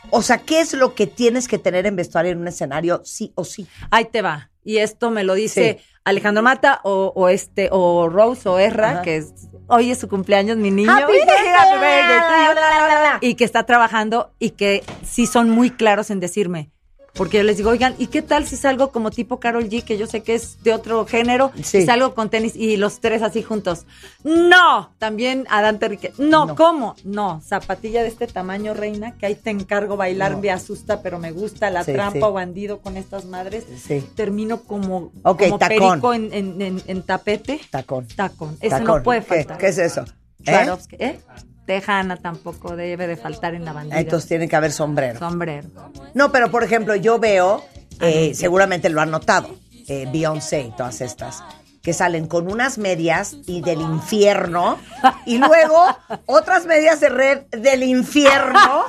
O sea, ¿qué es lo que tienes que tener en vestuario en un escenario, sí o sí?
ahí te va. Y esto me lo dice
Sí.
Alejandro Mata o, o este o Rose o Erra,
Ajá.
que es, hoy es su cumpleaños, mi niño.
Happy birthday,
Happy birthday to
la,
you.
la, la, la.
Y que está trabajando y que sí son muy claros en decirme. Porque yo les digo, oigan, ¿y qué tal si salgo como tipo Carol G, que yo sé que es de otro género,
Sí.
y salgo con tenis y los tres así juntos? No, también Adán Terrique. No, ¿cómo? No, zapatilla de este tamaño, reina, que ahí te encargo bailar,
No.
me asusta, pero me gusta la
Sí,
trampa
sí.
bandido con estas madres
Sí.
termino como,
Ok,
como
tacón.
perico en, en- en- en tapete.
Tacón.
Tacón. Eso
Tacón.
no puede
¿Qué-
faltar.
¿Qué, es eso? ¿Eh?
Swarovski, ¿eh? Tejana tampoco debe de faltar en la bandera.
Entonces tiene que haber sombrero.
Sombrero. Ah,
No, pero por ejemplo, yo veo, eh, seguramente lo han notado, eh, Beyoncé y todas estas, que salen con unas medias y del infierno, y luego otras medias de red del infierno,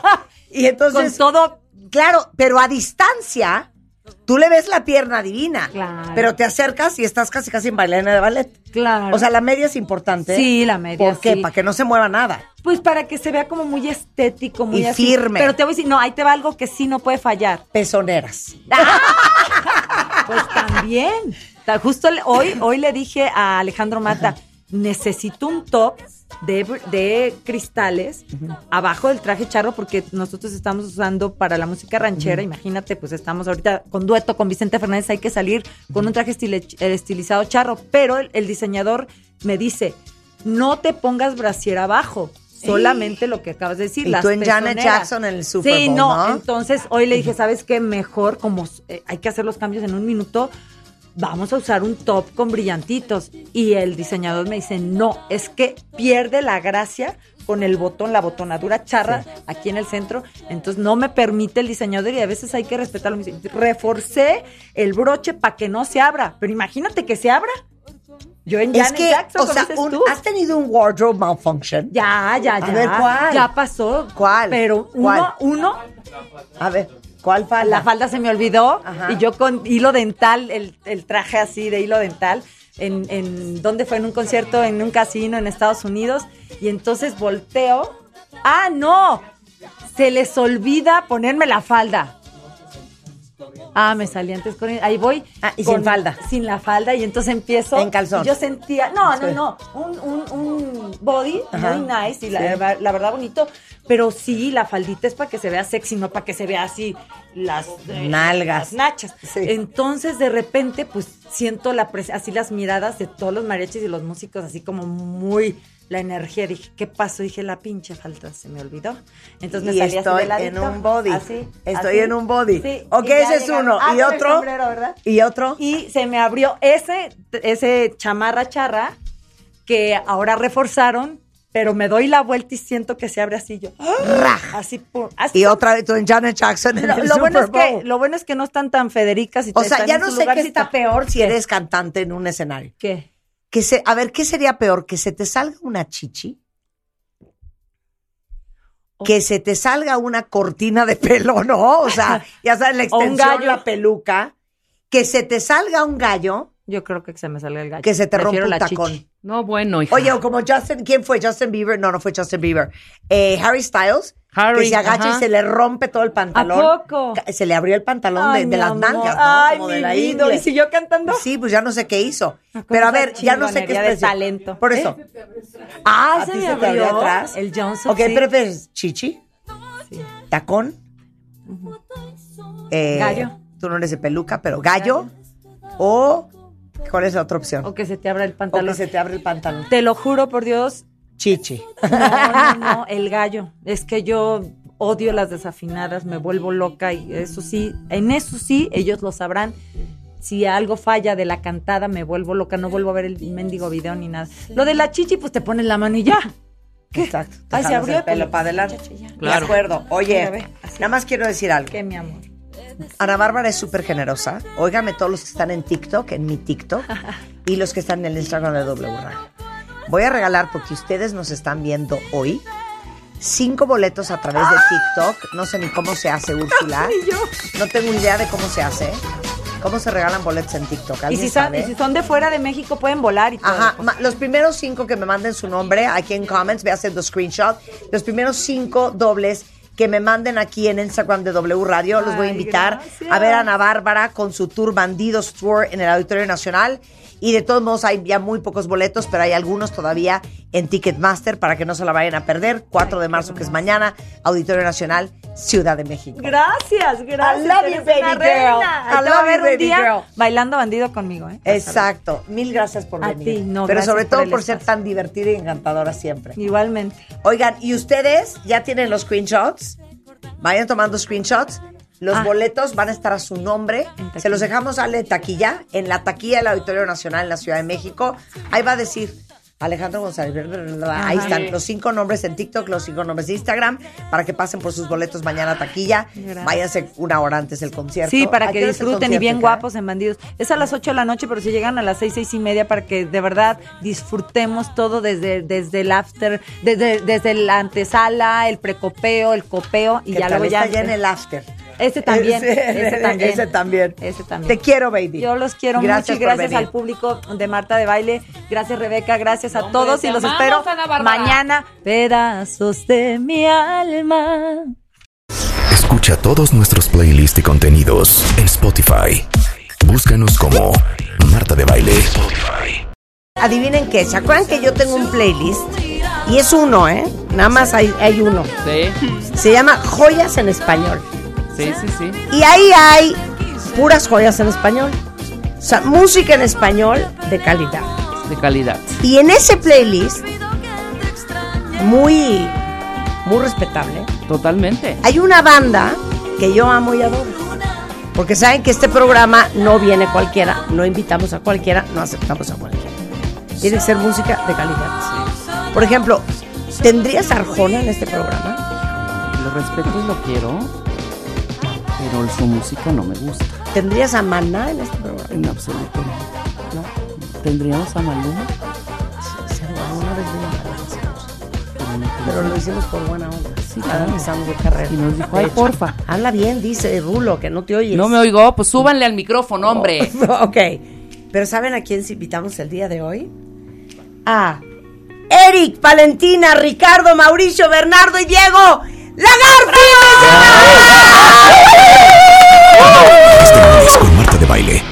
y entonces.
Con todo.
Claro, pero a distancia, tú le ves la pierna divina, pero te acercas y estás casi casi en bailarina de ballet.
Claro.
O sea, la media es importante.
Sí, la media,
¿Por qué?
sí.
Para que no se mueva nada.
pues para que se vea como muy estético, muy
Y
así.
firme.
Pero te voy a decir, no, ahí te va algo que sí no puede fallar.
Pezoneras.
Pues también. Ta- Justo le- hoy, hoy le dije a Alejandro Mata, necesito un top de, br- de cristales abajo del traje charro porque nosotros estamos usando para la música ranchera,
Ujú.
imagínate, pues estamos ahorita con dueto con Vicente Fernández, hay que salir con un traje estile- eh, estilizado charro, pero el, el diseñador me dice, no te pongas brasier abajo. Solamente lo que acabas de decir.
Y
las
tú en Janet
pezoneras".
Jackson en el Super
Sí,
Bowl,
no,
¿no?
entonces hoy le dije, ¿sabes qué? Mejor, como eh, hay que hacer los cambios en un minuto, vamos a usar un top con brillantitos. Y el diseñador me dice, no, es que pierde la gracia con el botón, la botonadura charra aquí en el centro. Entonces no me permite el diseñador y a veces hay que respetarlo. Me dice, Reforcé el broche para que no se abra, pero imagínate que se abra. Yo en
Es
Janet
que,
Jackson,
o
como
sea,
dices
un-
tú.
¿has tenido un wardrobe malfunction?
Ya, ya, ya.
A ver, ¿cuál?
Ya pasó.
¿Cuál?
Pero
¿Cuál?
uno, uno
A ver, ¿cuál falda?
la falda se me olvidó
Ajá.
y yo con hilo dental, el, el traje así de hilo dental, en, en ¿dónde fue? En un concierto, en un casino en Estados Unidos. Y entonces volteo. ¡Ah, no! Se les olvida ponerme la falda. Ah, me salí antes con Ahí voy.
Ah, y
con-
sin falda.
Sin la falda. Y entonces empiezo.
En calzón.
y Yo sentía. No, no,
Sí.
no. Un, un- un body
Ajá.
muy nice y la,
Sí.
la- la verdad bonito. Pero sí, la faldita es para que se vea sexy, no para que se vea así las eh,
Nalgas.
las nachas.
Sí.
Entonces, de repente, pues siento la pres- así las miradas de todos los mariachis y los músicos, así como muy la energía. Dije, ¿qué pasó? Dije, la pinche falta, se me olvidó. Entonces me
Y
salí
estoy
así de ladito,
en un body.
así,
Estoy
así.
en un body.
Sí,
Ok,
y ya
ese es
llegaron.
uno.
Ah,
¿Y
con el
otro?
sombrero, ¿verdad?
¿Y otro?
Y se me abrió ese, ese chamarra charra que ahora reforzaron, pero me doy la vuelta y siento que se abre así yo. Así, pum, así.
Y otra vez tú en Janet Jackson en
Lo,
¡Ah! el
lo bueno
Super
es que,
Bowl.
lo bueno es que no están tan federicas. Y
o sea,
están
ya
en
no
su
sé qué
lugarcito.
está peor si
¿Qué?
eres cantante en un escenario.
¿Qué?
Que se, a ver, ¿qué sería peor? ¿Que se te salga una chichi? Que se te salga una cortina de pelo, ¿no? O sea, ya sabes, la
O un
extensión,
gallo.
la peluca. Que se te salga un gallo.
Yo creo que se me salió el gallo.
Que se te
Prefiero
rompa un
la chichi.
tacón.
No, bueno, hija.
Oye, o como Justin, ¿quién fue? Justin Bieber. No, no fue Justin Bieber. Eh, Harry Styles.
Harry,
que se agacha
ajá.
y se le rompe todo el pantalón.
¿A poco?
Ca- Se le abrió el pantalón
Ay,
de, de
mi
las
amor.
mangas, ¿no?
Ay,
como
mi
de la
vida.
ingle.
¿Y siguió cantando? Ah,
Sí, pues ya no sé qué hizo. Pero a ver, ya no sé qué
chingonería de ¿Eh?
es
talento.
Por eso.
Ah,
¿A
se
ti
me
se te abrió
abrió
atrás?
el Johnson,
Ok,
sí.
prefieres chichi, tacón, eh,
Gallo.
Tú no eres de peluca, pero gallo. O, ¿cuál es la otra opción?
O que se te abra el
O que
pantalón.
se te abre el pantalón.
Te lo juro por Dios.
Chichi.
No, no, no, el gallo. Es que yo odio las desafinadas, me vuelvo loca y eso sí, en eso sí, ellos lo sabrán. Si algo falla de la cantada, me vuelvo loca, no vuelvo a ver el mendigo video ni nada. Lo de la chichi, pues te pones la mano y ya. ¿Qué?
Exacto. Te
Ay, se
jalas
abrió
el pelo
pues,
para adelante.
ya, ya.
De acuerdo. Oye,
Mira, ve, así.
nada más quiero decir algo.
¿Qué, mi amor?
Ana Bárbara es súper generosa. Óigame todos los que están en TikTok, en mi TikTok, y los que están en el Instagram de W Radio. Voy a regalar, porque ustedes nos están viendo hoy, cinco boletos a través
¡Ah!
de TikTok. No sé ni cómo se hace, Úrsula. No tengo idea de cómo se hace. ¿Cómo se regalan boletos en TikTok?
Y
¿Alguien
si, son,
sabe?
y si son de fuera de México, pueden volar y todo.
Ajá, ma- los primeros cinco que me manden su nombre aquí en comments, voy a hacer dos screenshots. Los primeros cinco dobles que me manden aquí en Instagram de W Radio, los voy a
Ay,
invitar
gracias.
a ver a Ana Bárbara con su tour Bandidos Tour en el Auditorio Nacional. Y de todos modos hay ya muy pocos boletos, pero hay algunos todavía en Ticketmaster para que no se la vayan a perder. 4 de marzo, que es mañana, Auditorio Nacional, Ciudad de México.
Gracias, gracias.
I love you,
eres
baby
una
girl.
reina.
I
Ahí te va
love
a ver
you,
un
baby
día
girl.
bailando bandido conmigo, ¿eh?
Exacto. Mil gracias por
A
venir.
ti, no,
pero
gracias
sobre
por
todo
el
por ser tan divertida y encantadora siempre.
Igualmente.
Oigan, ¿y ustedes ya tienen los screenshots? Vayan tomando screenshots. Los
Ah.
boletos van a estar a su nombre.
taquilla.
Se los dejamos a la taquilla, en la taquilla del Auditorio Nacional en la Ciudad de México. Ahí va a decir Alejandro González. bla, bla, bla, bla. Ahí están los cinco nombres en TikTok, los cinco nombres de Instagram, para que pasen por sus boletos mañana a taquilla.
Gracias.
Váyanse una hora antes del concierto.
Sí,
¿A
para
qué
que
hora es el
disfruten y bien
concierto, hija?
guapos en bandidos. Es a las 8 de la noche, pero si llegan a las 6, 6 y media para que de verdad disfrutemos todo desde, desde el after, desde, desde la antesala, el precopeo, el copeo y
Que
ya
tal
luego
está
ya.
ya en el after.
Ese también,
Ese-
ese también.
ese también.
Ese también.
Te quiero, baby.
Yo los quiero
Gracias
mucho y
por
gracias
venir.
al público de Marta de Baile. Gracias, Rebeca. Gracias a
Hombre,
todos y
te
los
amamos,
espero
Ana Bárbara.
mañana. Pedazos de mi alma.
Escucha todos nuestros playlists y contenidos en Spotify. Búscanos como Marta de Baile.
Adivinen qué, ¿se acuerdan que yo tengo un playlist? Y es uno, ¿eh? Nada más hay, hay uno.
Sí,
Se llama Joyas en Español.
sí, sí, sí.
Y ahí hay puras joyas en español. O sea, música en español de calidad.
De calidad.
Y en ese playlist, muy, muy respetable,
Totalmente.
hay una banda que yo amo y adoro. Porque saben que este programa no viene cualquiera, no invitamos a cualquiera, no aceptamos a cualquiera. Tiene que ser música de calidad. Por ejemplo, ¿tendrías Arjona en este programa?
Lo respeto y lo quiero. Pero su música no me gusta.
¿Tendrías a Maná en este programa?
En absoluto no. No. ¿Tendríamos a Maluma?
Sí, alguna vez vino Maná, sí,
Pero no creo.
Pero lo hicimos por buena onda. Sí,
claro.
empezamos de carrera.
Y nos dijo,
De
ay,
hecho,
porfa.
Habla bien, dice Rulo, que no te oyes. Oh,
No me oigo, pues súbanle al micrófono, hombre.
ok. Pero ¿saben a quién invitamos el día de hoy? A Eric, Valentina, Ricardo, Mauricio, Bernardo y Diego
Este lunes con Marta de Baile.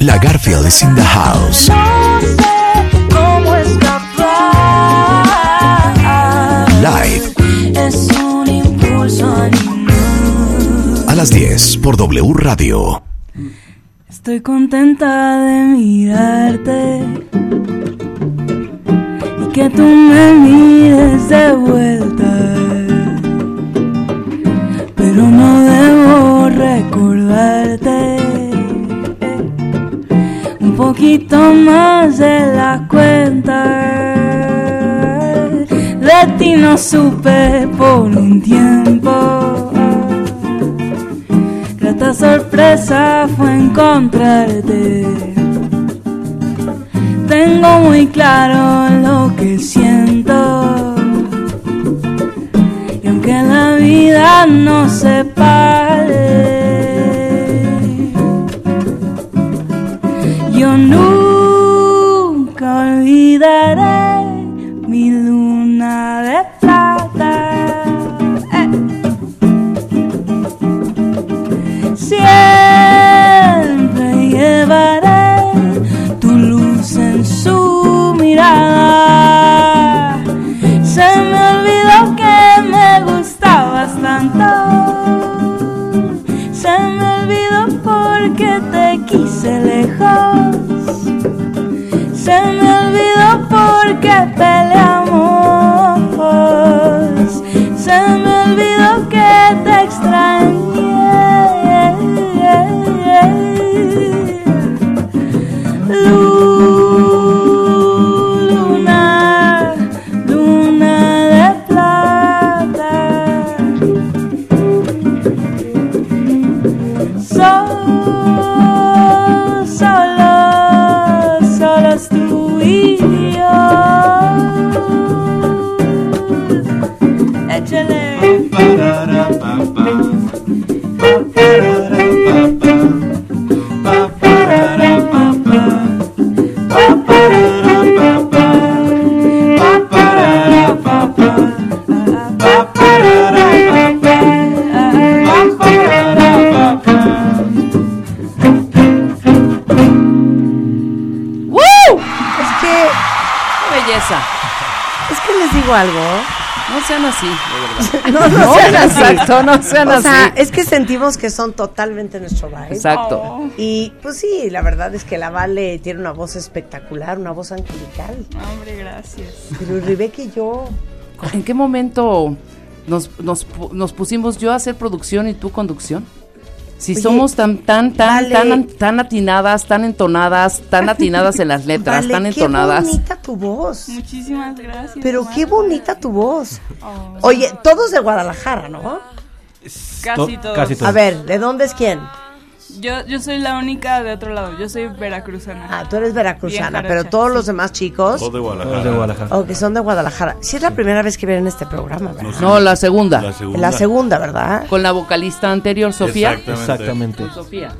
La Garfield is in the house.
cómo escapar.
Live
Es un impulso animal.
a las las 10 por W Radio.
Estoy contenta de mirarte y que tú me mires de vuelta. Pero no debo recordarte un poquito más de la cuenta. De ti no supe por un tiempo. Grata sorpresa fue encontrarte. Tengo muy claro lo que siento. Y aunque la vida no se pare, yo nunca olvidaré mi luna de plata. Siempre llevaré tu luz en su mirada. Se me olvidó que me gustabas tanto. Se me olvidó porque te quise lejos. Se me olvidó porque peleamos. Se me olvidó que te extrañé. Luna, luna de plata. Sol, solo, solo es tú y yo. Échale.
¡Woo!
Es que.
¡Qué belleza!
Es que les digo algo.
No sean así, de verdad.
No, no, sean así.
Exacto, no sean
O sea,
así.
es que sentimos que son totalmente nuestro vibe.
Exacto. Oh.
Y pues sí, la verdad es que la Vale tiene una voz espectacular, una voz angelical.
Hombre, gracias.
Pero Rebeca y yo.
¿En qué momento nos, nos, pu- nos pusimos yo a hacer producción y tú conducción? Si
Oye,
somos tan tan tan
Vale.
tan tan atinadas, tan entonadas, tan atinadas en las letras,
Vale,
tan
qué
entonadas.
bonita tu voz.
Muchísimas gracias.
Pero
Omar.
qué bonita tu voz. Oye, todos de Guadalajara, ¿no?
Casi
To-
todos.
casi todos.
A ver, ¿de dónde es quién?
Yo, yo soy la única de otro lado. Yo soy veracruzana.
Ah, tú eres veracruzana,
Bien
pero
jarocha,
todos los demás chicos.
Todos de Guadalajara.
Todos de Guadalajara.
O que son de Guadalajara. Si es la primera vez que vienen este programa, ¿verdad?
No, la segunda.
La segunda.
La segunda, ¿verdad?
Con la vocalista anterior, Sofía.
Exactamente.
Con Sofía.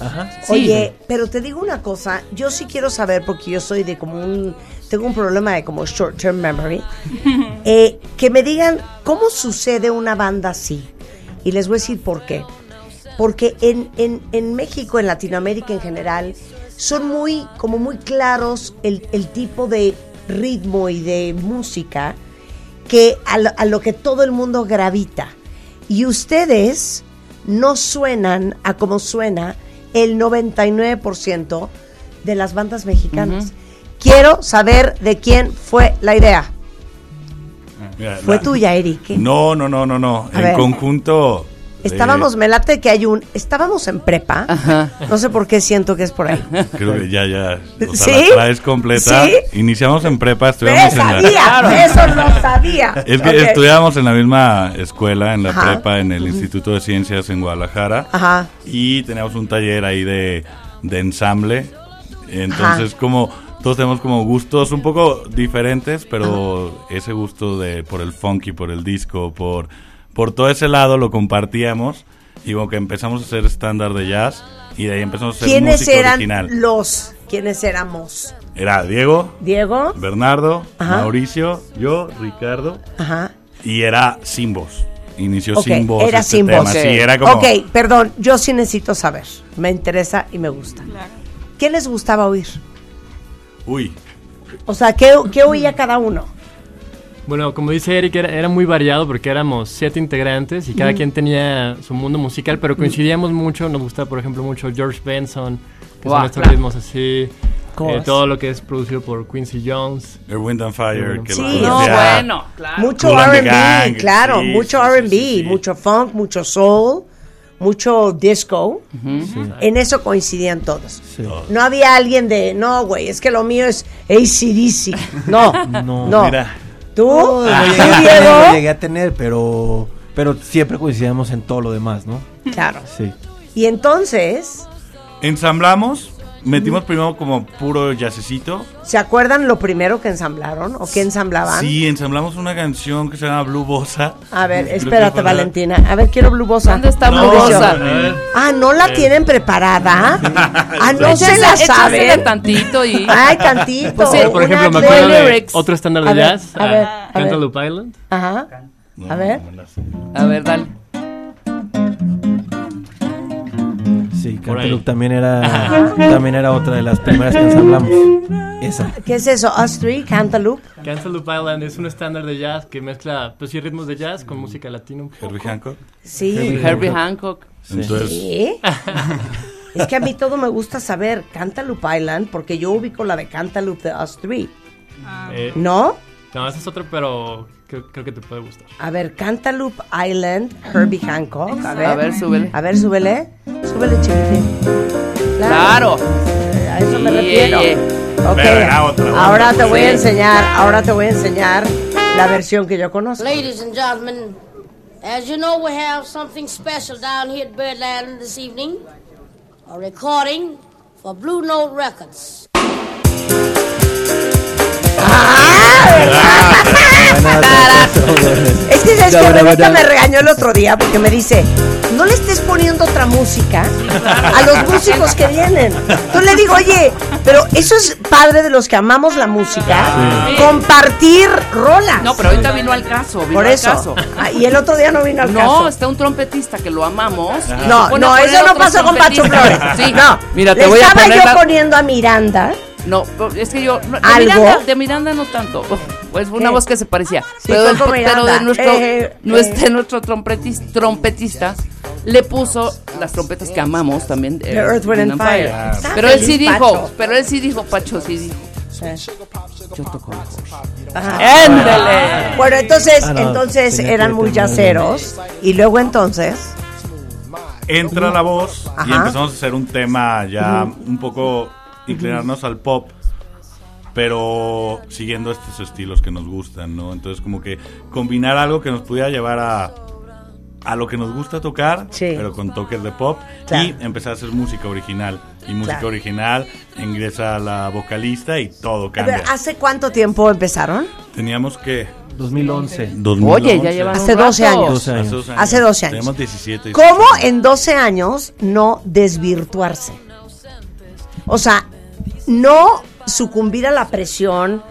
Sí.
Oye, pero te digo una cosa, yo sí quiero saber, porque yo soy de como un, tengo un problema de como short term memory, eh, que me digan cómo sucede una banda así. Y les voy a decir por qué. Porque en, en, en México, en Latinoamérica en general, son muy, como muy claros el, el tipo de ritmo y de música que a lo, a lo que todo el mundo gravita. Y ustedes no suenan a como suena el 99% de las bandas mexicanas. Quiero saber de quién fue la idea.
Mira,
Fue
la-
tuya, Eric. ¿eh?
No, no, no, no, no.
A
en
ver.
conjunto.
Estábamos,
eh,
me late que hay un... Estábamos en prepa. No sé por qué siento que es por ahí.
eh, creo que ya, ya. O sea,
¿Sí?
la traes completa.
¿Sí?
Iniciamos en prepa,
¡Ve,
estudiamos en la.
sabía! ¡Eso lo sabía!
Es que
Ok.
estudiamos en la misma escuela, en la
Ajá.
prepa, en el
Ujú.
Instituto de Ciencias en Guadalajara.
Ajá.
Y teníamos un taller ahí de, de ensamble. Entonces, como todos tenemos como gustos un poco diferentes, pero ese gusto de por el funky, por el disco, por, por todo ese lado lo compartíamos. Y como que empezamos a hacer estándar de jazz y de ahí empezamos a hacer
¿Quiénes
música
eran
original.
los? ¿Quiénes éramos?
Era Diego,
¿Diego?
Bernardo,
Ajá.
Mauricio, yo, Ricardo.
Ajá.
Y era sin voz. Inició
Ok,
sin voz.
era
este
sin
tema.
voz.
Sí, era como.
Ok, perdón, yo sí necesito saber. Me interesa y me gusta. ¿Qué les gustaba oír?
Uy.
O sea, ¿qué, qué oía cada uno?
Bueno, como dice Eric, era, era muy variado porque éramos siete integrantes y cada
Ujú.
quien tenía su mundo musical, pero coincidíamos mucho. Nos gustaba, por ejemplo, mucho George Benson, que
Guau,
son estos
claro.
ritmos así.
Cosas.
eh, todo lo que es producido por Quincy Jones.
The Wind and Fire, que
Sí, no, bueno,
claro.
Mucho
Cool and the
RB,
Gang,
claro,
sí,
mucho RB, mucho funk, mucho soul, mucho disco. En eso coincidían todos. No había alguien de, no, güey, es que lo mío es ACDC. No, no.
Mira.
¿Tú?
Oh, No, lo
¿Tú,
llegué, a tener,
Diego?
lo llegué a tener, pero, pero siempre coincidíamos en todo lo demás, ¿no?
Claro.
Sí.
Y entonces,
Ensamblamos, metimos primero como puro jazzecito.
¿se acuerdan lo primero que ensamblaron o que ensamblaban?
Sí, ensamblamos una canción que se llama Blue Bossa.
A ver,
Blue
espérate,
Bossa.
Valentina. A ver, quiero Blue Bossa. ¿Dónde
está Blue Bossa? A ver.
Ah, ¿no la
Eh.
tienen preparada? Ah, no se
Échase-
la
échasela
saben.
tantito y-
Ay, tantito.
Pues sí,
Pero, por
una
ejemplo, me
de
acuerdo de
lyrics.
otro estándar
A
de
ver,
jazz.
a
ah,
ver, a
Cantaloupe Island.
Ajá. A ver.
A ver, dale.
Sí, Cantaloupe también era, también era otra de las primeras que ensamblamos. Esa.
¿Qué es eso? Us Three, Cantaloupe.
Cantaloupe Island es un estándar de jazz que mezcla pues, sí, ritmos de jazz con música latina un
Mm.
poco.
Herbie Hancock.
Sí.
Herbie Hancock.
Entonces-
¿Qué? es que a mí todo me gusta saber Cantaloupe Island porque yo ubico la de Cantaloupe de Us Three.
Eh,
¿No?
No, ese es otro, pero creo, creo que te puede gustar.
A ver, Cantaloupe Island, Herbie Hancock. A ver,
A ver, súbele.
A ver, súbele. Súbele, chiquitín.
Claro.
A eso me
Yeah,
refiero.
yeah.
Ok,
Pero era otra, otra.
ahora te voy a
Sí.
enseñar, ahora te voy a enseñar la versión que yo conozco.
Ladies and gentlemen, as you know, we have something special down here at Birdland this evening a recording for Blue Note Records.
Es que sabes
Ya,
que
bueno,
Rebeca
bueno.
me regañó el otro día porque me dice, no le estés poniendo otra música a los músicos que vienen. Entonces le digo, oye, pero eso es padre de los que amamos la música,
Sí.
compartir rolas.
No, pero ahorita vino al caso. vino
Por
al
eso.
caso.
Ah, y el otro día no vino al
No,
caso.
está un trompetista que lo amamos. y se
No,
pone a
no,
poner
eso no
otros
pasó con Pacho
trompetistas.
Flores.
Sí.
No,
Mira, te
le
voy a
estaba
poner
yo
la-
poniendo a Miranda.
No, pero es que yo. no, de,
¿Algo?
Miranda, de Miranda no tanto. Pues fue una
¿Qué?
voz que se parecía.
Sí,
pero
fue
el-
con
pero
Miranda.
de nuestro,
Eh, eh.
nuestro, nuestro trompetis- trompetista le puso las trompetas que amamos también.
The Earth, Wind and Fire. Está
Pero él sí
feliz,
dijo,
Pacho.
pero él sí dijo, Pacho sí dijo. Yo toco mejor.
Ajá.
Éndele.
Ah, Bueno, entonces,
Ah, no,
entonces
tenía que
eran muy
tener-
yaceros. Y luego entonces.
Entra la voz y
Ajá.
empezamos a hacer un tema ya un poco inclinarnos al pop, pero siguiendo estos estilos que nos gustan, ¿no? Entonces como que combinar algo que nos pudiera llevar a, a lo que nos gusta tocar, pero con toques de pop
Claro.
y empezar a hacer música original. Y música
Claro.
original ingresa la vocalista y todo
A ver,
cambia.
¿hace cuánto tiempo empezaron?
Teníamos que
2011.
2011.
Oye, ya llevan un Hace 12 rato. años.
Hace 12 años.
Hace 12 años.
Tenemos 17.
¿Cómo en 12 años no desvirtuarse? O sea, no sucumbir a la presión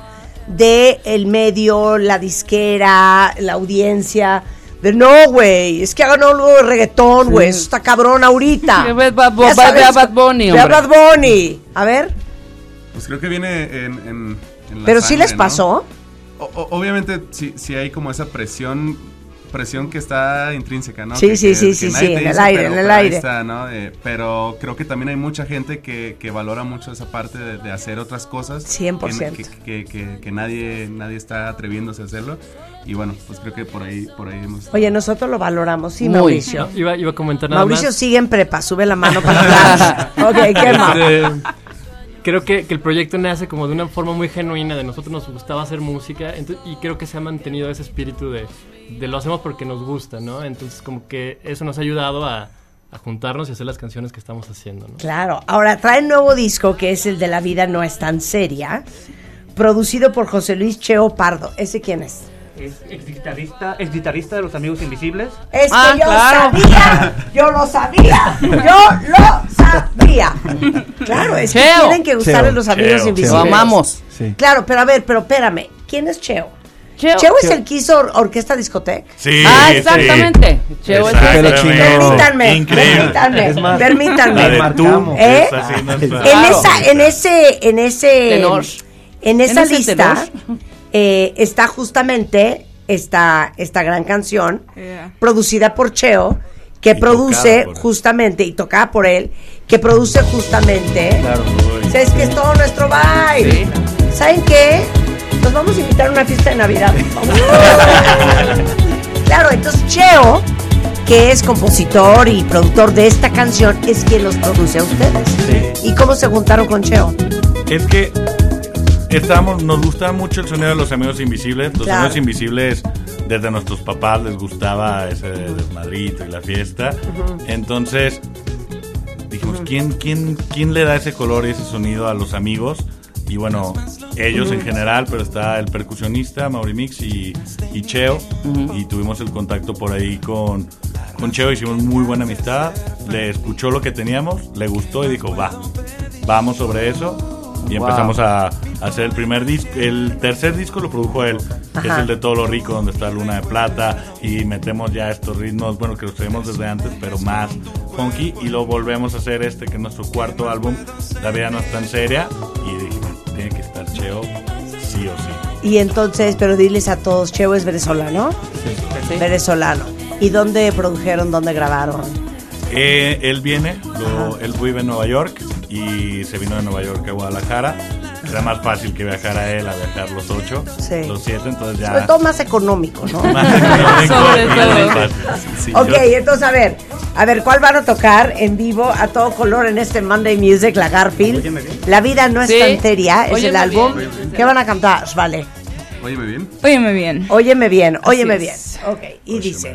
de el medio, la disquera, la audiencia. De no, güey, es que hagan un nuevo reggaetón, güey, eso está cabrón ahorita.
Que ve Bad Bu-
Ya
ve- ve a
sabes-
Bad Bunny,
ve a
hombre.
Bad Bunny. A ver,
Pues creo que viene en. en- en la
pero sí
sangre,
les
¿no?
pasó.
O- o- obviamente, si hay como esa presión presión que está intrínseca, ¿no?
Sí,
Que-
sí,
que-
sí,
que
sí,
nadie
sí,
te
en el
dice,
aire,
pero-
en el
pero ahí
aire.
está, ¿no? Eh, pero creo que también hay mucha gente que, que valora mucho esa parte de, de hacer otras cosas.
100%.
Que, que- que- que- que nadie, nadie está atreviéndose a hacerlo. Y bueno, pues creo que por ahí, por ahí hemos...
Oye, nosotros lo valoramos, sí,
Muy.
Mauricio.
No, iba, iba a comentar nada
Mauricio
más.
sigue en prepa, sube la mano para hablar. ok, qué mal.
Este, Creo que, que el proyecto nace como de una forma muy genuina, de nosotros nos gustaba hacer música ento- y creo que se ha mantenido ese espíritu de, de lo hacemos porque nos gusta, ¿no? Entonces como que eso nos ha ayudado a, a juntarnos y hacer las canciones que estamos haciendo, ¿no?
Claro, ahora trae nuevo disco que es el de La vida no es tan seria, producido por José Luis Cheo Pardo. ¿Ese quién es?
Es ex guitarrista, ex guitarrista de los Amigos Invisibles.
Es
Ah,
que yo sabía, yo lo sabía, yo lo sabía. Claro, es que
Cheo.
tienen que gustarle
Cheo,
los amigos
Cheo,
invisibles.
Cheo. Lo amamos. Sí.
Claro, pero a ver, pero espérame, ¿quién es Cheo? Cheo,
Cheo.
es el que hizo or- Orquesta Discoteca.
Sí,
Ah,
sí.
exactamente. Cheo es el-
Exactamente.
Permítanme,
Oh, Increíble.
permítanme,
Es más,
permítanme.
la de tú,
¿Eh?
es así, no es-
En esa, en ese, en ese,
Tenor.
en esa
¿En ese
lista
tenor?
eh, está justamente esta, esta gran canción
Eh,
producida por Cheo, que produce justamente, y tocada por él, que produce justamente... ¿Sabes que es todo nuestro baile? ¿Saben qué? Nos vamos a invitar a una fiesta de Navidad. Vamos. claro, entonces Cheo, que es compositor y productor de esta canción, es quien los produce a ustedes. ¿Y cómo se juntaron con Cheo?
Es que estamos, nos gusta mucho el sonido de los amigos invisibles. Los
Claro.
amigos invisibles, desde nuestros papás les gustaba ese desmadrito y la fiesta.
Ujú.
Entonces, dijimos, ¿quién, quién, ¿quién le da ese color y ese sonido a los amigos? Y bueno, ellos en
Ujú.
general, pero está el percusionista Maurimix y, y Cheo. Y tuvimos el contacto por ahí con, con Cheo, hicimos muy buena amistad. Le escuchó lo que teníamos, le gustó y dijo, va, vamos sobre eso. Y
Wow.
empezamos a, a hacer el primer disco. El tercer disco lo produjo él, que es
Ajá.
el de Todo lo Rico, donde está Luna de Plata. Y metemos ya estos ritmos, bueno, que los tenemos desde antes, pero más funky. Y lo volvemos a hacer este, que es nuestro cuarto álbum. La vida no es tan seria. Y dijimos, tiene que estar Cheo, sí o sí.
Y entonces, pero diles a todos, Cheo es venezolano. Venezolano. ¿Y dónde produjeron, dónde grabaron?
Eh, él viene, lo- él vive en Nueva York y se vino de Nueva York a Guadalajara. Era más fácil que viajar a él a viajar los ocho,
Sí.
los siete, entonces ya.
Sobre todo más económico, ¿no?
Más económico,
Sobre
más
todo.
fácil. Sí,
ok,
yo-
entonces a ver, a ver, ¿cuál van a tocar en vivo a todo color en este Monday Music, la Garfield? La vida no es
Sí.
tan seria, es el
Óyeme
álbum.
bien.
¿Qué van a cantar? Vale.
Óyeme bien.
Óyeme bien. Óyeme bien,
Así
óyeme bien.
es.
Ok, y dice,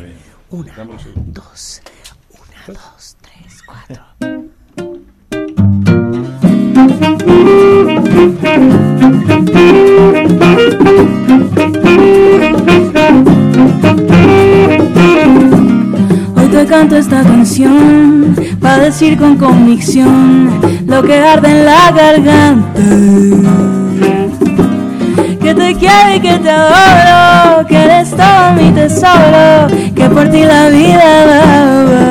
una, dos, una, dos, tres, cuatro.
Hoy te canto esta canción para decir con convicción lo que arde en la garganta. Que te quiero y que te adoro, que eres todo mi tesoro, que por ti la vida daba.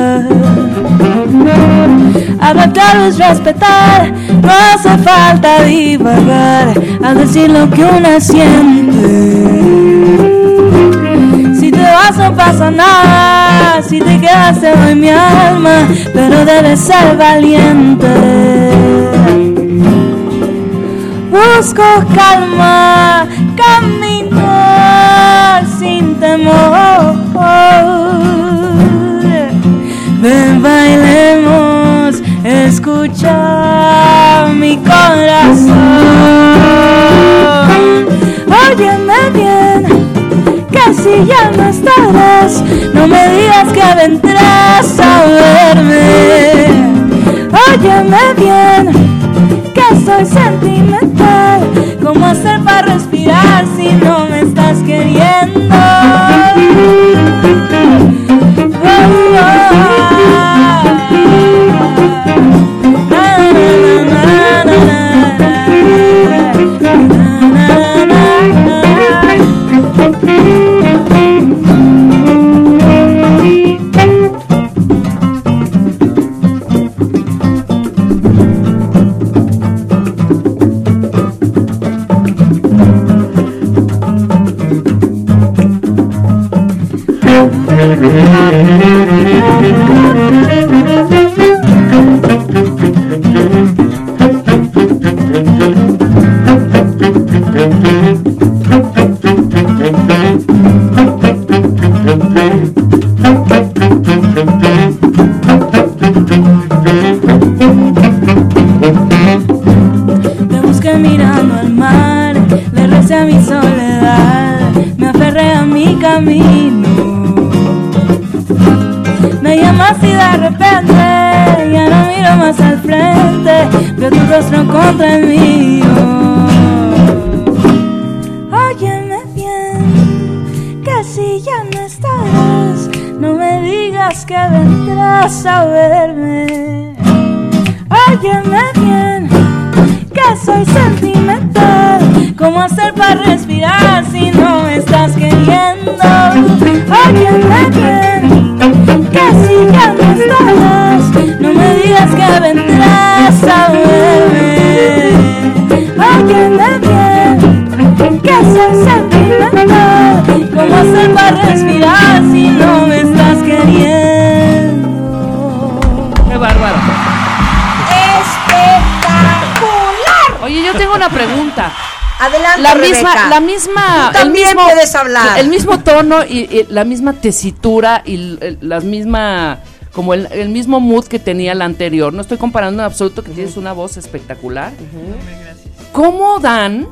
Aguantar es respetar, no hace falta divagar al decir lo que una siente. Si te vas no pasa nada, si te quedas te doy mi alma, pero debes ser valiente busco calma, caminar sin temor. Ven, bailemos, escucha mi corazón. Óyeme bien, casi ya no estarás. No me digas que vendrás a verme. Óyeme bien que soy sentimental. ¿Cómo hacer para respirar si no me estás queriendo? Oh, ah. Na, na, na, na, na, na, na, na, na. Te busqué mirando al mar, le recé a mi soledad, me aferré a mi camino. Me llamas y de repente ya no miro más al frente, veo tu rostro contra el mío. Óyeme bien, casi ya no estarás, no me digas que vendrás a verme. Óyeme bien que soy sentimental. ¿Cómo hacer para respirar si no me estás queriendo? Óyeme bien, que si ya no estarás, no me digas que vendrás a verme. Óyeme bien, que soy sentimental.
Oye, yo tengo una pregunta.
Adelante,
la
Rebeca.
misma, la misma,
Tú también
el mismo,
puedes hablar.
El mismo tono y, y la misma tesitura y l- el- la misma, como el, el mismo mood que tenía la anterior. No estoy comparando en absoluto que tienes una voz espectacular. ¿Cómo dan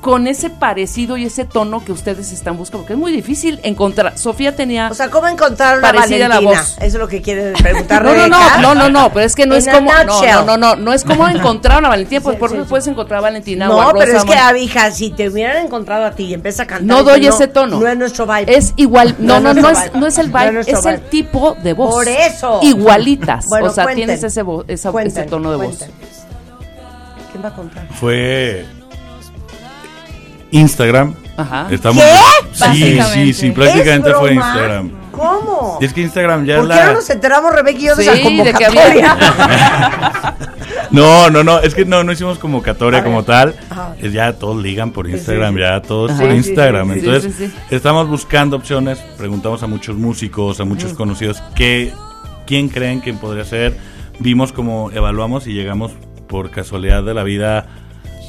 con ese parecido y ese tono que ustedes están buscando? Porque es muy difícil encontrar. Sofía tenía. O
sea, ¿cómo encontrar una
parecida la
Valentina?
voz?
Eso es lo que quiere preguntar
No, no,
Rebeca.
no, no, no, no, pero es que no
In
es
a
como. No,
nutshell.
no, no, no, no es como encontrar una Valentina, pues por qué puedes encontrar a Valentina o a
No,
Rosa
pero es que,
Mon-
ah, hija, si te hubieran encontrado a ti y empieza a cantar.
No
y que
doy ese tono.
No es nuestro vibe.
Es igual. No, no, no
nuestro
es, no es el vibe,
nuestro
es el
vibe.
tipo de voz.
Por eso.
Igualitas.
Bueno,
o sea,
cuenten.
tienes ese, vo- esa- ese
Cuenten,
tono de
cuenten.
voz.
¿Quién va a contar?
Fue Instagram.
Ajá.
Estamos,
¿Qué?
Sí, sí, sí,
Básicamente.
prácticamente
¿Es
fue
broma?
Instagram.
¿Cómo?
Y es que Instagram ya es
¿Por qué
la...
no nos enteramos, Rebeca y yo, de
Sí,
esa
de que había-
convocatoria?
No, no, no, es que no, no hicimos convocatoria
A
como
ver.
tal.
Ah, Ajá.
Es ya todos ligan por
Sí, sí,
Instagram,
sí.
ya todos
Ajá.
por
Sí, sí, sí,
Instagram.
sí,
Entonces,
sí, sí.
estamos buscando opciones, preguntamos a muchos músicos, a muchos
Mm.
conocidos, qué, quién creen que podría ser. Vimos como evaluamos y llegamos por casualidad de la vida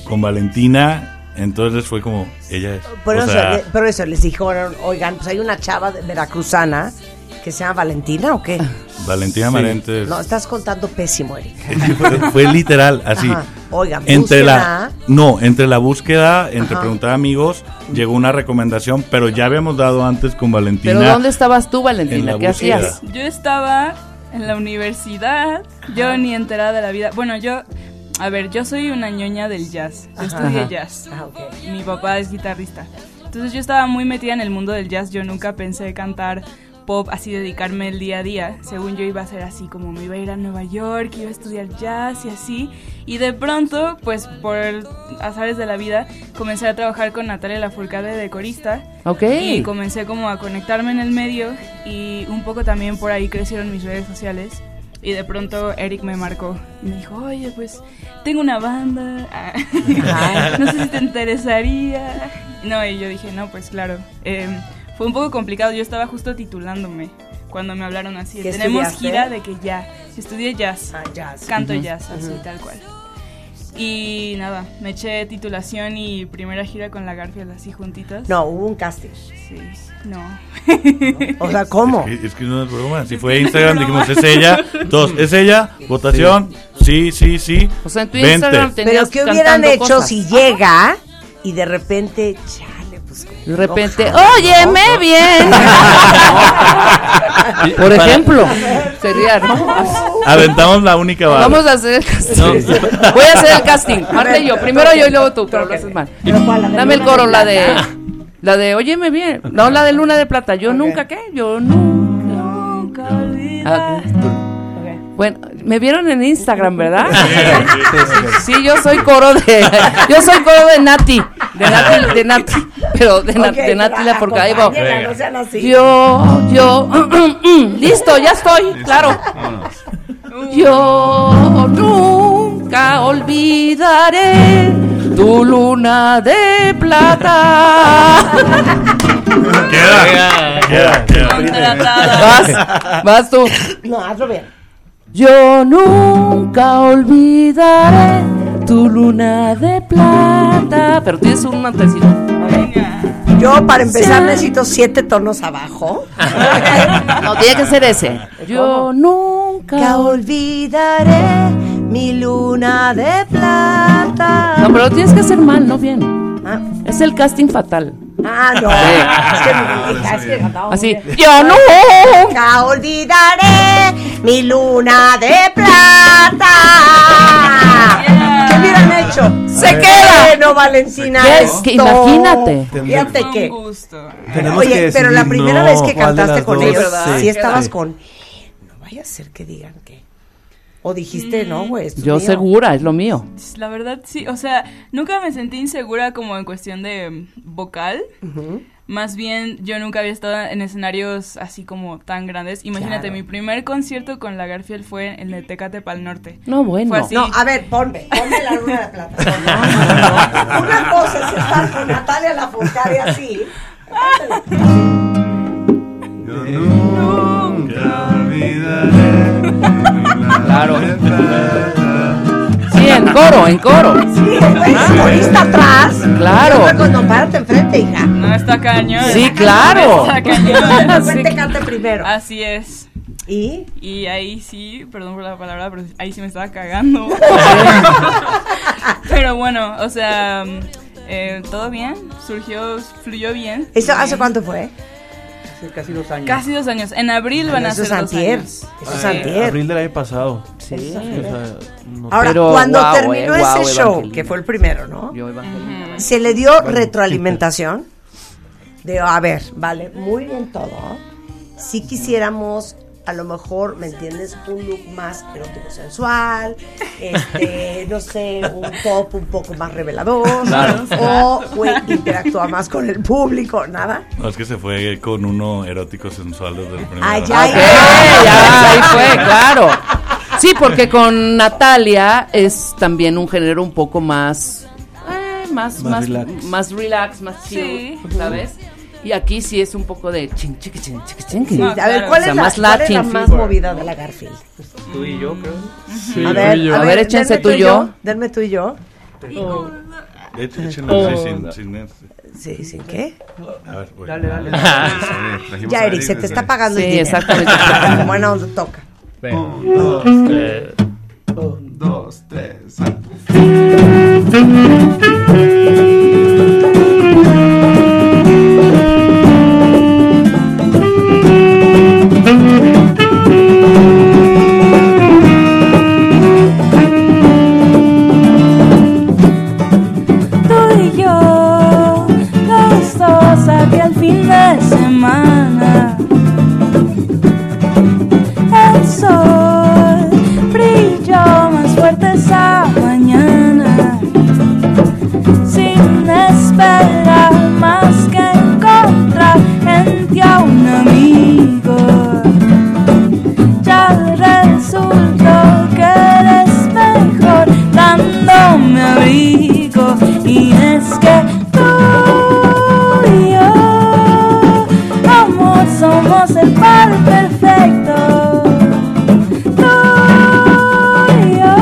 con Valentina. Entonces fue como, ella es.
Por
o
eso, eh,
sea,
le- por eso les dijeron, oigan, pues hay una chava de- veracruzana que se llama Valentina o qué?
Valentina
Sí.
Marentes.
No, estás contando pésimo, Eric.
fue, fue literal, así.
Ajá. Oigan,
entre
búsquenla.
la no, entre la búsqueda, entre
Ajá.
preguntar a amigos, llegó una recomendación, pero ya habíamos dado antes con Valentina.
Pero ¿dónde estabas tú,
en
Valentina?
la
¿Qué
búsqueda.
hacías?
Yo estaba en la universidad, yo ni enterada de la vida. Bueno, yo, a ver, yo soy una ñoña del jazz. Yo
Ajá.
estudié
Ajá.
jazz. Mi papá es guitarrista. Entonces yo estaba muy metida en el mundo del jazz. Yo nunca pensé cantar pop, así dedicarme el día a día. Según yo iba a ser así, como me iba a ir a Nueva York, iba a estudiar jazz y así. Y de pronto, pues por azares de la vida, comencé a trabajar con Natalia Lafourcade de corista.
Ok.
Y comencé como a conectarme en el medio y un poco también por ahí crecieron mis redes sociales. Y de pronto Eric me marcó. Me dijo, oye, pues tengo una banda. Ah, no sé si te interesaría. No, y yo dije, no, pues claro. Eh, fue un poco complicado. Yo estaba justo titulándome cuando me hablaron así.
¿Qué
Tenemos
estudiaste?
gira de que ya. Estudié jazz. Canto
Ujú,
jazz, así
Ah, ujú.
tal cual. Y nada, me eché titulación y primera gira con la Garfield así juntitas.
No, hubo un casting.
Sí, no.
O sea, ¿cómo?
Es que, es que no es broma. Si fue Instagram, dijimos, es ella. Dos, es ella. Votación. Sí, sí, sí.
O sea, Pues en tu
Vente.
Instagram tenías
Pero ¿qué hubieran
cantando
hecho
cosas.
si llega y de repente, chale, pues...
De repente,
ojalá,
óyeme
¿no?
bien. Por
Para-
ejemplo, sería, ¿no?
Aventamos la única bala.
Vamos a hacer el casting.
No.
Voy a hacer el casting. Marta y yo. Primero yo y luego tú, pero lo haces mal. Dame el coro, la de. La de Óyeme bien. No, la de Luna de Plata. Yo nunca, ¿qué? Yo nunca. Ah, ok. Bueno, me vieron en Instagram, ¿verdad? Sí, yo soy coro de. Yo soy coro de Nati. De Nati, de Nati. Pero de, Na-
Ok,
de Nati la porque ahí va.
acompáñenla, no sean así.
Yo, yo. Listo, ya estoy, claro. Yo nunca olvidaré tu luna de plata.
Queda, queda,
Vas, vas tú.
No, hazlo bien.
Yo nunca olvidaré tu luna de plata. Pero tienes un mantecito.
Yo, para empezar, necesito siete tonos abajo.
No, tiene que ser ese. Yo nunca
olvidaré mi luna de plata.
No, pero lo tienes que hacer mal, no bien.
Ah.
Es el casting fatal.
Ah, no. Es que mi hija, es que cantaba muy
Así,
bien.
yo
nunca olvidaré mi luna de plata. ¿Qué hubieran hecho?
Se queda.
Bueno, Valentina.
¿Qué?
esto.
Que imagínate.
Fíjate que.
Tenemos
Oye,
que
pero la
decidir,
primera
no,
vez que
¿cuál de
cantaste
las
con
dos?
ellos,
Sí,
si
sí,
estabas
sí.
con. No vaya a ser que digan que. O dijiste, no, güey. esto es
Yo
mío.
segura, es lo mío.
La verdad sí, o sea, nunca me sentí insegura como en cuestión de mm, vocal. Más bien, yo nunca había estado en escenarios así como tan grandes. Imagínate,
Claro.
mi primer concierto con la Garfield fue en el Tecate Pal Norte.
No, bueno.
Fue así.
No, a ver, ponme, ponme la luna de plata. No, no, no. Una cosa es estar con Natalia Lafourcade así.
Bien,
coro, en coro.
Sí, güey,
Ajá.
corista Pues, atrás.
Claro.
Yo, No, párate enfrente, hija.
No, está cañón.
Sí, claro.
Está cañón.
Fuerte cante primero.
Así es.
¿Y?
Y ahí sí, perdón por la palabra, pero ahí sí me estaba cagando. pero bueno, o sea, eh, todo bien, surgió, fluyó bien.
¿Eso hace cuánto fue?
Hace casi dos años.
Casi dos años. En abril van a
Eso
ser
es
dos
antier.
años.
Eso es
Sí.
antier.
Abril del año pasado.
Sí.
no-
Ahora,
Pero,
cuando
guau,
terminó
eh, guau,
ese show,
Evangelina.
que fue el primero, ¿no?
Yo,
Ujú. Se le dio retroalimentación de, a ver, vale, muy bien todo. Si quisiéramos, a lo mejor, ¿me entiendes? Un look más erótico sensual, este, no sé, un top un poco más revelador,
Claro.
o güey, interactúa más con el público, nada.
No, es que se fue con uno erótico sensual desde el primer
Ay,
Ok, Ah, ya, ahí fue, claro. Sí, porque con Natalia es también un género un poco más. eh,
Más
más, más,
relax.
más relax, más chill,
Sí.
¿sabes? Y aquí sí es un poco de chin, chiqui, chin, chiqui, chin,
Sí, a ver, ¿cuál,
O sea,
es, la,
más
cuál es
Latin
la más
fever.
movida de la Garfield?
Tú y yo, creo.
A ver,
tú y yo.
a ver, échense
denme
tú y yo.
Denme tú y yo. Oh.
Oh.
Échenlo, sí, sin, sin-
Sí, ¿sin qué?
A ver, voy.
Dale, dale.
Trajimos
Ya,
a
Eric, se te
desde-
está pagando el
Sí,
dinero.
exactamente.
Buena onda, toca.
Un, dos, tres.
Un, dos, tres.
tú y yo, los aquí al fin de semana. El sol brilló más fuerte esa mañana, sin esperar más que encontrar en ti a un amigo. Ya resultó que eres mejor dándome abrigo y es que tú y yo, amor, somos el par perfecto. Tú y yo,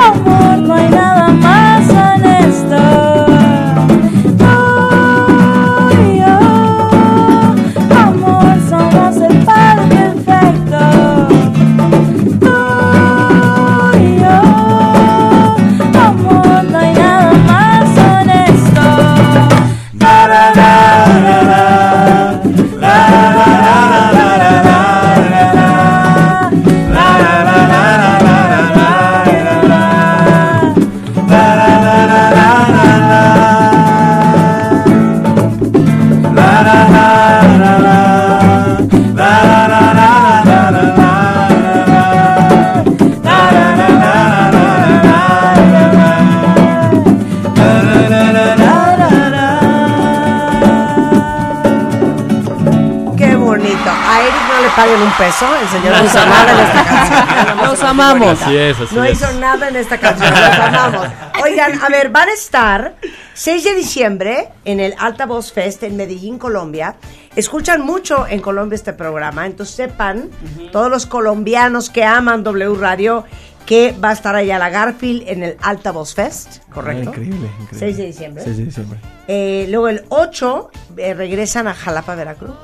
amor, no hay nada más honesto. Tú y yo, amor, somos el par perfecto. Tú y yo, amor, no hay nada más honesto.
Qué bonito. A Eric no le paguen un peso, el señor nos amaba en esta canción.
Los amamos.
Así es, así
No
es.
hizo nada en esta canción, los amamos. Oigan, a ver, van a estar 6 de diciembre en el Alta Voz Fest en Medellín, Colombia. Escuchan mucho en Colombia este programa, entonces sepan, todos los colombianos que aman W Radio, que va a estar allá la Garfield en el Alta Voz Fest, ¿correcto?
Ah, increíble, increíble.
6 de diciembre.
6 de diciembre.
Eh, luego el 8 eh, regresan a Jalapa, Veracruz.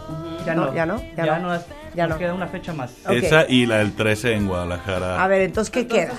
Ya no,
ya no, ya, no.
es- nos queda una fecha más.
Ok.
Esa y la del 13 en Guadalajara.
A ver, entonces, ¿qué queda?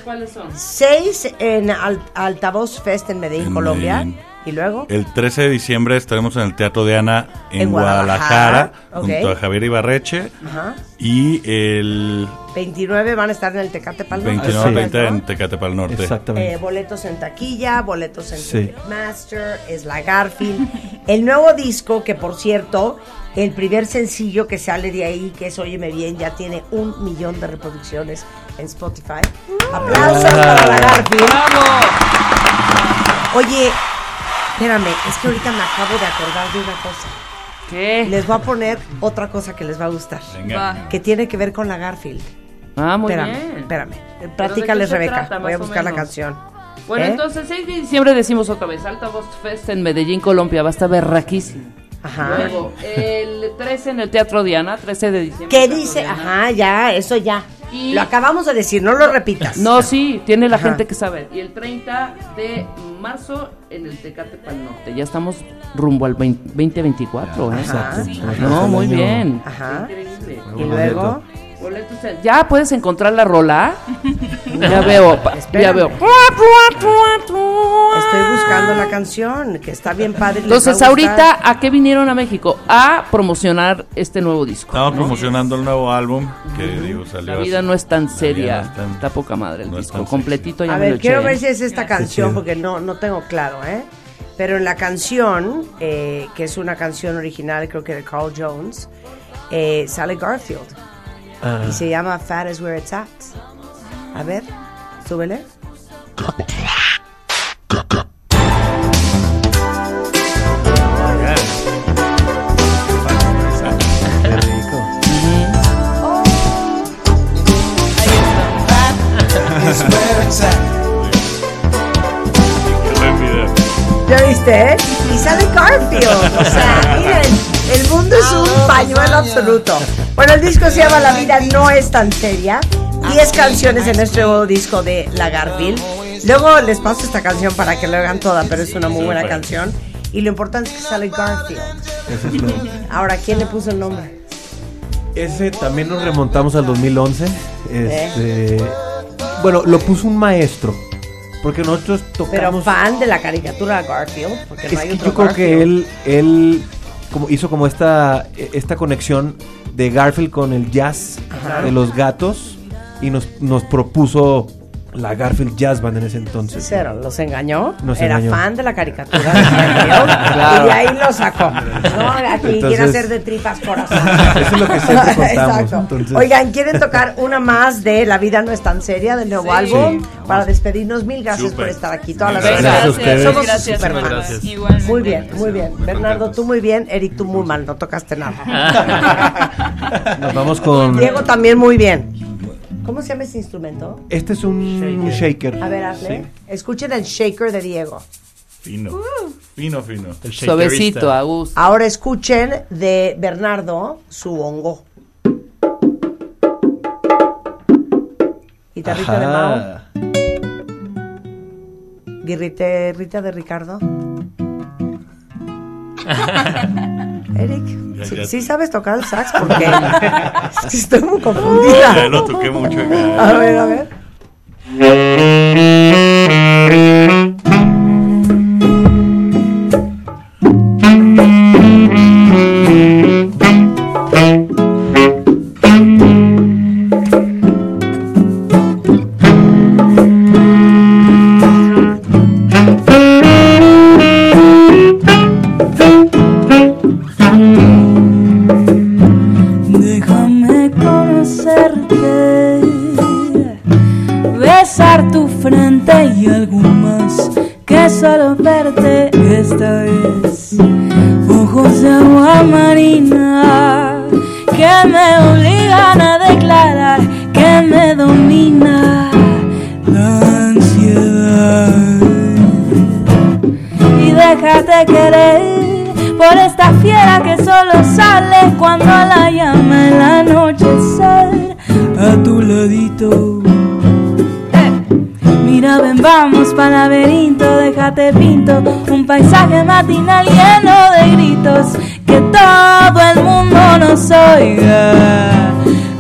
Seis en Al- Altavoz Fest en Medellín,
En
Colombia.
Medellín.
Y luego,
El 13 de diciembre estaremos en el Teatro de Ana en,
En Guadalajara,
Guadalajara,
ok.
junto a Javier Ibarreche.
ajá,
Y el
29 van a estar en el Tecate Palma.
29 30 en Tecatepal Norte.
Eh, boletos en taquilla, boletos en
Sí.
Ticketmaster, es la Garfield. el nuevo disco, que por cierto, el primer sencillo que sale de ahí, que es Óyeme Bien, ya tiene un millón de reproducciones en Spotify.
Mm.
¡Aplausos para la Garfield! Oye, espérame, es que ahorita me acabo de acordar de una cosa.
¿Qué?
Les voy a poner otra cosa que les va a gustar.
Venga. Va.
Que tiene que ver con la Garfield.
Ah, muy
espérame,
bien.
Espérame,
¿Pero
Platícales,
de qué se
Rebeca.
trata,
Voy a
más o
buscar la
menos?
canción.
Bueno,
¿Eh?
entonces 6 de diciembre decimos otra vez, Alta Voz Fest en Medellín, Colombia, va a estar berraquísimo.
Ajá.
Luego, el 13 en el Teatro Diana, 13 de diciembre.
¿Qué
Teatro
dice?
Diana.
Ajá, ya, eso ya.
Y-
Lo acabamos de decir, no lo repitas.
No, sí, tiene la
Ajá.
gente que saber. Y el 30 de marzo en el Tecate Pal Norte. Ya estamos rumbo al 20 2024, ¿eh?
Exacto.
Sí.
Ajá.
No, muy
Ajá.
bien.
Ajá.
Increíble.
Y luego-
Boletos en- Ya puedes encontrar la rola. ya veo, pa- ya
Espérame.
veo.
Estoy buscando la canción, que está bien padre. les
Entonces,
va a gustar.
ahorita, ¿a qué vinieron a México? A promocionar este nuevo disco.
Estamos
¿no?
promocionando el nuevo álbum que digo salió.
La vida
hace-
no es tan
La vida
seria,
no es tan-
está poca madre el
no es
disco,
tan sexy.
completito ya
A
me lo
ver,
eché.
quiero ver si es esta canción,
chido.
porque no, no tengo claro, ¿eh? Pero en la canción, eh, que es una canción original, creo que de Carl Jones, eh, sale Garfield.
Ah.
Y se llama Fat is Where It's At. A ver, súbele. ¿Ya viste, eh? Y sale Garfield. O sea, miren, el mundo es un pañuelo absoluto. Bueno, el disco se llama La vida no es tan seria. 10 canciones en este nuevo disco de La Garfield. Luego les paso esta canción para que lo hagan toda, pero es una muy buena
Súper.
canción. Y lo importante es que sale Garfield. Ahora, ¿quién le puso el nombre?
Ese también nos remontamos al 2011. Este,
Eh.
Bueno, lo puso un maestro. Porque nosotros
Pero
tocamos.
fan de la caricatura Garfield, porque no
es
hay
que
otro
yo creo
Garfield.
que él, él como hizo como esta, e, esta conexión de Garfield con el jazz
Ajá.
de los gatos y nos, nos propuso la Garfield Jazz Band en ese entonces.
Cero, los engañó.
Nos
Era
engañó.
fan de la caricatura de Garfield,
Claro.
Y de ahí lo sacó. No, aquí quiere
Entonces-
hacer de tripas corazón.
Eso es lo que siempre contamos, entonces.
Oigan, ¿quieren tocar una más de La vida no es tan seria del nuevo álbum? Para despedirnos, mil gracias
Súper.
por estar aquí todas las
Gracias
veces.
a ustedes.
Somos
Gracias,
superfans.
muchas gracias.
Muy bien, muy bien. Bernardo, tú muy bien. Eric, tú muy mal. No tocaste nada.
Nos vamos con.
Diego también muy bien. ¿Cómo se llama ese instrumento?
Este es un shaker.
A ver, hazle. Escuchen el shaker de Diego.
Fino. Fino, fino.
Suavecito, a gusto.
Ahora escuchen de Bernardo su hongo. Guitarrita de Mao,
Ajá.
guitarrita de Ricardo. Eric,
Ya,
¿sí,
ya.
sí sabes tocar el sax? Porque es que estoy muy
Ya
confundida.
lo toqué mucho.
A ver, a ver.
Déjame conocerte, besar tu frente y algo más que solo verte esta vez. Ojos de agua marina que me obligan a declarar que me domina la ansiedad. Y déjate querer por esta fiera que solo sale cuando la llama el anochecer a tu ladito. Eh. Mira, ven, vamos pa'l laberinto, déjate pinto un paisaje matinal lleno de gritos que todo el mundo nos oiga.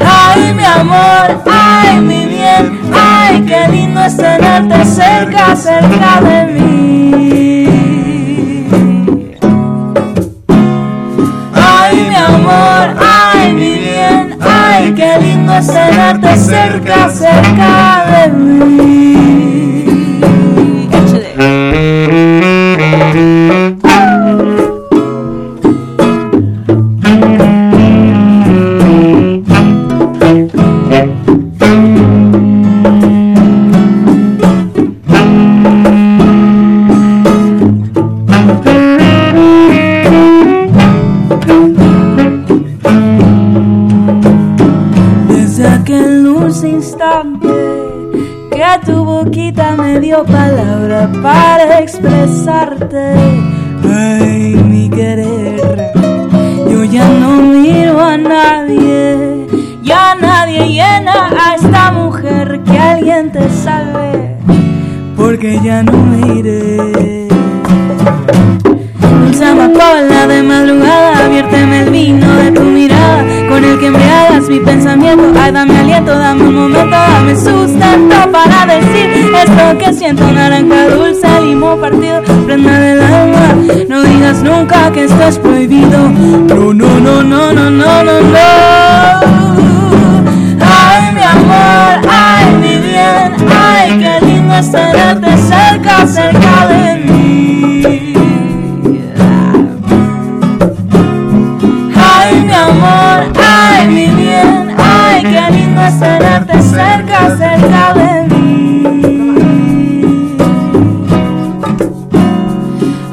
Ay, mi amor, ay, mi bien, ay, qué lindo es tenerte cerca, cerca de mí. Ay, mi amor, ay, mi bien, ay, qué lindo es tenerte cerca, cerca de mí. Desde aquel dulce instante que tu boquita me dio palabra para expresarte, ay, mi querer. Yo ya no miro a nadie, ya nadie, llena a esta mujer que alguien te salve, porque ya no me iré. Dulce amapola de madrugada, viérteme el vino de tu mirada, con el que embriagas mi pensamiento. Ay, dame aliento, dame un momento, dame sustento para decir esto que siento. Naranja dulce, limón partido, prenda del alma. No digas nunca que esto es prohibido. No, no, no, no, no, no, no, no. Ay, mi amor, ay, mi bien, ay, qué lindo es tenerte cerca, cerca de mí. Ay, mi amor, ay, mi bien, ay, qué lindo es tenerte cerca, cerca de mí.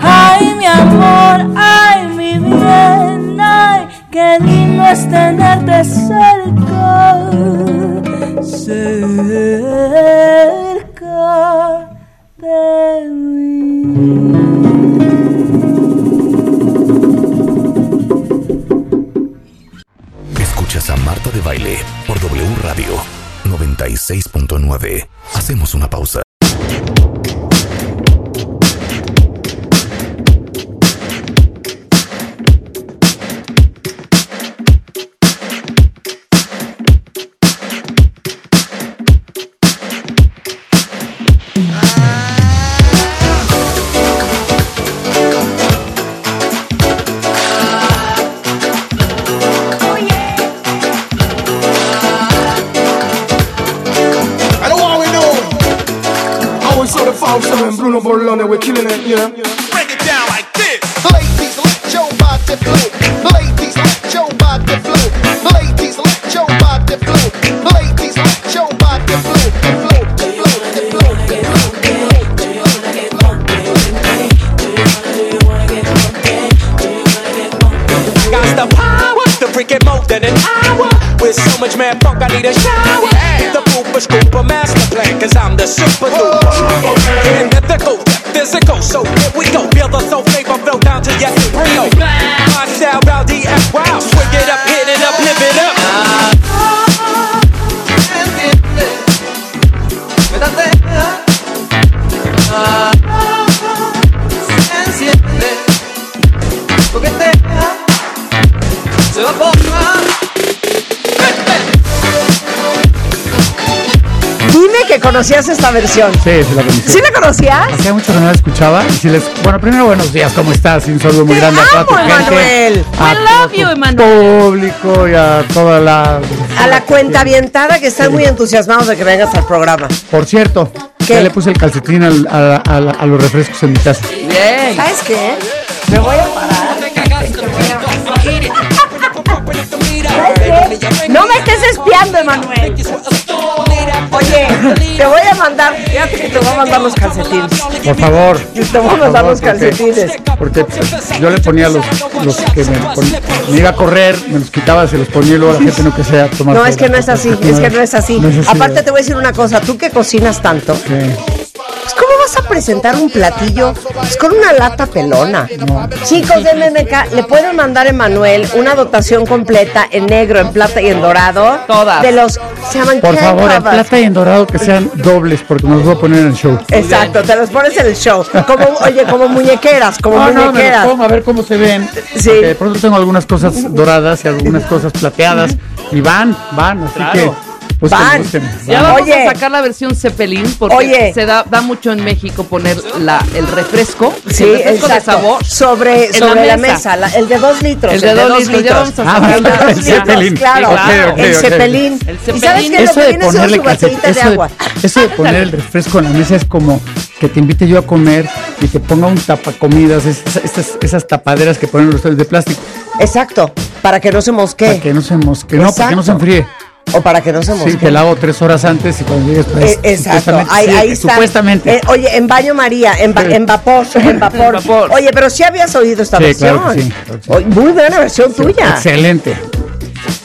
Ay, mi amor, ay, mi bien, ay, qué lindo es tenerte cerca, cerca de
Escuchas a Marta de Baile por W Radio 96.9. Hacemos una pausa.
I know how we know. I was sort of foul, so in Bruno Borlone, we're killing it, yeah.
Break it down like this. Ladies, let your body flow. Ladies, let your body flow. Ladies, let your body flow. Ladies, let your body flow. Flow, flow, flow,
I got the power to freak it more than an hour. With so much mad funk, I need a shower. The pooper scooper master plan, cause I'm the super duper.
Oh,
And mythical, physical, so here we go. Build a soul flavor, flow down to your embryo. My style, Rowdy F. Wow. Swing it up, hit it up, live it up.
Dime que conocías esta versión.
Sí, sí la conocí.
¿Sí la conocías?
Hacía mucho que no la escuchaba. Y si les... Bueno, primero, buenos días, ¿cómo estás? Y Un saludo muy grande a toda tu
amo, Emanuel.
gente. A
We
todo
love you,
tu
Emanuel.
público y a toda la...
A la cuenta avientada que están muy entusiasmados de que vengas al programa.
Por cierto, ya le puse el calcetín al- a, a- a los refrescos en mi casa.
¿Sabes qué? Me voy a parar. ¿Sabes qué? No me estés espiando, Emanuel. Oye, te voy a mandar, fíjate que te voy a mandar los calcetines.
Por favor.
Te voy a mandar los calcetines.
Porque pues, yo le ponía los, los que me, pon- me iba a correr, me los quitaba, se los ponía y luego la gente no que sea tomar.
No, es que no es así, es que no es así.
No es así,
Aparte
¿verdad?
te voy a decir una cosa, tú que cocinas tanto, pues, ¿cómo vas a presentar un platillo pues, con una lata pelona? Chicos de MMK, ¿le pueden mandar a Emanuel una dotación completa en negro, en plata y en dorado? Todas. De los, se llaman
Por favor, en
clavas.
plata y en dorado que sean dobles porque nos voy a poner en el show.
Exacto, te los pones en el show. Como, oye, como muñequeras, como
No, no, me los
muñequeras.
pongo, a ver cómo se ven.
Sí.
Porque de pronto tengo algunas cosas doradas y algunas cosas plateadas. Y van, van, así
Claro.
Pues que.
Van.
búsquenme, búsquenme.
Ya Van. vamos Oye. a sacar la versión Cepelín porque Oye. se da, da mucho en México poner la, el refresco,
Sí,
el refresco
exacto.
de sabor
sobre,
en
sobre la mesa, la- el de dos litros.
El de dos litros, ya vamos a Ah, sacar
el de
el
dos
de
litros,
Zeppelin.
claro.
Sí, claro. Ok, ok,
El
ok.
cepelín.
El
¿Y
Zeppelin.
sabes qué? El
Eso de
cepelín es
ponerle
su
calcet-
botellita de
eso de-
agua.
eso de poner el refresco en la mesa es como que te invite yo a comer y te ponga un tapacomidas, esas, esas, esas tapaderas que ponen los de plástico.
Exacto, para que no se mosquee.
Para que no se mosquee, no, para que no se
Exacto.
enfríe.
O para que no se
Sí,
mosquee.
te la hago tres horas antes y cuando llegues, pues,
Eh, exacto,
supuestamente-
ahí,
sí,
ahí está.
Supuestamente.
Eh, oye, en baño María, en, va- en vapor, en vapor. Oye, pero sí habías oído esta
Sí,
versión.
claro que sí, claro que sí.
Oye, Muy buena versión tuya.
Excelente.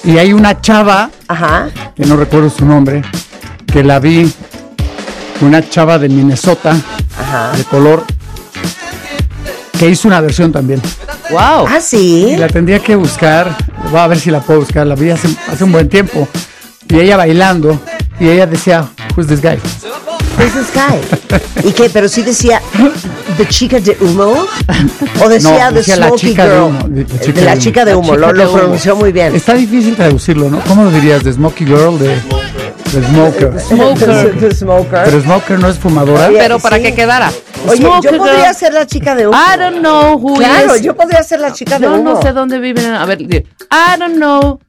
Y hay una chava,
Ajá.
que no recuerdo su nombre, que la vi, una chava de Minnesota, de color, que hizo una versión también.
¡Wow!
¿Ah, sí?
la tendría que buscar, voy a ver si la puedo buscar, la vi hace, hace un buen tiempo. y ella bailando y ella decía, who's this guy?
Who's this guy? ¿Y qué? Pero sí decía, ¿the chica de humo? ¿O decía
No,
the
la
smoky
chica de
girl? eh,
humo. de-
De la chica de humo, lo,
La chica
lo
de humo.
pronunció muy bien.
Está difícil traducirlo, ¿no? ¿Cómo lo dirías? ¿De smoky girl? ¿De, de
Eh,
smoker?
Smoker. The smoker.
Pero smoker no es fumadora.
Pero para que quedara.
Oye,
Smoker
yo podría
girl.
ser la chica de humo.
I don't know who
Claro,
is.
yo podría ser la chica de
Yo
humo.
no sé dónde vive. A ver, di- I don't know.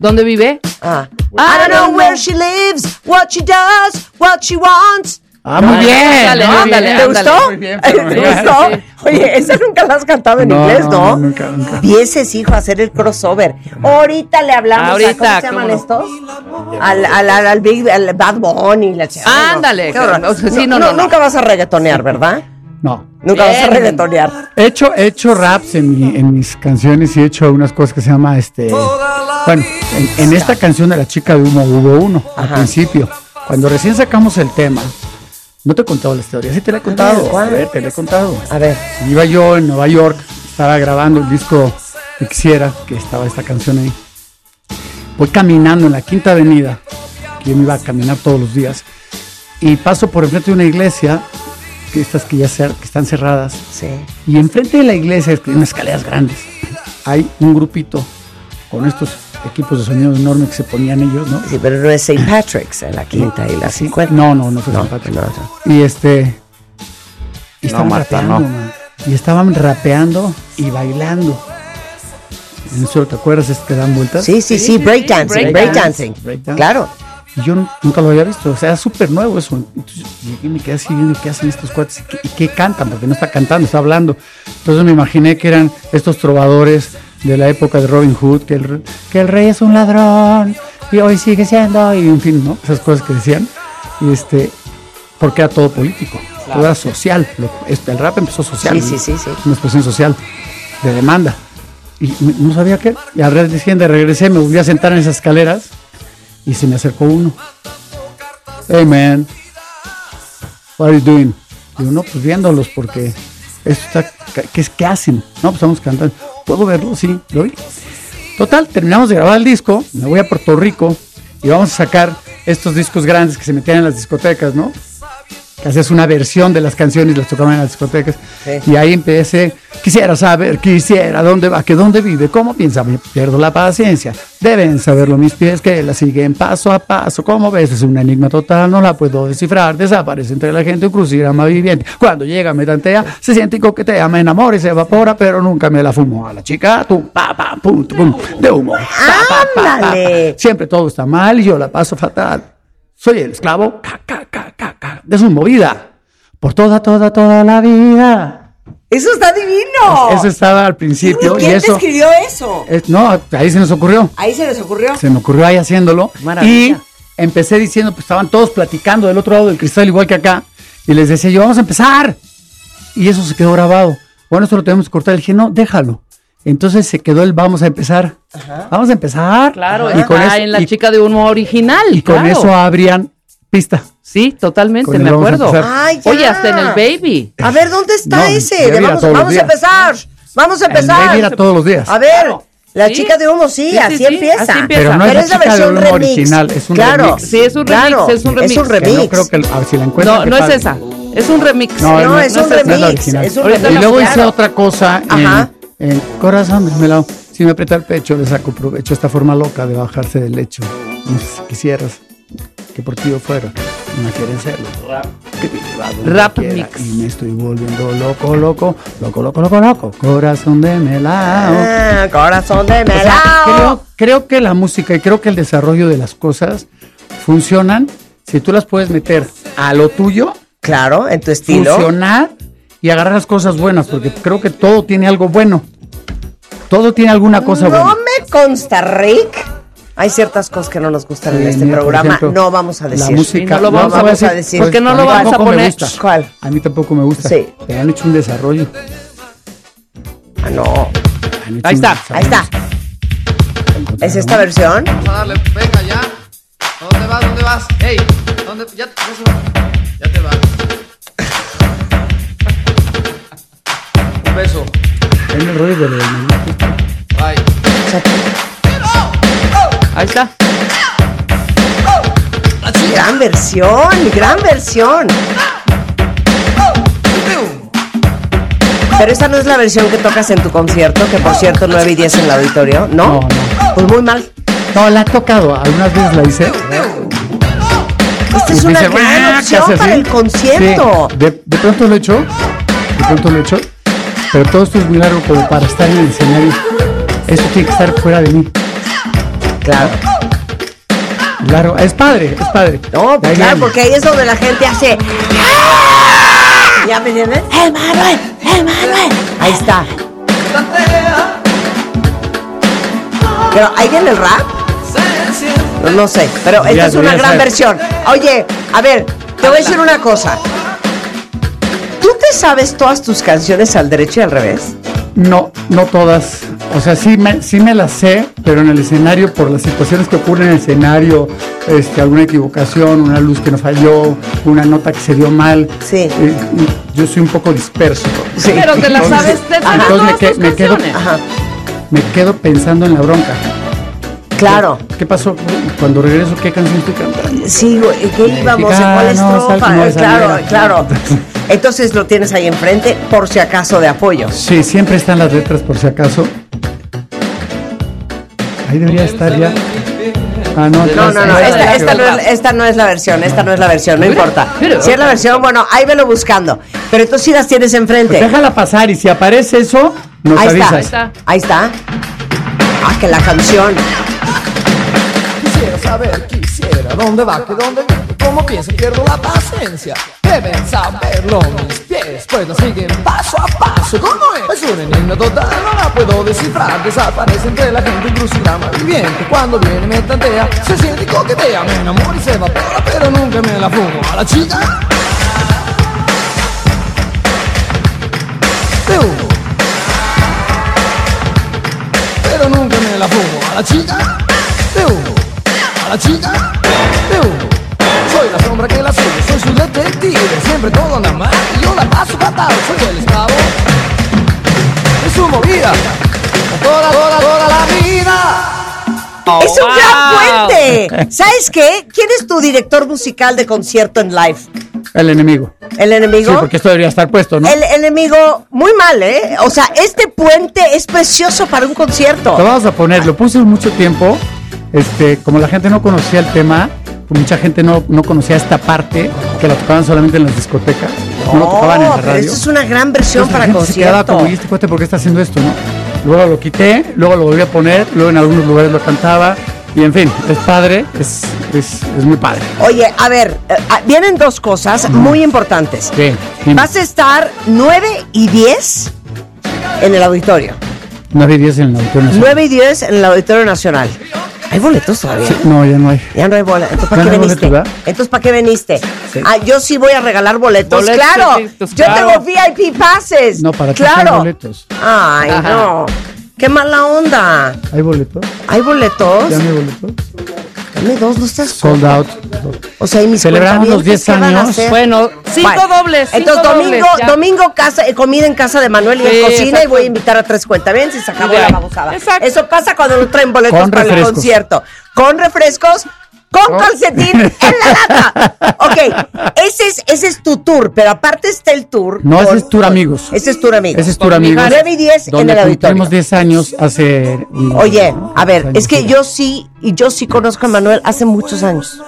¿Dónde vive?
Ah.
I don't know where
she lives, what she does, what she wants.
Ah, muy bien.
Ándale,
¿no?
ándale, ¿Te
ándale.
gustó?
Muy bien,
¿Te
pero-
gustó? Oye, esa nunca la has cantado en
No,
inglés, ¿no?
no, nunca, nunca.
Vieses, hijo, a hacer el crossover. Ahorita le hablamos a, ¿cómo
Ahorita,
se llaman
¿cómo no?
estos? Al, al, al, al Big, al Bad Bunny. La
Ah,
chingada.
Ándale,
Qué horror.
claro, sí, no, no, no.
Nunca vas a reggaetonear, ¿verdad?
No.
Nunca vas a
Bien.
reggaetonear.
He hecho, he hecho raps en, mi- en mis canciones y he hecho unas cosas que se llama este. Bueno, en, en esta canción de la chica de humo hubo uno al principio. Cuando recién sacamos el tema, no te he contado la historia, sí te la he contado. A ver, te la he contado.
A ver.
Iba yo en Nueva York, estaba grabando el disco que quisiera, que estaba esta canción ahí. Voy caminando en la Quinta Avenida, que yo me iba a caminar todos los días, y paso por enfrente de una iglesia, que estas que ya cer- que están cerradas. Y enfrente de la iglesia, es que hay unas escaleras grandes, hay un grupito con estos equipos de sonido enormes que se ponían ellos, ¿no?
Sí, pero no es St. Patrick's, en la quinta y la cincuenta.
No, no, no fue
No,
St. Patrick's.
no, no.
Y este. y
No,
estaban
Marta, no.
rapeando, man. Y estaban rapeando y bailando. En eso, ¿te acuerdas? Es que dan vueltas.
Sí, sí, sí, Sí, sí, breakdancing, sí, breakdance. breakdancing. Claro.
Y yo nu- nunca lo había visto. O sea, era súper nuevo eso. Entonces llegué y me quedé así viendo qué hacen estos cuates y qué, y qué cantan, porque no está cantando, está hablando. Entonces me imaginé que eran estos trovadores de la época de Robin Hood, que el, re- que el rey es un ladrón y hoy sigue siendo, y en fin, ¿no? Esas cosas que decían. Y este, porque era todo político, todo era social. Lo- este, el rap empezó social.
Sí,
¿no?
sí, sí, sí.
Una expresión social de demanda. Y me- no sabía qué. Y al red de regresé, me volví a sentar en esas escaleras y se me acercó uno. Hey man, what are you doing? Y uno, pues viéndolos porque esto está, ¿qué, es- qué hacen? No, pues estamos cantando. ¿Puedo verlo? Sí, lo vi. Total, terminamos de grabar el disco, me voy a Puerto Rico y vamos a sacar estos discos grandes que se metían en las discotecas, ¿no? Que hacías una versión de las canciones y las tocaban en las discotecas.
Sí.
Y ahí empecé, quisiera saber, quisiera, ¿dónde va? ¿Que dónde vive? ¿Cómo piensa? Me Pierdo la paciencia. Deben saberlo mis pies que la siguen paso a paso. Como ves, es un enigma total, no la puedo descifrar. Desaparece entre la gente un crucigrama viviente. Cuando llega me tantea, se siente y coquetea, me enamora y se evapora, pero nunca me la fumo. A la chica, tum, pa, pa, pum, tum, de humo. Pa, pa, pa, pa. Siempre todo está mal y yo la paso fatal. Soy el esclavo ca, ca, ca, ca, ca, de su movida. Por toda, toda, toda la vida.
Eso está divino.
Eso estaba al principio.
¿Quién
y eso,
te escribió eso?
es- no, ahí se nos ocurrió.
Ahí se les ocurrió.
Se me ocurrió ahí haciéndolo.
Maravilla.
Y empecé diciendo, pues estaban todos platicando del otro lado del cristal, igual que acá. Y les decía yo, vamos a empezar. Y eso se quedó grabado. Bueno, esto lo tenemos que cortar. Le dije, no, déjalo. Entonces se quedó el vamos a empezar. Vamos a empezar.
Claro,
y con
está
eso,
en la
y
chica de humo original.
y con
claro.
eso abrían pista.
Sí, totalmente,
Con el
me
vamos a
acuerdo.
empezar.
Ay, ya.
Oye, hasta en el baby.
A ver, ¿dónde está
No,
ese?
debe
De
ir a
vamos
todos los
vamos a
días.
empezar. Vamos a
En vez
empezar.
de ir a todos los días.
A ver, la
Sí.
chica de humo, sí,
Sí, sí,
así,
sí,
empieza.
así empieza.
Pero no es la
es la
chica de
versión
humo
remix.
original, es un
claro.
remix.
Sí, es un remix,
Claro,
es un remix.
Es un remix.
Que no creo que, el- a ver, si la encuentran,
No,
qué
no es
padre.
esa. Es un remix.
No, no,
es
no
un
esa, no la
remix,
original.
es un
Ahorita
remix,
Y luego hice
claro.
otra cosa en-
Ajá.
en, Corazón desmelado. Si me aprieta el pecho, le saco provecho a esta forma loca de bajarse del lecho. No sé si quisieras que por ti yo fuera. No quieren serlo. Que te lleva donde
Rap
quiera.
mix.
Y me estoy volviendo loco, loco, loco, loco, loco, loco. Corazón de melao.
Ah, corazón de
O sea,
melao.
creo, creo que la música y creo que el desarrollo de las cosas funcionan si tú las puedes meter a lo tuyo.
Claro, en tu estilo.
Funcionar y agarrar las cosas buenas, porque creo que todo tiene algo bueno. Todo tiene alguna cosa
no
buena.
me consta, Rick. Hay ciertas cosas que no nos gustan en
Sí,
este
mira, por
programa.
ejemplo,
no vamos a
la
decir.
música-
no lo
no
vamos,
voy
a decir.
pues, mí tampoco me gusta.
¿Cuál?
A mí tampoco me gusta. Pero han hecho un desarrollo.
Ah, no.
Han hecho
Ahí
un
está,
desarrollo.
ahí está. ¿Es esta versión?
Vamos a darle, venga ya. ¿Dónde vas? ¿Dónde vas? Ey, ¿dónde? Ya, ya se va. Ya te vas. Un beso.
Hay un rollo de lo del
Bye.
Ahí está.
Gran versión, gran versión. Pero esa no es la versión que tocas en tu concierto, que por cierto 9 y 10 en el auditorio, ¿no? Pues muy mal.
No, la he tocado, algunas veces la hice.
Esta es
Y
una
dice,
gran
"Ah, ¿qué
opción
hace
para
así?".
el concierto.
Sí, de, de pronto lo he hecho, de pronto lo he hecho, pero todo esto es muy largo como para estar en el escenario. Esto tiene que estar fuera de mí.
Claro.
Claro, es padre, es padre.
No, pues Claro,
Ahí viene.
porque ahí es donde la gente hace. ¿Ya me entiendes? ¡Eh, Manuel! ¡Eh, Manuel! Ahí está. Pero ahí viene el rap. No, no sé, pero esta
Ya,
es una
ya
gran
sé.
versión. Oye, a ver, te voy a decir una cosa. ¿Tú te sabes todas tus canciones al derecho y al revés?
No, no todas. O sea, sí me, sí me las sé, pero en el escenario, por las situaciones que ocurren en el escenario, este, alguna equivocación, una luz que no falló, una nota que se dio mal. eh,
Sí.
yo soy un poco disperso.
Pero te las
Entonces-
sabes, te sabes
entonces
todas
me que-
tus
me quedo-
canciones.
ajá, me quedo pensando en la bronca.
Claro.
¿Qué pasó? Cuando regreso, ¿qué canción estoy cantando?
Sí, güey, ¿qué íbamos? ¿En cuál
Mexicano, sal
estrofa? Eh,
como de
claro,
salera.
claro. Entonces lo tienes ahí enfrente por si acaso de apoyo.
Sí, siempre están las letras por si acaso. Ahí debería estar ya. Ah, no,
No,
atrás,
no, no,
atrás.
esta, esta no es, esta no es la versión, esta no es la versión, no importa. Si es la versión, bueno, ahí velo buscando. Pero tú sí las tienes enfrente.
Pues déjala pasar y si aparece eso, nos
ahí
avisas.
está. Ahí está. Ah, que la canción.
Quisiera saber, quisiera, ¿dónde va? ¿Que dónde vive? ¿Cómo piensa? Pierdo la paciencia. Deben saberlo mis pies, pues la siguen paso a paso. ¿Cómo es? Es una enigma total, no la puedo descifrar. Desaparece entre la gente un crucigrama viviente. Cuando viene me tantea, se siente y coquetea. Me enamora y se evapora, pero nunca me la fumo a la chica. De uno. Pero nunca me la fumo a la chica. De uno. A la chica. De uno. Soy la sombra que la sigue, soy su detective. Siempre todo anda mal y yo la paso fatal. Soy el esclavo de su movida. Toda, toda, toda la vida.
es un
wow.
gran puente. ¿Sabes qué? ¿Quién es tu director musical de concierto en live?
El enemigo.
¿El enemigo?
Sí, porque esto debería estar puesto, ¿no?
El enemigo, muy mal, ¿eh? O sea, este puente es precioso para un concierto.
Lo vamos a poner, lo puse mucho tiempo. Este, como la gente no conocía el tema, pues mucha gente no, no conocía esta parte, que la tocaban solamente en las discotecas, no, lo tocaban en la
pero
radio.
esta es una gran versión
Entonces, la
para
gente se quedaba
concierto.
como, "¿Y este cuate por qué está haciendo esto, no? Luego lo quité, luego lo volví a poner, luego en algunos lugares lo cantaba, y en fin, es padre, es, es, es muy padre.
Oye, a ver, eh, ah, vienen dos cosas muy importantes.
Sí,
Vas a estar 9 y 10 en el auditorio.
9 y 10 en la auditorio nacional.
9 y 10 en el Auditorio Nacional. ¿Hay boletos todavía?
Sí, no, ya no hay.
Ya no hay boletos. Entonces, ¿para
Ya
qué
no hay
veniste?
boletos,
Entonces, ¿para qué veniste? Ah, yo sí voy a regalar boletos.
Boletos,
¡Claro!
boletos,
yo
claro.
tengo VIP pases.
No, para ti sí hay
¡Claro!
boletos.
¡Ay,
Ajá.
no! ¡Qué mala onda!
¿Hay boletos?
¿Hay boletos?
¿Ya no hay boletos?
Dame dos, no estás
Sold out.
O sea, y mis
Celebramos los
cuentavientes,
10
¿qué van a
años.
hacer?
Bueno, cinco dobles, cinco
Entonces, domingo,
dobles, ya.
domingo casa, eh, comida en casa de Manuel y
Sí,
en cocina y
exacto.
voy a invitar a tres cuentavientes y se acabó
Y de
la
ahí.
babosada. Eso pasa cuando no traen boletos
Con
para el
refrescos. Oh.
concierto. Con refrescos, con calcetín en la lata. Ok, ese es, ese es tu tour, pero aparte está el tour.
No, ese
con-
es Tour Amigos.
Ese es tour amigos.
Ese es Tour Amigos.
9 y 10 en
donde
el auditorio.
cumplimos 10 años hace...
Oye, a ver, es que yo sí, y yo sí conozco a Manuel hace muchos años.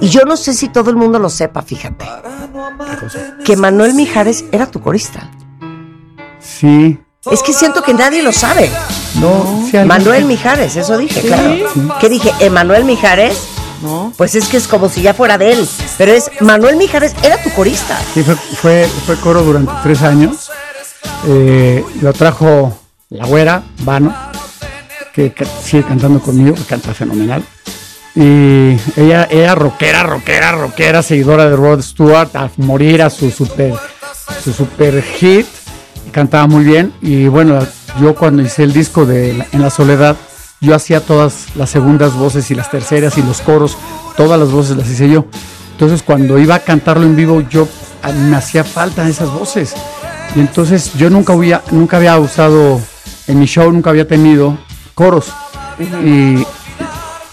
Y yo no sé si todo el mundo lo sepa, fíjate. Que Manuel Mijares era tu corista.
Sí.
Es que siento que nadie lo sabe.
No, sí, algo-
Manuel Mijares, eso dije,
Sí.
claro.
Sí.
¿Qué dije? ¿Emanuel Mijares? No. Pues es que es como si ya fuera de él. Pero es Manuel Mijares, era tu corista.
Sí, fue, fue, fue coro durante tres años. Eh, lo trajo la güera, Vano, que ca- sigue cantando conmigo, que canta fenomenal. Y ella era rockera, rockera, rockera, seguidora de Rod Stewart, a morir a su super, su super hit. Cantaba muy bien. Y bueno, yo cuando hice el disco de La- En la Soledad, yo hacía todas las segundas voces y las terceras y los coros, todas las voces las hice yo. Entonces cuando iba a cantarlo en vivo, yo a- me hacía falta esas voces. Y entonces yo nunca había, nunca había usado, en mi show nunca había tenido coros. Y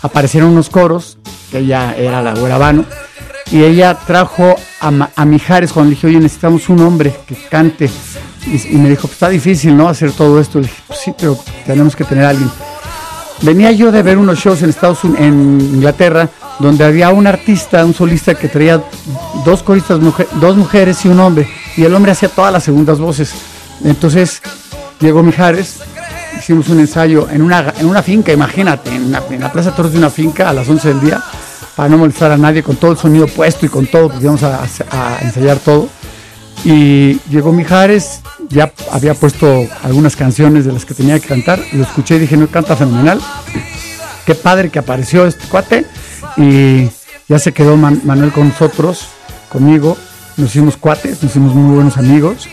aparecieron unos coros que ella era la güera Bano, y ella trajo a, Ma- a Mijares cuando le dije, oye, necesitamos un hombre que cante. Y, y me dijo, pues está difícil, ¿no? Hacer todo esto. Le dije, "Pues sí, pero tenemos que tener a alguien. Venía yo de ver unos shows en Estados Unidos, en Inglaterra, donde había un artista, un solista que traía dos coristas, mujer- dos mujeres y un hombre, y el hombre hacía todas las segundas voces. Entonces llegó Mijares, hicimos un ensayo en una, en una finca, imagínate, en, una- en la Plaza Torres de una finca a las 11 del día, para no molestar a nadie, con todo el sonido puesto y con todo, porque íbamos a- a- a ensayar todo. Y llegó Mijares, ya había puesto algunas canciones de las que tenía que cantar, lo escuché y dije, no canta fenomenal. Qué padre que apareció este cuate. Y ya se quedó Man- Manuel con nosotros, conmigo. Nos hicimos cuates, nos hicimos muy buenos amigos.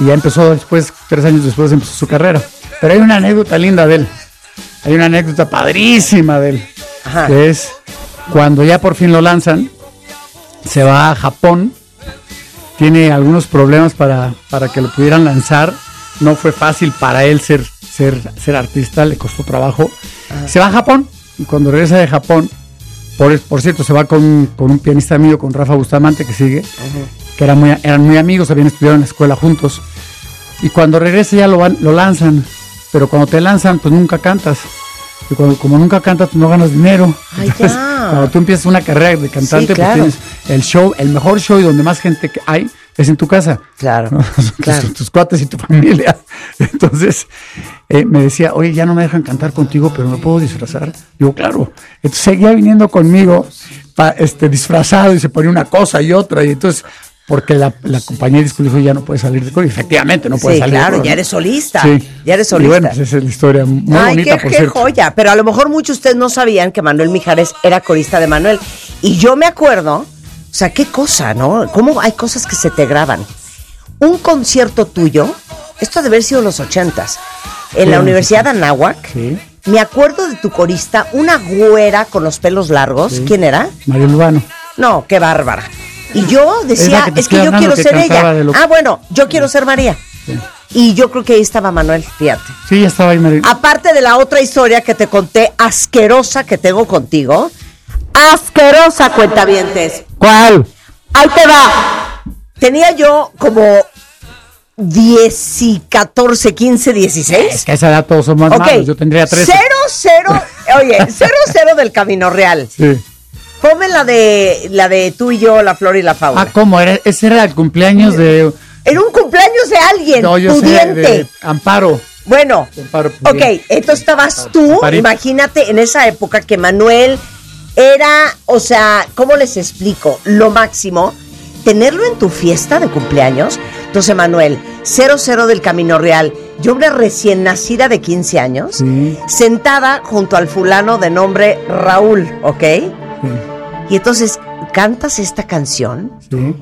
Y ya empezó después, tres años después empezó su carrera. Pero hay una anécdota linda de él. Hay una anécdota padrísima de él.
Ajá.
Que es cuando ya por fin lo lanzan, se va a Japón tiene algunos problemas para, para que lo pudieran lanzar. No fue fácil para él ser, ser, ser artista, le costó trabajo. Se va a Japón y cuando regresa de Japón, por, por cierto, se va con, con un pianista mío, con Rafa Bustamante, que sigue, que eran muy, eran muy amigos, habían estudiado en la escuela juntos. Y cuando regresa ya lo, van- lo lanzan, pero cuando te lanzan, pues nunca cantas. Y cuando, como nunca cantas, pues no ganas dinero.
Ay, Ah, ya.
cuando tú empiezas una carrera de cantante,
claro.
pues tienes el show, el mejor show y donde más gente que hay es en tu casa.
Claro.
Tus, tus cuates y tu familia. Entonces eh, me decía, oye, ya no me dejan cantar contigo, pero me puedo disfrazar. Digo, claro. Entonces seguía viniendo conmigo pa- este, disfrazado y se ponía una cosa y otra. Y entonces, porque la, la compañía de disco le dijo, ya no puedes salir de coro. Y efectivamente, no puedes
Sí,
salir de
claro,
coro,
ya
¿no?
eres solista.
Sí.
Ya eres
Y bueno,
solista.
pues esa es la historia muy
Ay,
bonita,
qué,
por
qué
cierto.
joya. Pero a lo mejor muchos de ustedes no sabían que Manuel Mijares era corista de Manuel. Y yo me acuerdo, o sea, qué cosa, ¿no? ¿Cómo hay cosas que se te graban? Un concierto tuyo, esto ha de haber sido en los ochentas, en
Sí,
la
sí,
Universidad de Anáhuac. Me acuerdo de tu corista, una güera con los pelos largos.
Sí.
¿Quién era?
Mario Lubano.
No, qué bárbara. Y yo
Es la
decía,
que
es que,
te estoy
yo
hablando,
quiero
que
ser
cantaba
ella.
de lo-
Ah, bueno, yo quiero ser María. Y yo creo que ahí estaba Manuel, fíjate.
Sí, ya estaba ahí, Mario.
Aparte de la otra historia que te conté, asquerosa que tengo contigo. Asquerosa, cuentavientes.
¿Cuál?
Ahí te va. Tenía yo como 10 y 14, 15, 16.
Es que a esa edad todos somos
Ok.
malos. Yo tendría 13.
Cero, cero. Oye, cero, cero del Camino Real.
Sí.
Ponme la de, la de tú y yo, la flor y la fauna.
Ah, ¿cómo? Era, ese era el cumpleaños de.
En un cumpleaños de alguien,
No, yo
tu
sé,
diente.
de Amparo.
Bueno,
Amparo
ok,
Pudiente.
entonces estabas tú,
París.
imagínate en esa época que Manuel era, o sea, ¿cómo les explico? Lo máximo, tenerlo en tu fiesta de cumpleaños. Entonces, Manuel, 00 del Camino Real, yo una recién nacida de 15 años, sentada junto al fulano de nombre Raúl, ¿ok? Y entonces cantas esta canción
Sí.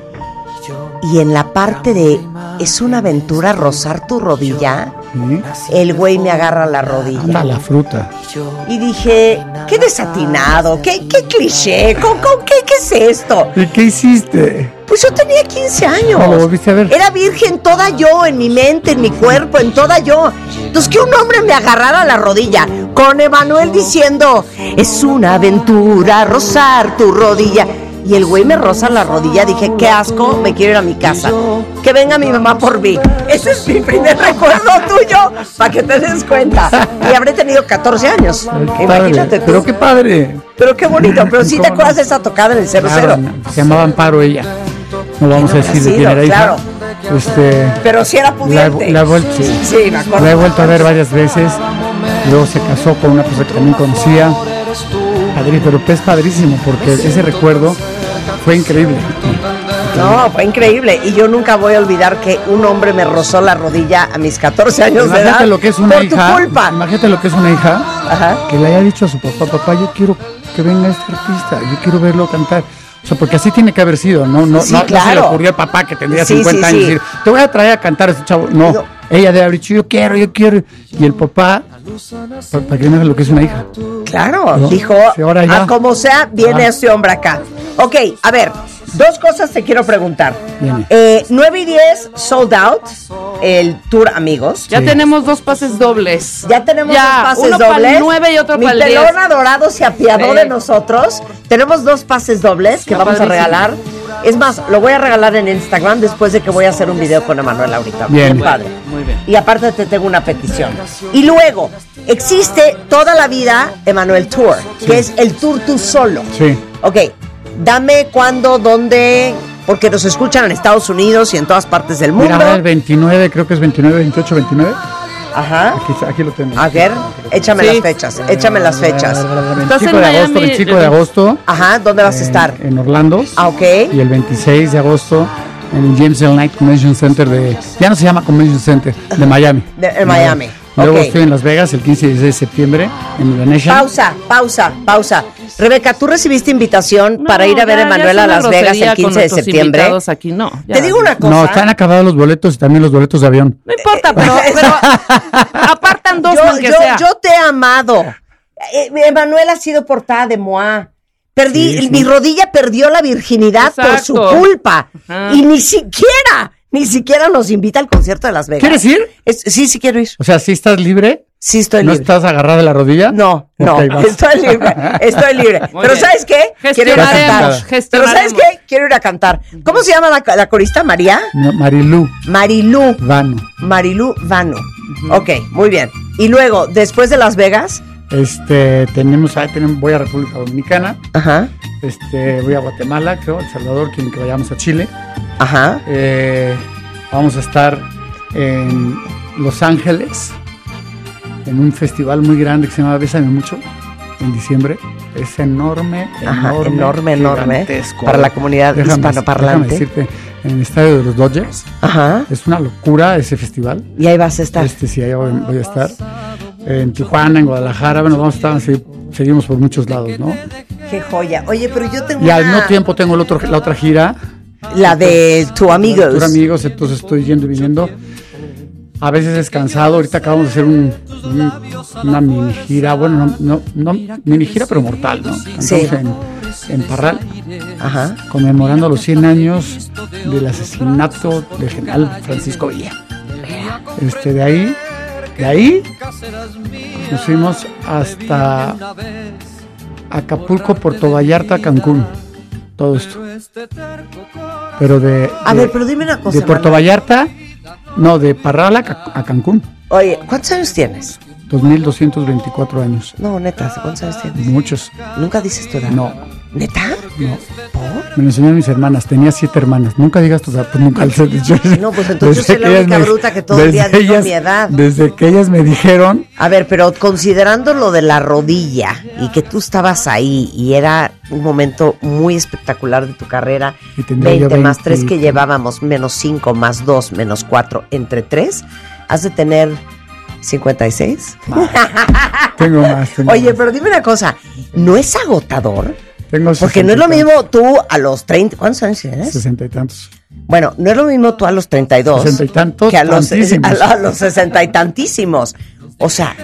y en la parte de es una aventura rozar tu rodilla, el güey me agarra la rodilla.
Anda la fruta.
Y dije, qué desatinado, qué, qué cliché, ¿con, con qué, qué es esto?
¿Y qué hiciste?
Pues yo tenía 15 años.
No, lo volviste a ver.
Era virgen toda yo, en mi mente, en mi cuerpo, en toda yo. Entonces que un hombre me agarrara la rodilla, con Emanuel diciendo, es una aventura rozar tu rodilla. Y el güey me roza la rodilla, dije, qué asco, me quiero ir a mi casa. Que venga mi mamá por mí. Ese es mi primer recuerdo tuyo, para que te des cuenta. Y habré tenido 14 años. Imagínate
Padre.
tú.
Pero qué padre.
Pero qué bonito, pero sí te acuerdas de esa tocada en el 00.
Claro, se llamaba Amparo ella. No vamos a decir de quién era hija.
Claro.
Este,
Pero sí era
la,
pudiente.
he- la he vuelto, sí.
Sí, me acuerdo.
La he vuelto a ver varias veces. Luego se casó con una persona que también conocía. Padre, pero es padrísimo porque ese recuerdo fue increíble.
No, fue increíble. Y yo nunca voy a olvidar que un hombre me rozó la rodilla a mis 14 años de edad.
Imagínate lo que es una
por
hija.
tu culpa.
Imagínate lo que es una hija que le haya dicho a su papá, papá, yo quiero que venga este artista, yo quiero verlo cantar. O sea, porque así tiene que haber sido, ¿no? No,
Sí,
no, no se le
claro.
ocurrió al papá que tendría
Sí,
50
sí,
años
sí.
decir, te voy a traer a cantar a este chavo. No,
No.
ella debe haber dicho, yo quiero, yo quiero. Y el papá, pa- para que no veas lo que es una hija.
Claro,
¿No?
dijo,
Sí, ahora ya.
"Ah, como sea, viene
Ah.
este hombre acá. Ok, a ver, Dos cosas te quiero preguntar. Eh, 9 y 10, sold out, el tour amigos.
Ya tenemos dos pases dobles.
Ya tenemos
Ya,
dos pases
uno pa'l
dobles.
nueve y otro
Mi
pa'l diez.
pelón adorado se apiadó
Sí.
de nosotros. Tenemos dos pases dobles que
Está
vamos a
padrísimo.
regalar. Es más, lo voy a regalar en Instagram después de que voy a hacer un video con Emanuel ahorita.
Bien.
padre.
Muy bien.
Y aparte te tengo una petición. Y luego, existe toda la vida Emanuel Tour, que es el tour tú solo.
Sí.
Ok, dame cuándo, dónde, porque nos escuchan en Estados Unidos y en todas partes del mundo.
Mira, ahora el 29, creo que es 29, 28, 29.
Ajá.
Aquí, está- aquí lo tengo.
A ver, échame las fechas, échame las fechas.
25 de agosto, 25 de agosto.
Ajá, ¿dónde vas a estar?
En Orlando.
Ah, ok.
Y el 26 de agosto en el James L. Knight Convention Center de. Ya no se llama Convention Center, de Miami.
De- en Miami.
Luego
Ok.
estoy en Las Vegas el 15 y 16 de septiembre en la Nation.
Pausa, pausa, pausa. Rebeca, ¿tú recibiste invitación para ir a ver a
ya- ya es
Emanuel a
una
Las Vegas
grosería
el
con
15 de
nuestros
septiembre?
invitados aquí, no, ya.
Te digo una cosa.
No, están acabados los boletos y también los boletos de avión.
No importa, pero, pero apartan dos
yo,
aunque
yo-
sea.
yo te he amado. Eh, Emanuel ha sido portada de Moa. Perdí,
Sí, sí.
mi rodilla perdió la virginidad por su
Exacto.
culpa.
Ajá.
Y ni siquiera, ni siquiera nos invita al concierto de Las Vegas.
¿Quieres ir?
Es- sí, sí quiero ir.
O sea, ¿sí estás libre?
Sí, estoy
¿No
libre.
estás agarrada de la rodilla?
No, No, estoy libre, estoy libre.
Muy
Pero
bien.
¿sabes qué? Quiero ir a
Gestionaremos,
cantar. Pero ¿sabes qué? Quiero ir a cantar. ¿Cómo se llama la, la corista? María.
Marilú.
Marilú.
Vano.
Marilú Vano. Ok, muy bien. Y luego, después de Las Vegas,
Este, tenemos, ahí tenemos, voy a República Dominicana.
Ajá.
Este, voy a Guatemala, creo, El Salvador, quieren que vayamos a Chile. Eh,
Ajá.
vamos a estar en Los Ángeles, en un festival muy grande que se llama Bésame Mucho, en diciembre. Es enorme,
Ajá,
enorme,
enorme, enorme,
gigantesco.
para la comunidad
Déjame-
hispanoparlante.
déjame decirte, en el estadio de los Dodgers.
Ajá.
Es una locura ese festival.
Y ahí vas a estar.
Este, sí, ahí voy, voy a estar. En Tijuana, en Guadalajara, bueno, vamos a estar, sí, seguimos por muchos lados, ¿no?
qué joya. Oye, pero yo tengo
Y al mismo
una-
tiempo tengo el otro, la otra gira.
La de tu amigos.
Tour amigos, entonces estoy yendo y viniendo. A veces es cansado, ahorita acabamos de hacer un- un- una mini gira, bueno, no, no, no mini gira, pero mortal, ¿no? Cantamos
Sí.
en, en Parral,
Ajá.
conmemorando los 100 años del asesinato del general Francisco Villa. Este, de ahí, de ahí, nos fuimos hasta Acapulco, Puerto Vallarta, Cancún, todo esto. Pero de.
A
de-
ver, pero dime una cosa,
De Puerto
Manuel.
Vallarta, no, de Parral a, Ca- a Cancún.
Oye, ¿cuántos años tienes?
2224 años.
No, neta, ¿cuántos años tienes?
Muchos.
¿Nunca dices tu edad?
No.
¿Neta?
No. Me lo enseñaron mis hermanas, tenía siete hermanas. Nunca digas tu edad, pues nunca les he dicho.
No, pues entonces yo soy la única bruta que todo el día digo mi edad.
Desde que ellas me dijeron,
A ver, pero considerando lo de la rodilla y que tú estabas ahí y era un momento muy espectacular de tu carrera,
Y
20,
tendría yo
más 3 que
23.
llevábamos, menos 5, más 2, menos 4, entre 3, has de tener 56.
tengo más. tengo
Oye, pero dime una cosa, ¿no es agotador?
Tengo
Porque no es lo
60 y
mismo tú a los 30, ¿cuántos años tienes?
60 y tantos.
Bueno, no es lo mismo tú a los 32
Sesenta y tantos,
que a los, eh,
tantísimos.
a, a los 60 y tantísimos. O sea,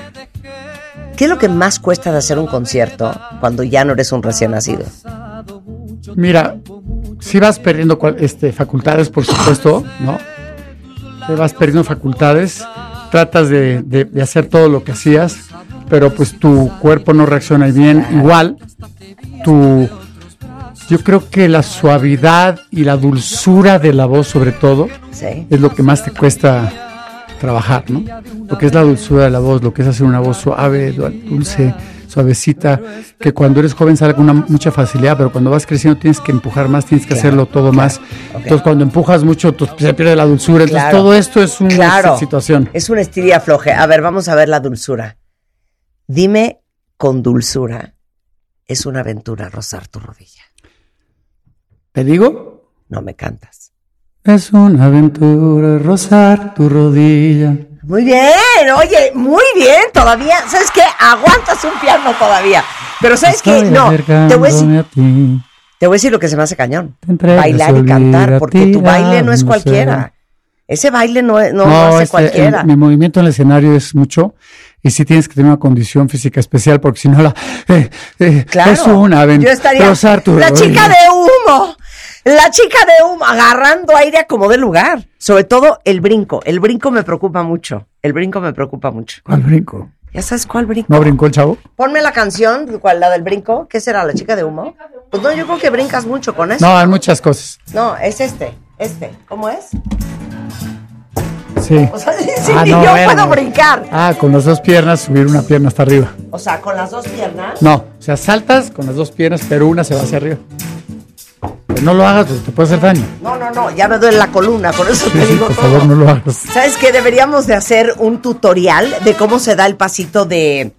¿qué es lo que más cuesta de hacer un concierto cuando ya no eres un recién nacido?
Mira, si vas perdiendo cual- este, facultades, por supuesto, ¿no? Te vas perdiendo facultades, tratas de, de- de hacer todo lo que hacías, pero pues tu cuerpo no reacciona bien igual. Tu, yo creo que la suavidad y la dulzura de la voz, sobre todo,
Sí.
es lo que más te cuesta trabajar, ¿no? Lo que es la dulzura de la voz, lo que es hacer una voz suave, du- dulce, suavecita, que cuando eres joven sale con una mucha facilidad, pero cuando vas creciendo tienes que empujar más, tienes que
Claro,
hacerlo todo más. Entonces cuando empujas mucho pues, se pierde la dulzura, entonces
Claro.
todo esto es una
Claro.
situación.
Es un estiré afloje. A ver, vamos a ver la dulzura. Dime con dulzura, es una aventura rozar tu rodilla.
¿Te digo?
No me cantas.
Es una aventura rozar tu rodilla.
Muy bien, oye, muy bien, todavía, ¿sabes qué? Aguantas un piano todavía. Pero ¿sabes qué?
Estoy
No, te voy a decir
acercándome a ti.
Te voy a decir lo que se me hace cañón.
entregas,
Bailar y cantar,
olvida,
porque tu baile no es
tirarnos,
cualquiera.
eh.
Ese baile no, es- no, lo hace
este,
cualquiera.
el- mi movimiento en el escenario es mucho y sí tienes que tener una condición física especial porque si no la eh, eh,
Claro.
es una
Yo
aventura.
estaría.
rozar tu
la
rodilla".
chica de humo. La chica de humo agarrando aire a como de lugar. Sobre todo el brinco. El brinco me preocupa mucho. El brinco me preocupa mucho.
¿Cuál brinco?
¿Ya sabes cuál brinco?
¿No brincó el chavo?
Ponme la canción, ¿cuál? La del brinco. ¿Qué será? ¿La chica de humo? Pues no, yo creo que brincas mucho con eso.
No, hay muchas cosas.
No, es este. Este. ¿Cómo es?
Sí.
O sea, sí,
Ah,
ni
no,
yo
bueno.
puedo brincar.
Ah, con las dos piernas, subir una pierna hasta arriba.
O sea, con las dos piernas.
No, o sea, saltas con las dos piernas, pero una se va hacia arriba. Pero no lo hagas, pues te puede hacer daño.
No, no, no. Ya me duele la columna, por eso te
Sí,
digo
por
todo.
favor, no lo hagas.
¿Sabes qué? Deberíamos de hacer un tutorial de cómo se da el pasito de,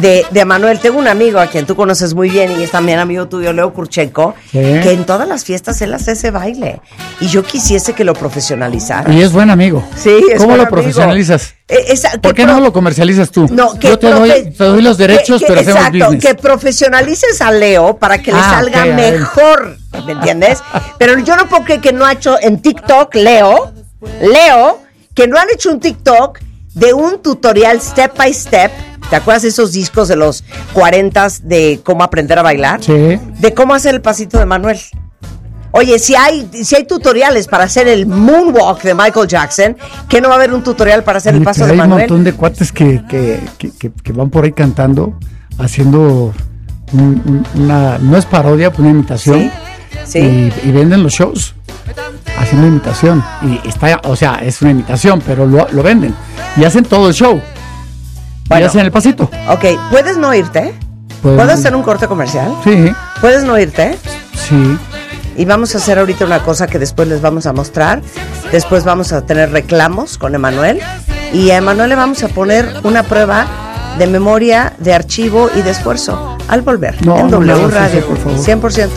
de, de Manuel. Tengo un amigo a quien tú conoces muy bien y es también amigo tuyo, Leo Kurchenko,
Sí.
que en todas las fiestas él hace ese baile. Y yo quisiese que lo profesionalizara.
Y es buen amigo.
Ah, Sí, es
¿Cómo
buen
lo
amigo.
profesionalizas?
Eh, esa-
¿Por
que
qué no
pro-
lo comercializas tú?
No, que
Yo te doy,
profe-
te doy los derechos,
que- que-
pero hacemos
Exacto,
business.
que profesionalices a Leo para que le
Ah,
salga
ok, a él.
mejor, ¿me entiendes? Pero yo no puedo creer que no ha hecho en TikTok, Leo, Leo, que no han hecho un TikTok de un tutorial step by step. ¿Te acuerdas de esos discos de los 40s de cómo aprender a bailar?
Sí.
De cómo hacer el pasito de Manuel. Oye, si hay, si hay tutoriales para hacer el moonwalk de Michael Jackson, ¿qué no va a haber un tutorial para hacer el
Oye,
paso
pero
de
hay un
Manuel?
montón de cuates que, que, que- que- que van por ahí cantando, haciendo un- un- una. No es parodia, pues una imitación.
sí.
Y, y venden los shows haciendo imitación. Y está, o sea, es una imitación, pero lo, lo venden. Y hacen todo el show. y
Bueno.
hacen el pasito.
Ok, ¿puedes no irte?
Pues-
¿Puedo hacer un corte comercial?
Sí,
¿Puedes no irte?
sí.
Y vamos a hacer ahorita una cosa que después les vamos a mostrar. Después vamos a tener reclamos con Emanuel. Y a Emanuel le vamos a poner una prueba de memoria, de archivo y de esfuerzo al volver
No,
en
no me
W
hagas
Radio.
eso, por favor.
100%.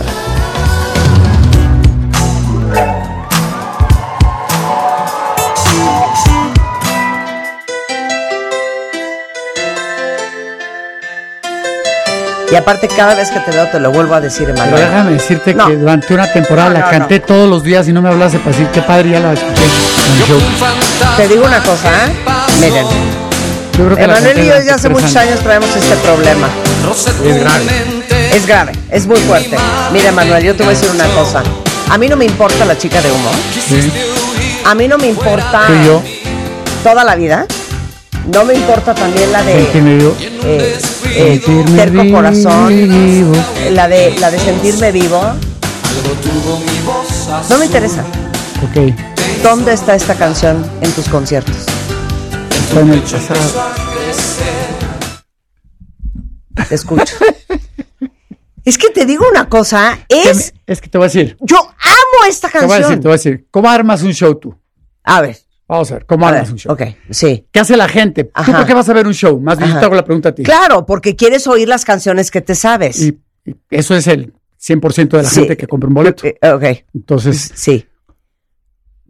Y aparte, cada vez que te veo, te lo vuelvo a decir, Emanuel.
Pero déjame decirte que durante una temporada
No,
la
no,
canté todos los días y no me hablaste para decir qué padre ya la escuché en el show.
Te digo una cosa, ¿eh? Miren.
Yo creo que la
Emanuel
canté
y yo
durante
ya hace
tres
muchos años traemos este problema.
Es grave.
Es grave, es muy fuerte. Mira, Emanuel, yo te voy a decir una cosa. A mí no me importa la chica de humo.
Sí.
A mí no me importa
Tú y yo,
toda la vida. No me importa también la de
sentirme yo.
Ah, eh, eh,
Sentirme
terco
vivo.
corazón, la de la de sentirme vivo. No me interesa.
Ok,
¿Dónde está esta canción en tus conciertos?
está en el pasado.
Te escucho. es que te digo una cosa, es
Es que te voy a decir,
yo amo esta
te voy a decir,
canción.
te voy a decir, ¿cómo armas un show tú?
A ver.
Vamos a ver, ¿cómo
A
armas
ver,
un show?
Ok, sí.
¿Qué hace la gente? ¿Tú
Ajá.
por qué vas a ver un show? Más bien yo
Ajá.
te hago la pregunta a ti.
Claro, porque quieres oír las canciones que te sabes.
Y, y eso es el 100% de la
Sí. Eh,
gente que compra un boleto.
ok.
Entonces,
sí.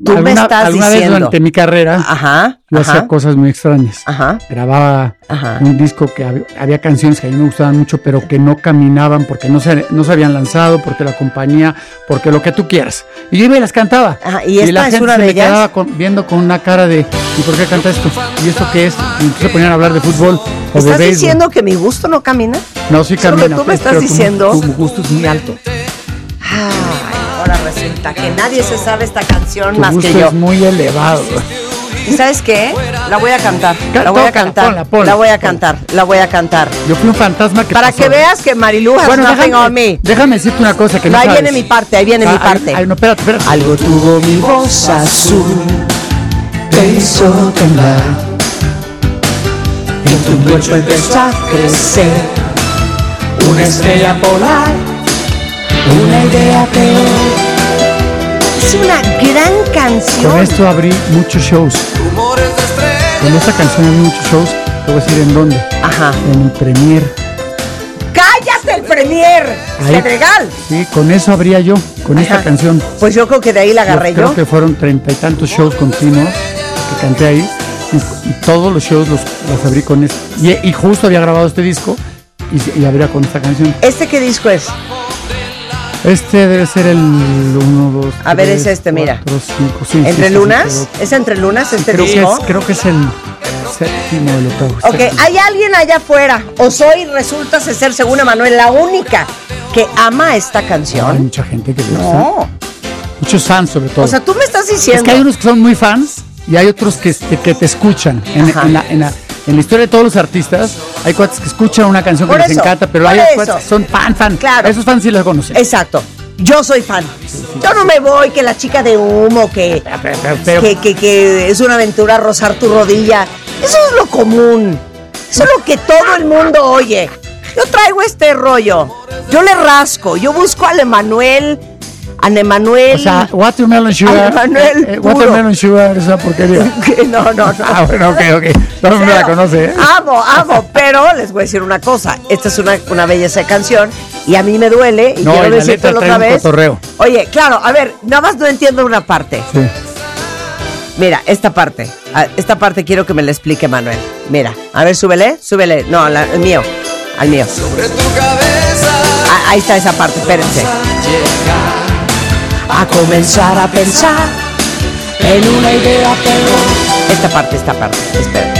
Tú me
alguna,
estás
alguna vez
diciendo.
durante mi carrera,
Ajá.
yo
ajá.
hacía cosas muy extrañas. Grababa
Ajá.
un disco que hab- había, canciones que a mí me gustaban mucho, pero que no caminaban porque no se, no se habían lanzado, porque la compañía, porque lo que tú quieras. Y yo iba y las cantaba.
Ajá, ¿y esta
la
es
gente
una
se
de
me
ellas?
quedaba con- viendo con una cara de, ¿y por qué canta esto? ¿Y esto qué es? Y entonces se ponían a hablar de fútbol o de
¿Estás
béisbol.
diciendo que mi gusto no camina?
no, sí
solo
camina,
tú me
pues,
estás
pero tu-
diciendo-
tu gusto es muy alto.
Ahora resulta que nadie se sabe esta canción
Tu
más
gusto
que yo.
es muy elevado.
¿Y sabes qué? La voy a cantar. La voy a cantar.
ponla, ponla,
la voy a cantar. La voy a cantar.
Yo fui un fantasma que
Para
pasó.
que veas que Marilu has
Bueno,
nothing on me.
Déjame decirte una cosa que no
ahí
sabes.
viene mi parte, ahí viene
Ah,
mi
ay,
parte.
ay, no, espérate, espérate.
Algo tuvo mi voz azul,
te hizo temblar.
En tu cuerpo empezó a crecer una estrella polar, una idea peor.
Es una gran
Con
canción.
esto abrí muchos shows. Con esta canción abrí muchos shows. Te voy a decir en dónde.
Ajá.
En el Premier.
¡Cállate el premier!
Ahí.
¡Pedregal!
Sí, con eso abría yo, con esta canción.
Pues yo creo que de ahí la agarré
creo
yo.
que fueron treinta y tantos shows continuos que canté ahí. Y, y todos los shows los, los abrí con esto. Y, y justo había grabado este disco y, y abría con esta canción.
¿Este qué disco es?
Este debe ser el 1, 2,
A ver, es este, mira. ¿Entre lunas? ¿Es entre lunas este
creo, que
disco?
es, creo que es el séptimo del octavo.
Ok, hay alguien allá afuera, o soy, resulta ser, según Manuel, la única que ama esta
Hay
canción.
mucha gente que le gusta.
No,
Muchos fans, sobre todo.
O sea, tú me estás diciendo.
Es que hay unos que son muy fans y hay otros que, este, que- que te escuchan. En, en la, en la- en la historia de todos los artistas, hay cuates que escuchan una canción que
Por
les
eso,
encanta, pero hay
por
otros
eso.
cuates que son fan, fan. Claro. Esos fans sí los conocen.
Exacto. Yo soy fan. Yo no me voy que la chica de humo, que, que, que- que es una aventura rozar tu rodilla. Eso es lo común. Eso es lo que todo el mundo oye. Yo traigo este rollo. Yo le rasco. Yo busco al Emanuel. Al Emanuel.
O sea, Watermelon Sugar.
Al Emanuel
eh, eh,
puro.
watermelon Sugar es una porquería.
no, no, no.
Ah, bueno, ok, ok. Todo el mundo la conoce, ¿eh?
Amo, amo, pero les voy a decir una cosa. Esta es una, una belleza de canción y a mí me duele y
No, y
quiero
la
decirte
letra trae
otra
un
vez.
cotorreo.
Oye, claro, a ver, nada más no entiendo una parte.
Sí.
Mira, esta parte. a- Esta parte quiero que me la explique Manuel. Mira, a ver, súbele, súbele. No, la- el mío. Al mío. Ah, ahí está esa parte, espérense. A comenzar a pensar en una idea pero Esta parte, esta parte, espera.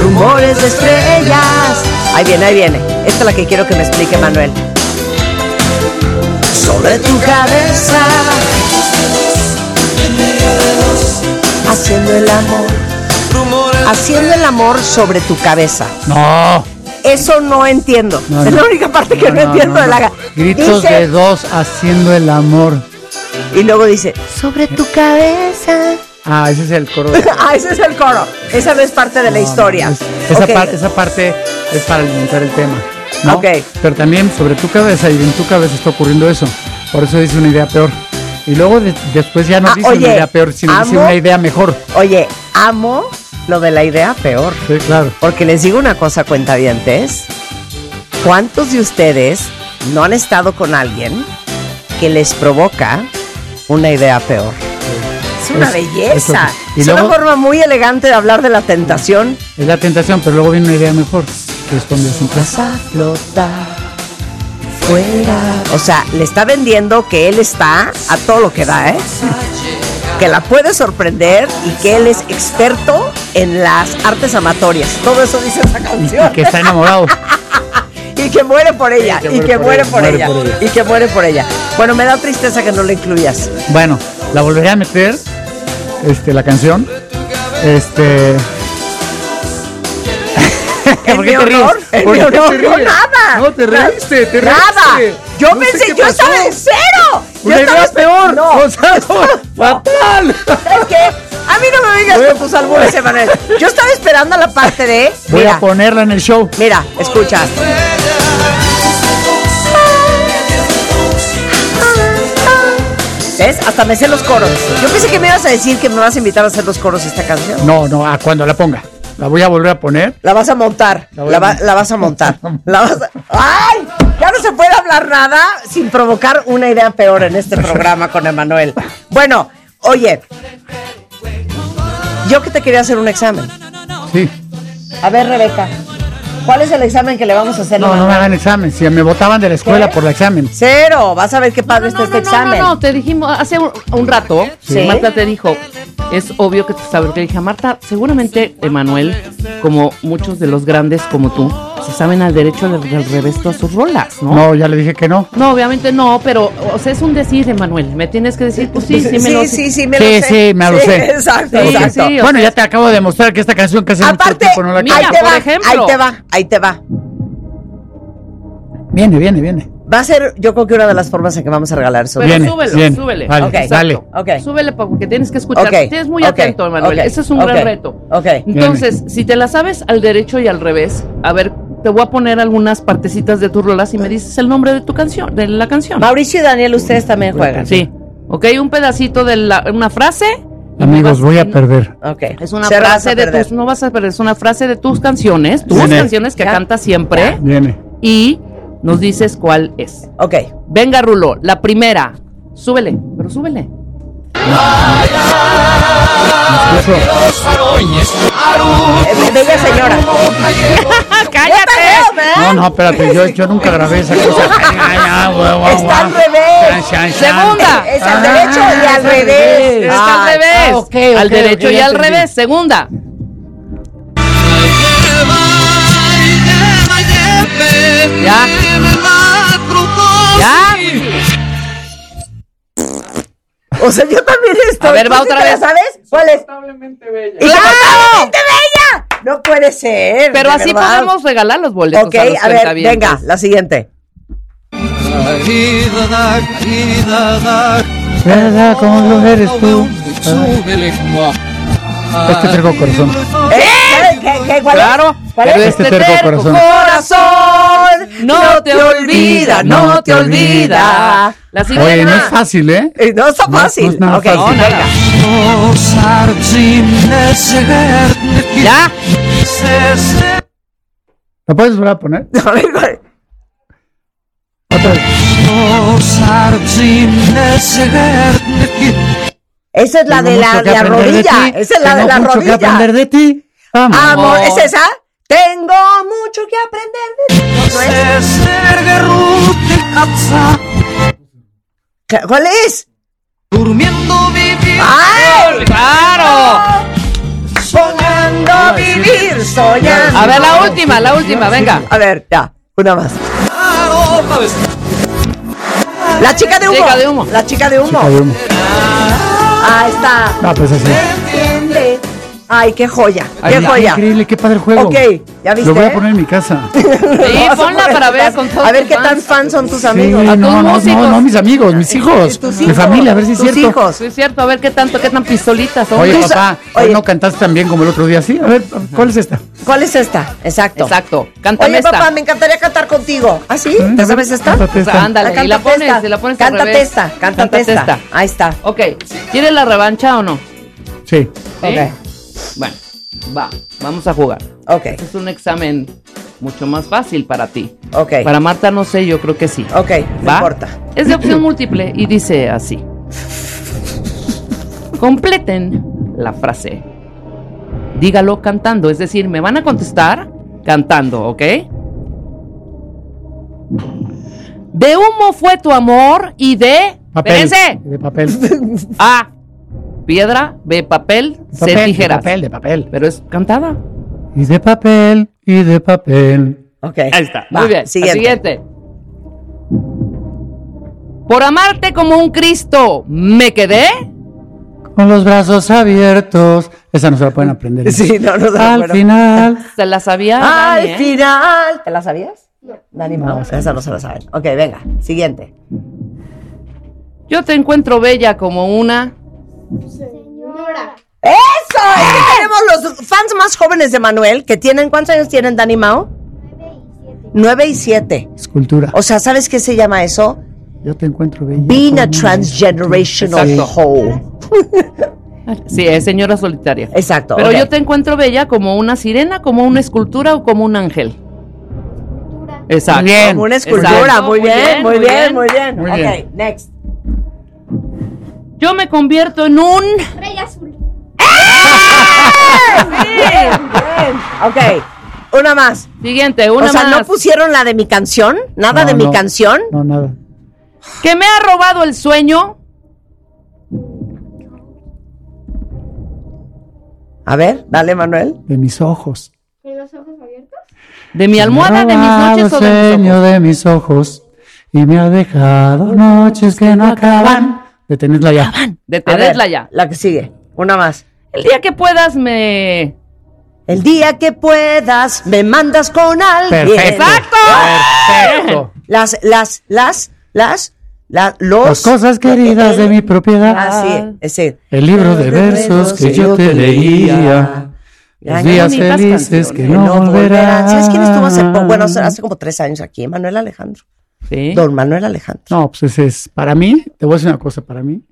Rumores de estrellas. Ahí viene, ahí viene. Esta es la que quiero que me explique Manuel. Sobre tu cabeza. Haciendo el amor. Haciendo el amor sobre tu cabeza.
No.
Eso no entiendo.
No,
es
no.
la única parte que no, entiendo de la.
Gritos
Dice-
de dos haciendo el amor.
Y luego dice, sobre tu cabeza.
Ah, ese es el coro. de-
ah, ese es el coro. Esa no es parte de la historia.
Esa,
Ok.
par- esa parte es para alimentar el tema. ¿no?
Ok.
Pero también sobre tu cabeza y en tu cabeza está ocurriendo eso. Por eso dice una idea peor. Y luego de- después ya no
Ah,
dice
oye,
una idea peor, sino dice
amo-
una idea mejor.
Oye, amo lo de la idea peor.
Sí, claro.
Porque les digo una cosa, cuentavientes. ¿Cuántos de ustedes no han estado con alguien que les provoca una idea peor? Es una
Es-
belleza.
es lo que- y
Es
luego-
una forma muy elegante de hablar de la tentación.
Es la tentación, pero luego viene una idea mejor. Responde sin plaza.
Fuera. O sea, le está vendiendo que él está a todo lo que da, ¿eh? Que la puede sorprender y que él es experto en las artes amatorias. Todo eso dice esa canción.
Y que está enamorado.
y que muere por ella.
que
Y que muere por ella.
muere por ella.
Y que muere por ella. Bueno, me da tristeza que no la incluyas.
Bueno, la volveré a meter, este, la canción. Este.
¿En
¿Por
mi
qué te
honor?
ríes?
¿En
¿Por
mi
qué te
honor?
ríes?
No, nada.
No, te reíste, te
Nada.
reíste.
Yo
No sé
pensé,
qué
yo estaba
pasó.
en cero.
Una
yo
idea
estaba
peor.
No.
O sea, no, fatal.
¿Sabes qué? A mí no me vengas con tus albures, Emanuel. Yo estaba esperando la parte de.
Voy
mira,
a ponerla en el show.
Mira, escucha. ¿Ves? Hasta me sé los coros. Yo pensé que me ibas a decir que me vas a invitar a hacer los coros de esta canción.
No, no, a cuando la ponga. La voy a volver a poner.
La vas a montar.
voy
La,
a
va-
montar.
la vas a montar. La vas a- ¡Ay! Ya no se puede hablar nada sin provocar una idea peor en este programa con Emanuel. Bueno, oye. Yo que te quería hacer un examen.
Sí.
A ver, Rebeca. ¿Cuál es el examen que le vamos a hacer? a
No, no
Emanuel?
me hagan examen. Si me botaban de la escuela por el examen.
Cero, vas a ver qué padre está este
No,
examen.
no, no, te dijimos hace un, un rato,
Sí.
Marta te dijo, es obvio que tú sabes que dije, Marta, seguramente Emanuel, como muchos de los grandes como tú, se saben al derecho al, al revés todas sus rolas, ¿no?
No, ya le dije que no.
No, obviamente no, pero o sea, es un decir, Emanuel. Me tienes que decir, pues sí, sí, me lo
Sí,
sé.
sí, sí, me lo
Sí,
sé.
sí, me lo
Sí,
sé.
Exacto,
Ok.
exacto.
Bueno, ya te acabo de demostrar que esta canción que hace mucho
Aparte,
tiempo no la
ahí te va, ahí te va, ahí te va.
Viene, viene, viene.
Va a ser, yo creo que una de las formas en que vamos a regalar eso.
Pero súbelo, súbele.
vale,
Exacto.
vale.
Súbele pa- porque tienes que escuchar.
Ok,
Tienes muy
ok,
atento, Emanuel.
ok,
Ese es un
ok,
gran reto.
Ok.
Entonces, si te la sabes al derecho y al revés, a ver, te voy a poner algunas partecitas de tus rolas y me dices el nombre de tu canción, de la canción.
Mauricio y Daniel, ustedes también juegan.
Sí. Ok, un pedacito de la- una frase.
Amigos, voy a perder.
Ok.
Es una
Se la vas a
frase de
perder.
tus, no vas a perder, es una frase de tus canciones, tus
Viene.
canciones que canta siempre
Viene.
y nos dices cuál es.
Ok.
Venga, Rulo, la primera. Súbele, pero súbele.
Eh, bella señora. ¡Cállate!
No, no, espérate, yo, yo nunca grabé esa cosa.
Está al revés.
Ah,
Segunda.
Es al derecho y al revés.
Es al revés. al derecho y al revés. Segunda.
Eh,
Ya. Ya.
O sea, yo también estoy.
A ver,
¿Tú
va
sí
otra
te la
vez.
¿Sabes? ¿Cuál es?
bella.
¡Insoportablemente bella! No puede ser.
Pero
de
así
verdad.
podemos regalar los boletos.
Ok,
a, los
a ver,
cuentavientes.
venga, la siguiente.
¿Verdad? ¿Cómo lo eres tú? Este traigo corazón.
¿Eh? ¿Qué, qué, cuál es?
Claro,
¿Cuál
pero
es?
este terco corazón.
corazón
No te olvida, no te olvida. La siguiente.
Oye, no es fácil, ¿eh?
No está
No
fácil.
es nada
ok,
fácil.
venga.
Ya.
¿La puedes volver a poner?
A ver, güey.
Otra vez.
Esa es la
Tengo
de la,
mucho que
de la
aprender de
rodilla.
ti.
esa es la de
Tengo
la
mucho que
rodilla.
aprender de ti. Vamos.
Amor, ¿es esa? Tengo mucho que aprender de ti. ¿No es? ¿Cuál es? Durmiendo vivir. ¡Ay!
¡Claro!
Soñando vivir, soñando.
A ver, la última, la última, venga.
A ver, ya, una más. La chica de humo.
Chica de humo.
La chica de humo.
Chica de humo.
Ahí está.
No, pues así.
Entiende. Ay, qué joya.
Ay,
qué
qué
joya.
Increíble, qué padre juego.
Ok, ¿ya viste? ¿eh?
Lo voy a poner en mi casa.
Sí,
Vas a
ponla
poner
para ver
las-
con todos
A ver
tus
qué
fans.
tan fans son tus
Sí,
amigos.
no, no, no,
músicos.
no, mis amigos, mis hijos,
tus
mi
hijos,
familia, a ver si es
tus
cierto.
hijos.
Sí, es cierto, a ver qué tanto, qué tan pistolitas son.
Oye,
Tú sa-
papá, hoy no cantaste tan bien como el otro día, ¿sí? A ver, ¿cuál es esta?
¿Cuál es esta? Exacto.
Exacto. Cántame
Oye,
esta.
papá, me encantaría cantar contigo. ¿Ah, sí?
¿Eh?
Mm,
¿Te
a
sabes
ver,
esta?
Pues,
cántate esta. Ándale,
Ah,
y la
cántate
pones, y la pones al
Cántate
revés.
esta, cántate,
Cántate
esta.
esta.
Ahí está.
Ok. ¿Quieres la revancha o no?
Sí.
Ok.
Bueno, va, vamos a jugar.
Ok.
Este es un examen mucho más fácil para ti.
Ok.
Para Marta no sé, yo creo que sí.
Ok, no
¿Va?
importa.
Es de opción múltiple y dice así. Completen la frase. Dígalo cantando, es decir, me van a contestar cantando, ¿ok? De humo fue tu amor y de...
Papel.
¡Espérense!
De papel.
A. Piedra. B. Papel.
Papel,
C.
de
Tijeras.
papel, de papel.
Pero es cantada.
Y de papel, y de papel.
Ok.
Ahí está.
Va,
Muy bien.
siguiente.
Siguiente. siguiente. Por amarte como un Cristo, me quedé.
Con los brazos abiertos. Esa no se la pueden aprender.
Sí, no, no se la
Al
pueden-
final.
Se la sabía.
Al
Dani, ¿eh?
final. ¿Te la sabías? Dani, no, esa no se la saben. Ok, venga, siguiente.
Yo te encuentro bella como una.
¡Eso! Es que tenemos los fans más jóvenes de Manuel que tienen, ¿cuántos años tienen Dani Mao? Nueve y siete.
Escultura.
O sea, ¿sabes qué se llama eso?
Yo te encuentro bella.
Being a transgenerational
Exacto.
whole.
Sí, es señora solitaria.
Exacto.
Pero
ok.
yo te encuentro bella como una sirena, como una escultura o como un ángel. Exacto.
Muy bien.
Como una escultura,
Exacto,
muy, bien, muy bien, muy bien,
Muy
Ok,
bien.
next.
Yo me convierto en un.
Bien, bien. ¡Eh! Ok, una más.
Siguiente, una
o sea, ¿no
más.
pusieron la de mi canción? ¿Nada
No,
de mi
no.
canción?
No, nada.
Que me ha robado el sueño.
A ver, dale, Manuel.
De mis ojos.
De mi almohada, de mis noches o de mis
sueño de mis ojos. Y me ha dejado noches que no acaban. Detenedla ya.
De
A ver,
tenerla ya.
La que sigue, una más.
El día que puedas me.
El día que puedas, me mandas con alguien.
Perfecto.
¡Exacto!
¡Ah!
Perfecto.
Las, las, las, las, la- los.
Las cosas queridas de mi propiedad.
Así es, es decir,
El libro de versos que yo te leía. Los días
Bonitas
felices
canciones
que no volverán.
¿Sabes quién estuvo hace poco? Bueno, hace, hace como tres años aquí, Manuel Alejandro.
Sí.
Don Manuel Alejandro.
No, pues ese es, para mí, te voy a decir una cosa, para mí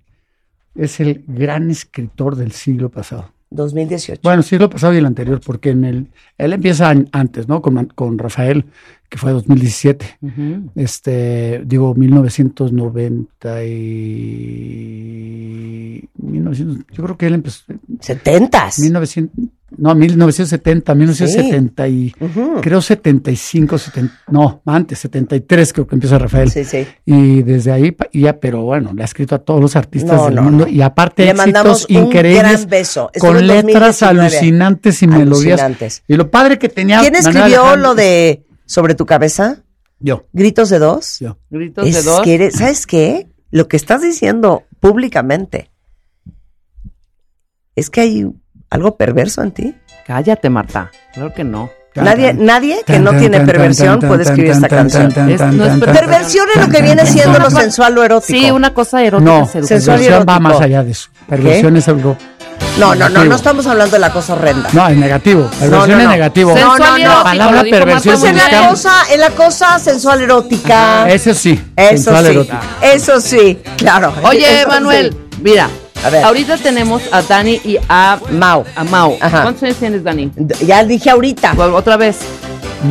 es el gran escritor del siglo pasado.
2018.
Bueno, siglo pasado y el anterior, porque en el, él empieza an- antes, ¿no? Con, Man- con Rafael, que fue 2017,
Ujú.
este, digo, 1990 y... 1900, yo creo que él empezó...
¿Setentas?
1900, no, 1970, 1970 y
Ujú.
creo 75, 70, no, antes, 73 creo que empieza Rafael.
Sí, sí.
Y desde ahí, pa- y ya, pero bueno, le ha escrito a todos los artistas
No,
del
no,
mundo
no.
y aparte
Le
éxitos
mandamos un
increíbles
gran beso. Estuvo en
con letras
2019.
alucinantes y melodías.
Alucinantes.
Y lo padre que tenía.
¿Quién
Manuel
escribió
Alejandro-
lo de Sobre tu cabeza?
Yo.
¿Gritos de dos?
Yo.
Gritos
Es
de dos.
que eres- ¿Sabes qué? lo que estás diciendo públicamente es que hay algo perverso en ti.
Cállate, Marta. Claro que no.
Nadie, nadie que no tiene perversión puede escribir esta canción.
Es- no es
Perversión es lo que viene
Es
siendo
una
lo
cosa-
sensual o erótico.
Sí, una cosa erótica.
No,
seductora.
perversión va más allá de eso. Perversión es algo.
No, no, no,
negativo.
no estamos hablando de la cosa horrenda.
No, es negativo. Perversión
no,
es
no.
negativo.
Sensual y
La
erótico,
palabra
lo dijo
perversión
Marta Montes. es la cosa, es la cosa sensual erótica.
buscamos- Eso sí.
Eso
sensual
sí,
erótico.
eso sí, claro.
Oye,
Entonces,
Manuel, mira.
A ver.
Ahorita tenemos a Dani y a Mau. A Mau.
Ajá.
¿Cuántos años tienes, Dani?
Ya dije ahorita.
Otra vez.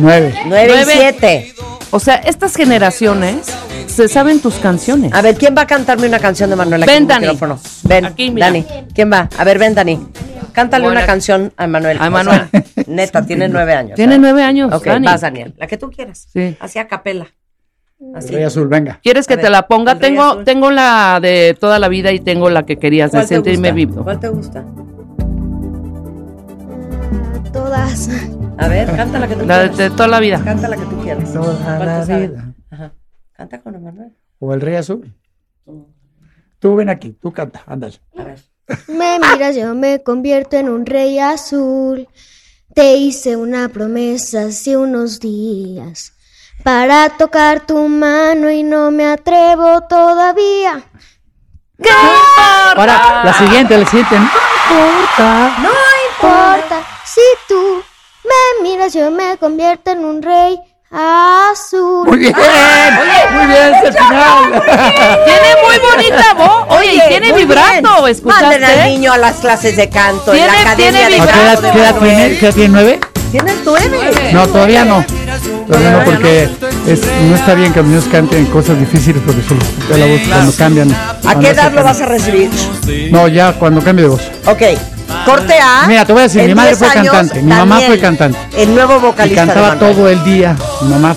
Nueve.
Nueve y siete.
O sea, estas generaciones se saben tus canciones.
A ver, ¿quién va a cantarme una canción de Manuel? aquí
Ven,
en el
Dani.
micrófono? Ven,
Aquí, mira.
Dani. ¿Quién va? A ver, ven, Dani. Cántale
Hola.
una canción a Manuel.
A
O
Manuel.
sea, neta, tiene nueve años.
Tiene
¿eh?
nueve años,
Ok,
Dani.
vas, Daniel. La que tú quieras.
Sí.
Así a capela. Así.
Rey Azul, venga.
¿Quieres que
A
te
ver,
la ponga?
el Rey
Tengo,
Azul.
tengo la de toda la vida y tengo la que querías de
¿Cuál te
sentirme
gusta?
vivo.
¿Cuál te gusta?
Todas.
A ver, canta la que tú
La de,
quieras.
de toda la vida.
Canta la que tú quieras.
Toda
¿Cuál
la
te sabe?
vida.
Ajá. Canta con Manuel.
O el rey azul. Tú ven aquí, tú canta, ándale.
Me miras, yo me convierto en un rey azul. Te hice una promesa hace unos días para tocar tu mano y no me atrevo todavía.
Ahora, la siguiente, la siguiente. No importa.
No importa si tú me miras, yo me convierto en un rey azul.
Muy bien, muy bien, es el final.
Tiene muy bonita voz. Oye, y tiene
muy
vibrato,
bien.
¿escuchaste?
Manden al niño a las clases de canto en la
Tiene-
academia
tiene
de
vibrato.
canto
¿Qué
de
edad, qué edad
Manuel.
tiene? ¿Qué edad tiene? ¿Nueve?
Tienes nueve.
No, todavía no. Todavía no, porque es, no está bien que los niños canten cosas difíciles porque se les quita la voz cuando cambian.
¿A qué edad lo vas a recibir?
No, ya cuando cambie de voz.
Ok. Corte A.
Mira, te voy a decir,
En
mi madre
10
fue
años,
cantante, mi mamá
Daniel,
fue cantante.
El nuevo
Y
vocalista. de
cantaba
Manuel.
todo el día. Mi mamá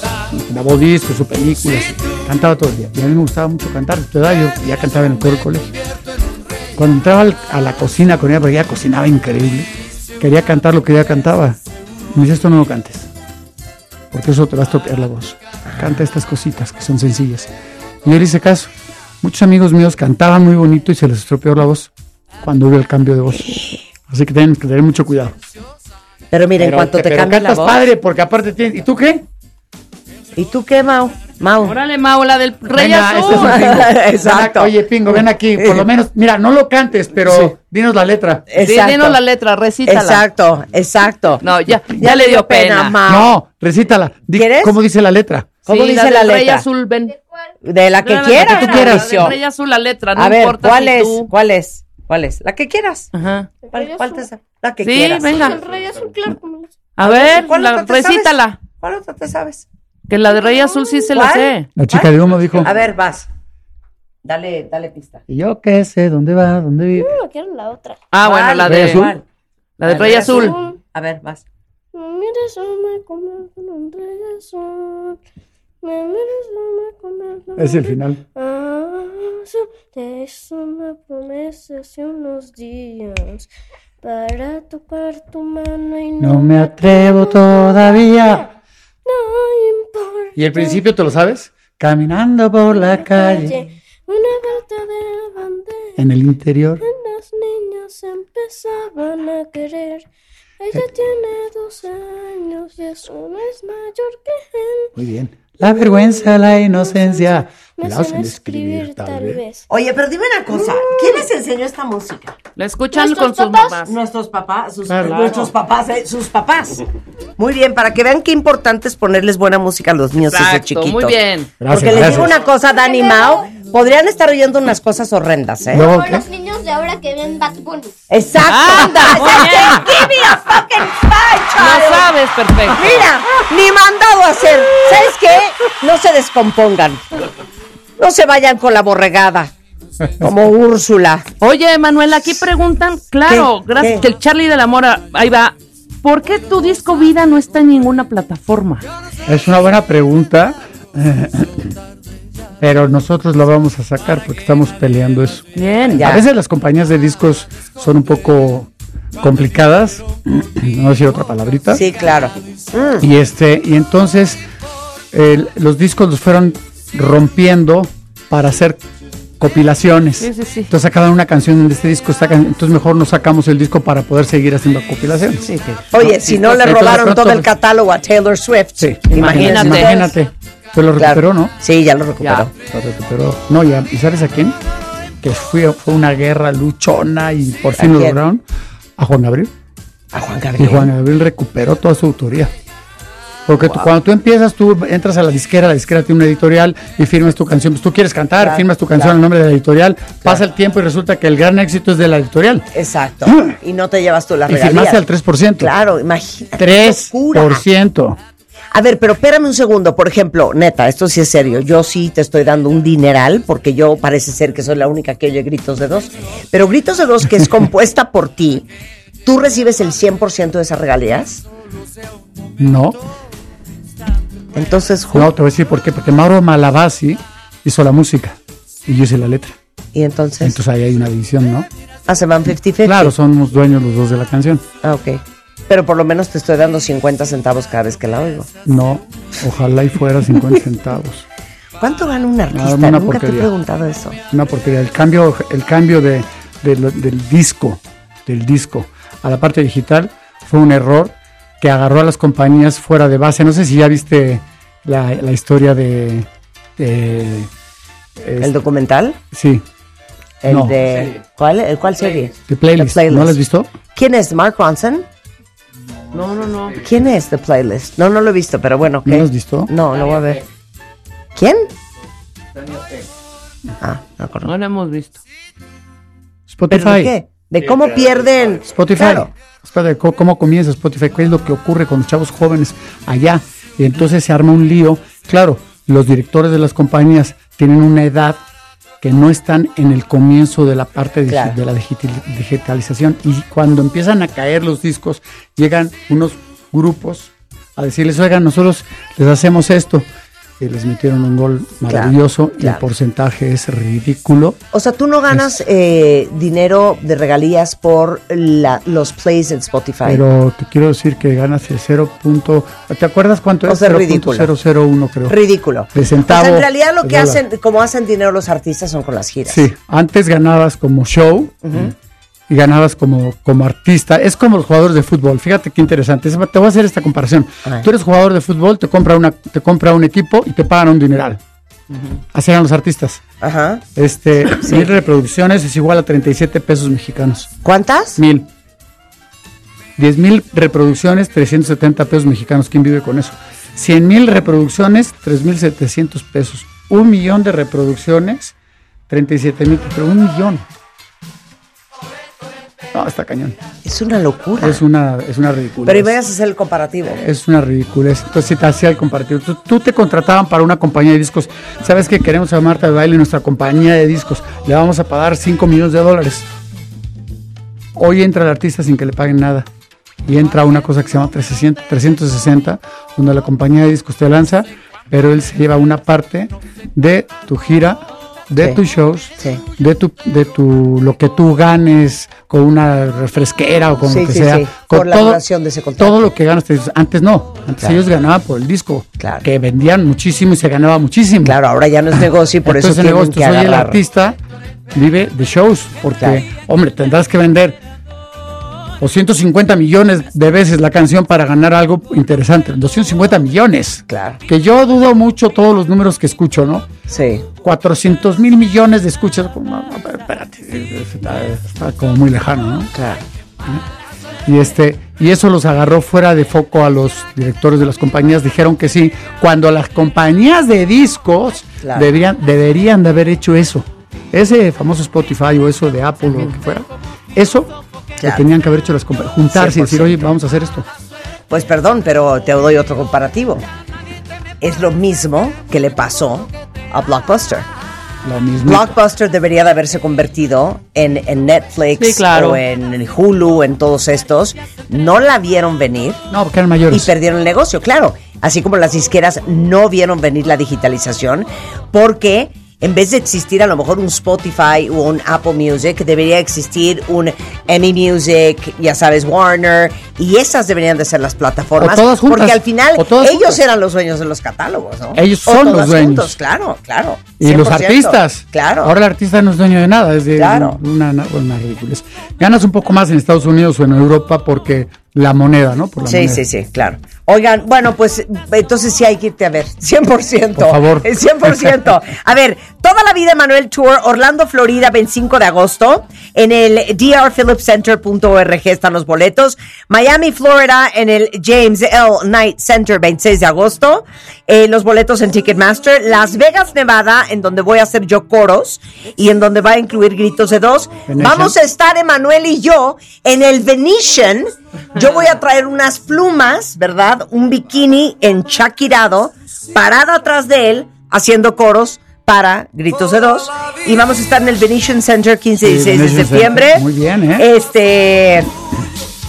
grabó discos, sus películas, cantaba todo el día. Y a mí me gustaba mucho cantar. de verdad, Yo ya cantaba en el coro del colegio. Cuando entraba al- a la cocina con ella, porque ella cocinaba increíble, quería cantar lo que ella cantaba. Me dice, esto no lo cantes, porque eso te va a estropear la voz. Canta estas cositas que son sencillas. Y yo le hice caso. Muchos amigos míos cantaban muy bonito y se les estropeó la voz cuando hubo el cambio de voz. Así que tienen que tener mucho cuidado.
Pero mira, en
Pero
cuanto
te-
te
pero
cambia la
cantas
voz.
padre, porque aparte tienes. ¿Y tú qué?
¿Y tú qué, Mau? Mau.
Órale, Mau, la del Rey
Venga,
Azul.
este es un pingo. Ven acá,
Exacto.
Oye, Pingo, ven aquí. Por lo menos, mira, no lo cantes, pero dinos la letra.
Sí, dinos la letra, recítala.
Exacto, exacto.
No, ya, ya,
Ya
le dio pena.
Mau.
No, recítala. Di- ¿Cómo dice la letra?
¿Cómo
Sí,
dice la,
del Rey
letra?
Azul, ven.
De la que
No, no,
quieras.
la que tú quieras.
Mauricio.
La del Rey Azul, la letra, no
A ver,
importa
¿cuál
si
es?
tú-
¿Cuál es? ¿Cuál es? La que quieras.
Ajá.
¿Cuál, cuál te sa- La que
Sí,
quieras.
venga. El
rey azul,
A
Pues,
ver,
¿Cuál
la-
otra te sabes?
recítala.
¿Cuál otra te sabes?
Que la de Rey Azul sí se la
¿Cuál?
sé.
La chica de humo dijo.
A ver, vas. Dale, dale pista.
Y yo qué sé, ¿dónde va? ¿Dónde vive?
No Uh, quiero la otra.
Ah, bueno,
¿Cuál?
la
Rey
de.
Azul.
La de Rey Azul.
A ver, vas.
Me miras, yo me convierto en un rey azul. Me miras, yo me convierto en
Es el
un
final.
rey azul. Te hice una promesa hace unos días para tocar tu mano y no,
No me atrevo todavía.
no importa.
¿Y el principio te lo sabes? Caminando por la calle,
Una vuelta de bandera.
en el interior.
Las niñas empezaban a querer. Ella
Eh.
tiene 12 años y eso no es mayor que él.
Muy bien. La vergüenza, la inocencia. Me la hacen escribir, tal vez.
Oye, pero dime una cosa. ¿Quién les enseñó esta música?
La escuchan
¿Nuestros
con sus
papás?
mamás.
Nuestros papás, sus,
Claro.
nuestros papás, eh, sus papás. Muy bien, para que vean qué importante es ponerles buena música a los niños desde
Exacto,
chiquitos.
muy bien.
Porque
Gracias,
les digo
gracias.
una cosa, Dani y Mao, podrían estar oyendo unas cosas horrendas, ¿eh?
Luego,
Como los niños de ahora que ven Bad Bunny.
Exacto.
Anda, Ah, muy bien.
Give me a fucking five,
Lo
child.
sabes, perfecto.
Mira, ni mandado a hacer. ¿Sabes qué? No se descompongan. No se vayan con la borregada. Como Úrsula.
Oye, Manuel, aquí preguntan, claro,
¿Qué?
gracias,
¿Qué?
que el Charlie de la Mora, ahí va. ¿Por qué tu disco Vida no está en ninguna plataforma?
Es una buena pregunta, pero nosotros la vamos a sacar porque estamos peleando eso.
Bien,
A veces las compañías de discos son un poco complicadas, no decir otra palabrita.
Sí, claro.
Mm.
Mm.
Y este y entonces el- los discos los fueron rompiendo para hacer compilaciones.
Sí, sí, sí.
Entonces sacaban una canción de este disco, esta can- entonces mejor no sacamos el disco para poder seguir haciendo compilaciones.
Oye, si no le
pues, Entonces, de
robaron
pronto,
todo el catálogo a Taylor Swift.
Sí,
Imagínate.
Imagínate. Pues lo recuperó, ¿no?
Sí, ya lo recuperó.
Lo recuperó. No, ya. ¿Y sabes a quién? Que fue, fue una guerra luchona y por
¿A
fin lo
quién?
lograron. A Juan Gabriel.
A Juan
Y Juan Gabriel recuperó toda su autoría. Porque tú- cuando tú empiezas, tú entras a la disquera, la disquera tiene una editorial y firmas tu canción. Pues tú quieres cantar,
Claro,
firmas tu canción
claro.
al nombre de la editorial, pasa el tiempo y resulta que el gran éxito es de la editorial.
Exacto. Y no te llevas tú las
Y
regalías.
firmaste al 3%.
Claro, imagínate. qué
3%.
A ver, pero espérame un segundo. Por ejemplo, neta, esto sí es serio. Yo sí te estoy dando un dineral porque yo parece ser que soy la única que oye Gritos de Dos. Pero Gritos de Dos, que es compuesta por ti, ¿tú recibes el 100% de esas regalías?
No.
Entonces,
No, te voy a decir por qué. Porque Mauro Malavasi hizo la música y yo hice la letra.
Y entonces.
Entonces ahí hay una división, ¿no?
Ah, se van 50-50.
Claro, somos dueños los dos de la canción.
Ah, ok. Pero por lo menos te estoy dando 50 centavos cada vez que la oigo.
No, ojalá y fuera 50 centavos.
¿Cuánto gana un artista?
una
Nunca te he
porquería.
preguntado eso.
Una porquería. El cambio, el cambio de, de lo- del disco, del disco a la parte digital fue un error que agarró a las compañías fuera de base. No sé si ya viste la, la historia de, de- es-
¿El documental?
Sí.
El
No.
de. ¿Cuál, el, cuál serie?
The Playlist.
The
¿No la has visto?
¿Quién es? ¿Mark Ronson?
No, no, no.
¿Quién es The Playlist? No, no lo he visto, pero bueno. ¿qué?
¿No lo has visto?
No, lo voy a ver. ¿Quién? Ah,
No lo hemos visto.
Spotify.
¿Pero de qué? ¿De cómo
claro,
pierden?
Spotify.
Claro.
Espera, ¿cómo, cómo comienza Spotify? ¿Qué es lo que ocurre con los chavos jóvenes allá? Y entonces se arma un lío. Claro, los directores de las compañías tienen una edad que no están en el comienzo de la parte digi-
Claro.
de la digital- digitalización. Y cuando empiezan a caer los discos, llegan unos grupos a decirles, oigan, nosotros les hacemos esto. Y les metieron un gol
Claro,
maravilloso y el
claro.
porcentaje es ridículo.
O sea, tú no ganas eh, dinero de regalías por la- los plays en Spotify.
Pero te quiero decir que ganas el 0. punto- ¿Te acuerdas cuánto
O
es?
sea, ridículo.
0.001 creo.
Ridículo.
De
O sea,
centavo.
en realidad lo
de
que
dólar.
hacen, como hacen dinero los artistas son con las giras.
Sí, antes ganabas como show
Ujú.
y ganabas como, como artista. Es como los jugadores de fútbol. Fíjate qué interesante. Es- Te voy a hacer esta comparación.
A ver.
Tú eres jugador de fútbol, te compra, una, te compra un equipo y te pagan un dineral. Así eran los artistas.
Ajá.
Este, Mil reproducciones es igual a 37 pesos mexicanos.
¿Cuántas?
Mil. 10 mil reproducciones, 370 pesos mexicanos. ¿Quién vive con eso? 100 mil reproducciones, 3.700 pesos. Un millón de reproducciones, 37 mil. Pero un millón. No, está cañón.
Es una locura.
Es una, es una ridícula.
Pero y vayas a hacer el comparativo.
Es una ridiculez. Entonces, si te hacía el comparatido. Tú, tú te contrataban para una compañía de discos. Sabes que queremos a Marta de Baile, nuestra compañía de discos. Le vamos a pagar 5 millones de dólares. Hoy entra el artista sin que le paguen nada. Y entra una cosa que se llama 360, 360, donde la compañía de discos te lanza, pero él se lleva una parte de tu gira, de
Sí.
tus shows,
Sí.
de tu, de tu, lo que tú ganes con una refresquera o con
Sí,
lo que
sí,
sea,
sí.
con
Por la
todo,
duración de ese contrato.
todo lo que ganas, te dices, antes no, antes
Claro.
ellos ganaban por el disco,
Claro.
que vendían muchísimo y se ganaba muchísimo.
Claro, ahora ya no es negocio y por eso
Entonces, el
tienen
negocio,
que
soy el
agarrar.
artista, vive de shows, porque,
Claro.
hombre, tendrás que vender 250 millones de veces la canción para ganar algo interesante, 250 millones.
Claro.
Que yo dudo mucho todos los números que escucho, ¿no?
Sí.
400 mil millones de escuchas. Como, no, no, pero espérate, está, está como muy lejano, ¿no?
Claro.
Y, este, y eso los agarró fuera de foco a los directores de las compañías. Dijeron que sí, cuando las compañías de discos
Claro.
deberían, deberían de haber hecho eso. Ese famoso Spotify o eso de Apple o lo que fuera. Eso
Claro.
lo tenían que haber hecho las compañías. Juntarse y decir,
100%.
oye, vamos a hacer esto.
Pues perdón, pero te doy otro comparativo. Es lo mismo que le pasó a Blockbuster.
Lo mismo.
Blockbuster debería de haberse convertido en, en Netflix
Sí, claro.
o en, en Hulu, en todos estos. No la vieron venir.
No, porque eran
Y
mayores.
perdieron el negocio, claro. Así como las disqueras no vieron venir la digitalización porque en vez de existir a lo mejor un Spotify o un Apple Music, debería existir un Emmy Music, ya sabes, Warner, y esas deberían de ser las plataformas.
O todas juntas,
porque al final
o todas
ellos
juntas.
eran los dueños de los catálogos, ¿no?
Ellos
O
son los
todas
dueños.
juntos, claro, claro.
Y los
100%,
artistas.
Claro.
Ahora el artista no es dueño de nada, es de
Claro.
una, una, una ridiculez. Ganas un poco más en Estados Unidos o en Europa porque la moneda, ¿no? Por la
Sí,
moneda.
sí, sí, claro. Oigan, bueno, pues entonces sí hay que irte a ver, 100%.
Por favor.
Eh, 100%. A ver, toda la vida Manuel Tour, Orlando, Florida, 25 de agosto. En el drphillipscenter.org están los boletos. Miami, Florida, en el James L. Knight Center, 26 de agosto. Eh, los boletos en Ticketmaster. Las Vegas, Nevada, en donde voy a hacer yo coros y en donde va a incluir gritos de dos.
Venetian.
Vamos a estar Emanuel y yo en el Venetian. Yo voy a traer unas plumas, ¿verdad? Un bikini enchaquirado, parada atrás de él, haciendo coros para Gritos de Dos. Y vamos a estar en el Venetian Center 15 y
Sí,
16 de
Venetian
septiembre.
Center. Muy bien, ¿eh?
Este.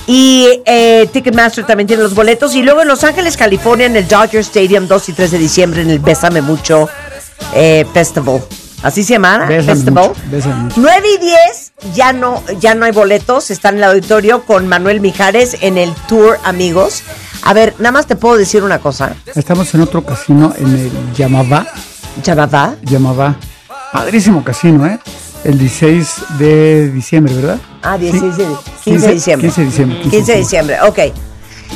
Y eh, Ticketmaster también tiene los boletos. Y luego en Los Ángeles, California, en el Dodger Stadium, 2 y 3 de diciembre, en el Bésame Mucho eh, Festival. ¿Así se llama?
Bésame
Festival.
mucho, bésame mucho.
9 y 10 ya no, ya no hay boletos, está en el auditorio con Manuel Mijares en el Tour Amigos. A ver, nada más te puedo decir una cosa.
Estamos en otro casino en el Yamabá.
¿Yamabá?
Yamabá. Padrísimo casino, ¿eh? El 16 de diciembre, ¿verdad?
Ah, 16 de, 15, de
15
diciembre.
15 de diciembre, 15 de
15 de diciembre, ok.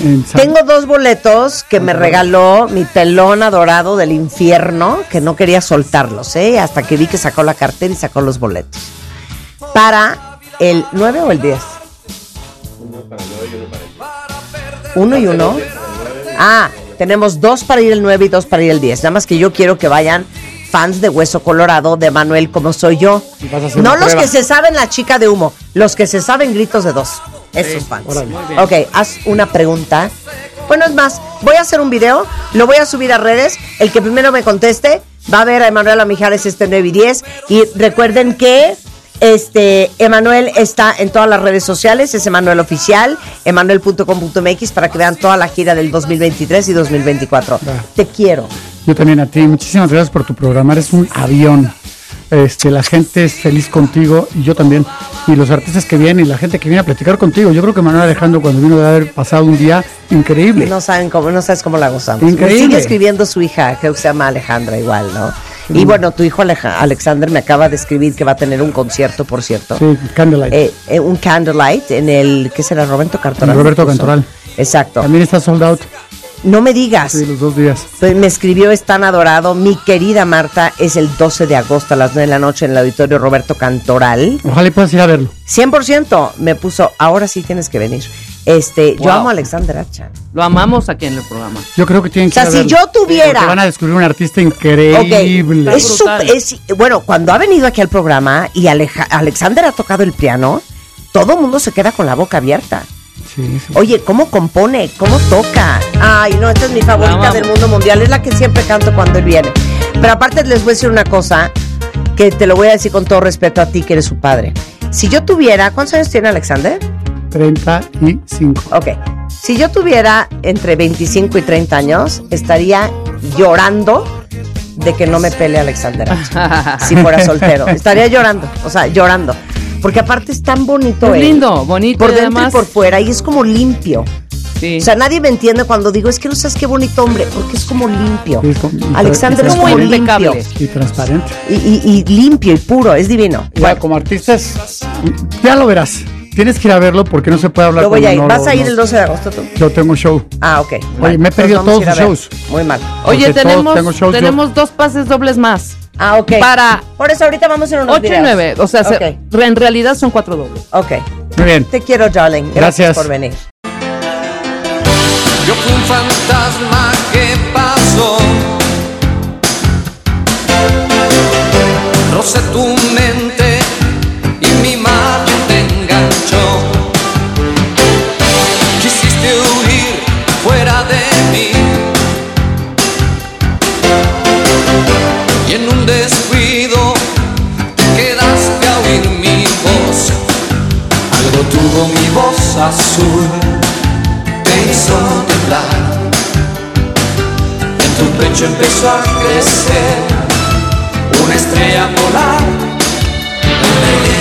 En San-
Tengo dos boletos que me regaló mi pelón adorado del infierno, que no quería soltarlos, ¿eh? Hasta que vi que sacó la cartera y sacó los boletos. Para el 9 o el 10. Uno y uno. Ah, tenemos dos para ir el 9 y dos para ir el 10. Nada más que yo quiero que vayan fans de Hueso Colorado, de Manuel como soy yo.
vas a hacer
No
una
los
prueba.
que se saben la chica de humo, los que se saben gritos de dos. Esos
Sí,
fans.
órale. Muy bien.
Ok, haz una pregunta. Bueno, es más, voy a hacer un video, lo voy a subir a redes. El que primero me conteste va a ver a Emanuela Mijares este 9 y 10. Y recuerden que este Emanuel está en todas las redes sociales, es Emanuel Oficial, emanuel.com.mx para que vean toda la gira del 2023 y 2024. Te quiero.
Yo también a ti. Muchísimas gracias por tu programa. Eres un avión. Este, la gente es feliz contigo y yo también. Y los artistas que vienen y la gente que viene a platicar contigo. Yo creo que Manuel Alejandro cuando vino de haber pasado un día increíble.
No saben cómo, no sabes cómo la gozamos.
Increíble.
Me sigue escribiendo su hija, creo que se llama Alejandra igual, ¿no? Y
Mm.
bueno, tu hijo Aleja- Alexander me acaba de escribir que va a tener un concierto, por cierto.
Sí, Candlelight.
Eh, eh, un candlelight en el, ¿qué será? Roberto Cantoral.
Roberto
puso.
Cantoral.
Exacto.
También está sold out.
No me digas.
Sí, los dos días.
Pues me escribió, es tan adorado. Mi querida Marta, es el 12 de agosto a las 9 de la noche en el auditorio Roberto Cantoral.
Ojalá y puedas ir a verlo.
100% me puso, ahora sí tienes que venir. Este, yo
Wow.
amo a Alexander Hacha.
Lo amamos aquí en el programa.
Yo creo que tienen
O
que
sea,
ir a
si
verlo.
yo tuviera-
Porque van a descubrir un artista increíble.
Ok, Es sup- es- bueno, cuando ha venido aquí al programa y Aleja- Alexander ha tocado el piano, todo el mundo se queda con la boca abierta.
Sí, sí.
Oye, ¿cómo compone? ¿Cómo toca? Ay, no, esta es mi favorita del mundo mundial. Es la que siempre canto cuando él viene. Pero aparte les voy a decir una cosa que te lo voy a decir con todo respeto a ti, que eres su padre. Si yo tuviera, ¿cuántos años tiene Alexander?
35.
Ok. Si yo tuviera entre 25 y 30 años, estaría llorando de que no me pele Alexander Hacha, si fuera soltero. Estaría llorando, o sea, llorando. Porque aparte es tan bonito.
Es
él.
lindo, bonito
Por
y
dentro y
además-
por fuera, y es como limpio. O sea, nadie me entiende cuando digo, es que no sabes qué bonito hombre, porque es como limpio.
Sí, es como- y
Alexander
tra-
es
y
como
transparente.
limpio.
Y transparente.
Y, y- y limpio y puro, es divino.
Ya, como artistas, ya lo verás. Tienes que ir a verlo porque no se puede hablar
Lo voy
cuando
a ir.
no
¿Vas
lo-
a ir
no-
el 12 de agosto tú?
Yo tengo show.
Ah, ok.
Oye, me he perdido todos
los
los shows.
Muy mal.
Oye,
Porque todos
tenemos,
tengo shows, yo-
tenemos dos pases dobles más.
Ah, ok.
Para
Por eso ahorita vamos en unos
8 y
videos.
9. O sea, se-
Ok.
re- en realidad son cuatro dobles.
Ok.
Muy bien.
Te quiero, darling. Gracias,
Gracias.
por venir.
Yo fui un fantasma que pasó. Rocé tu mente y mi mano te enganchó. Quisiste huir fuera de mí. Y en un descuido te quedaste a oír mi voz. Algo tuvo mi voz azul te hizo temblar. En tu pecho empezó a crecer un
una estrella polar. Una idea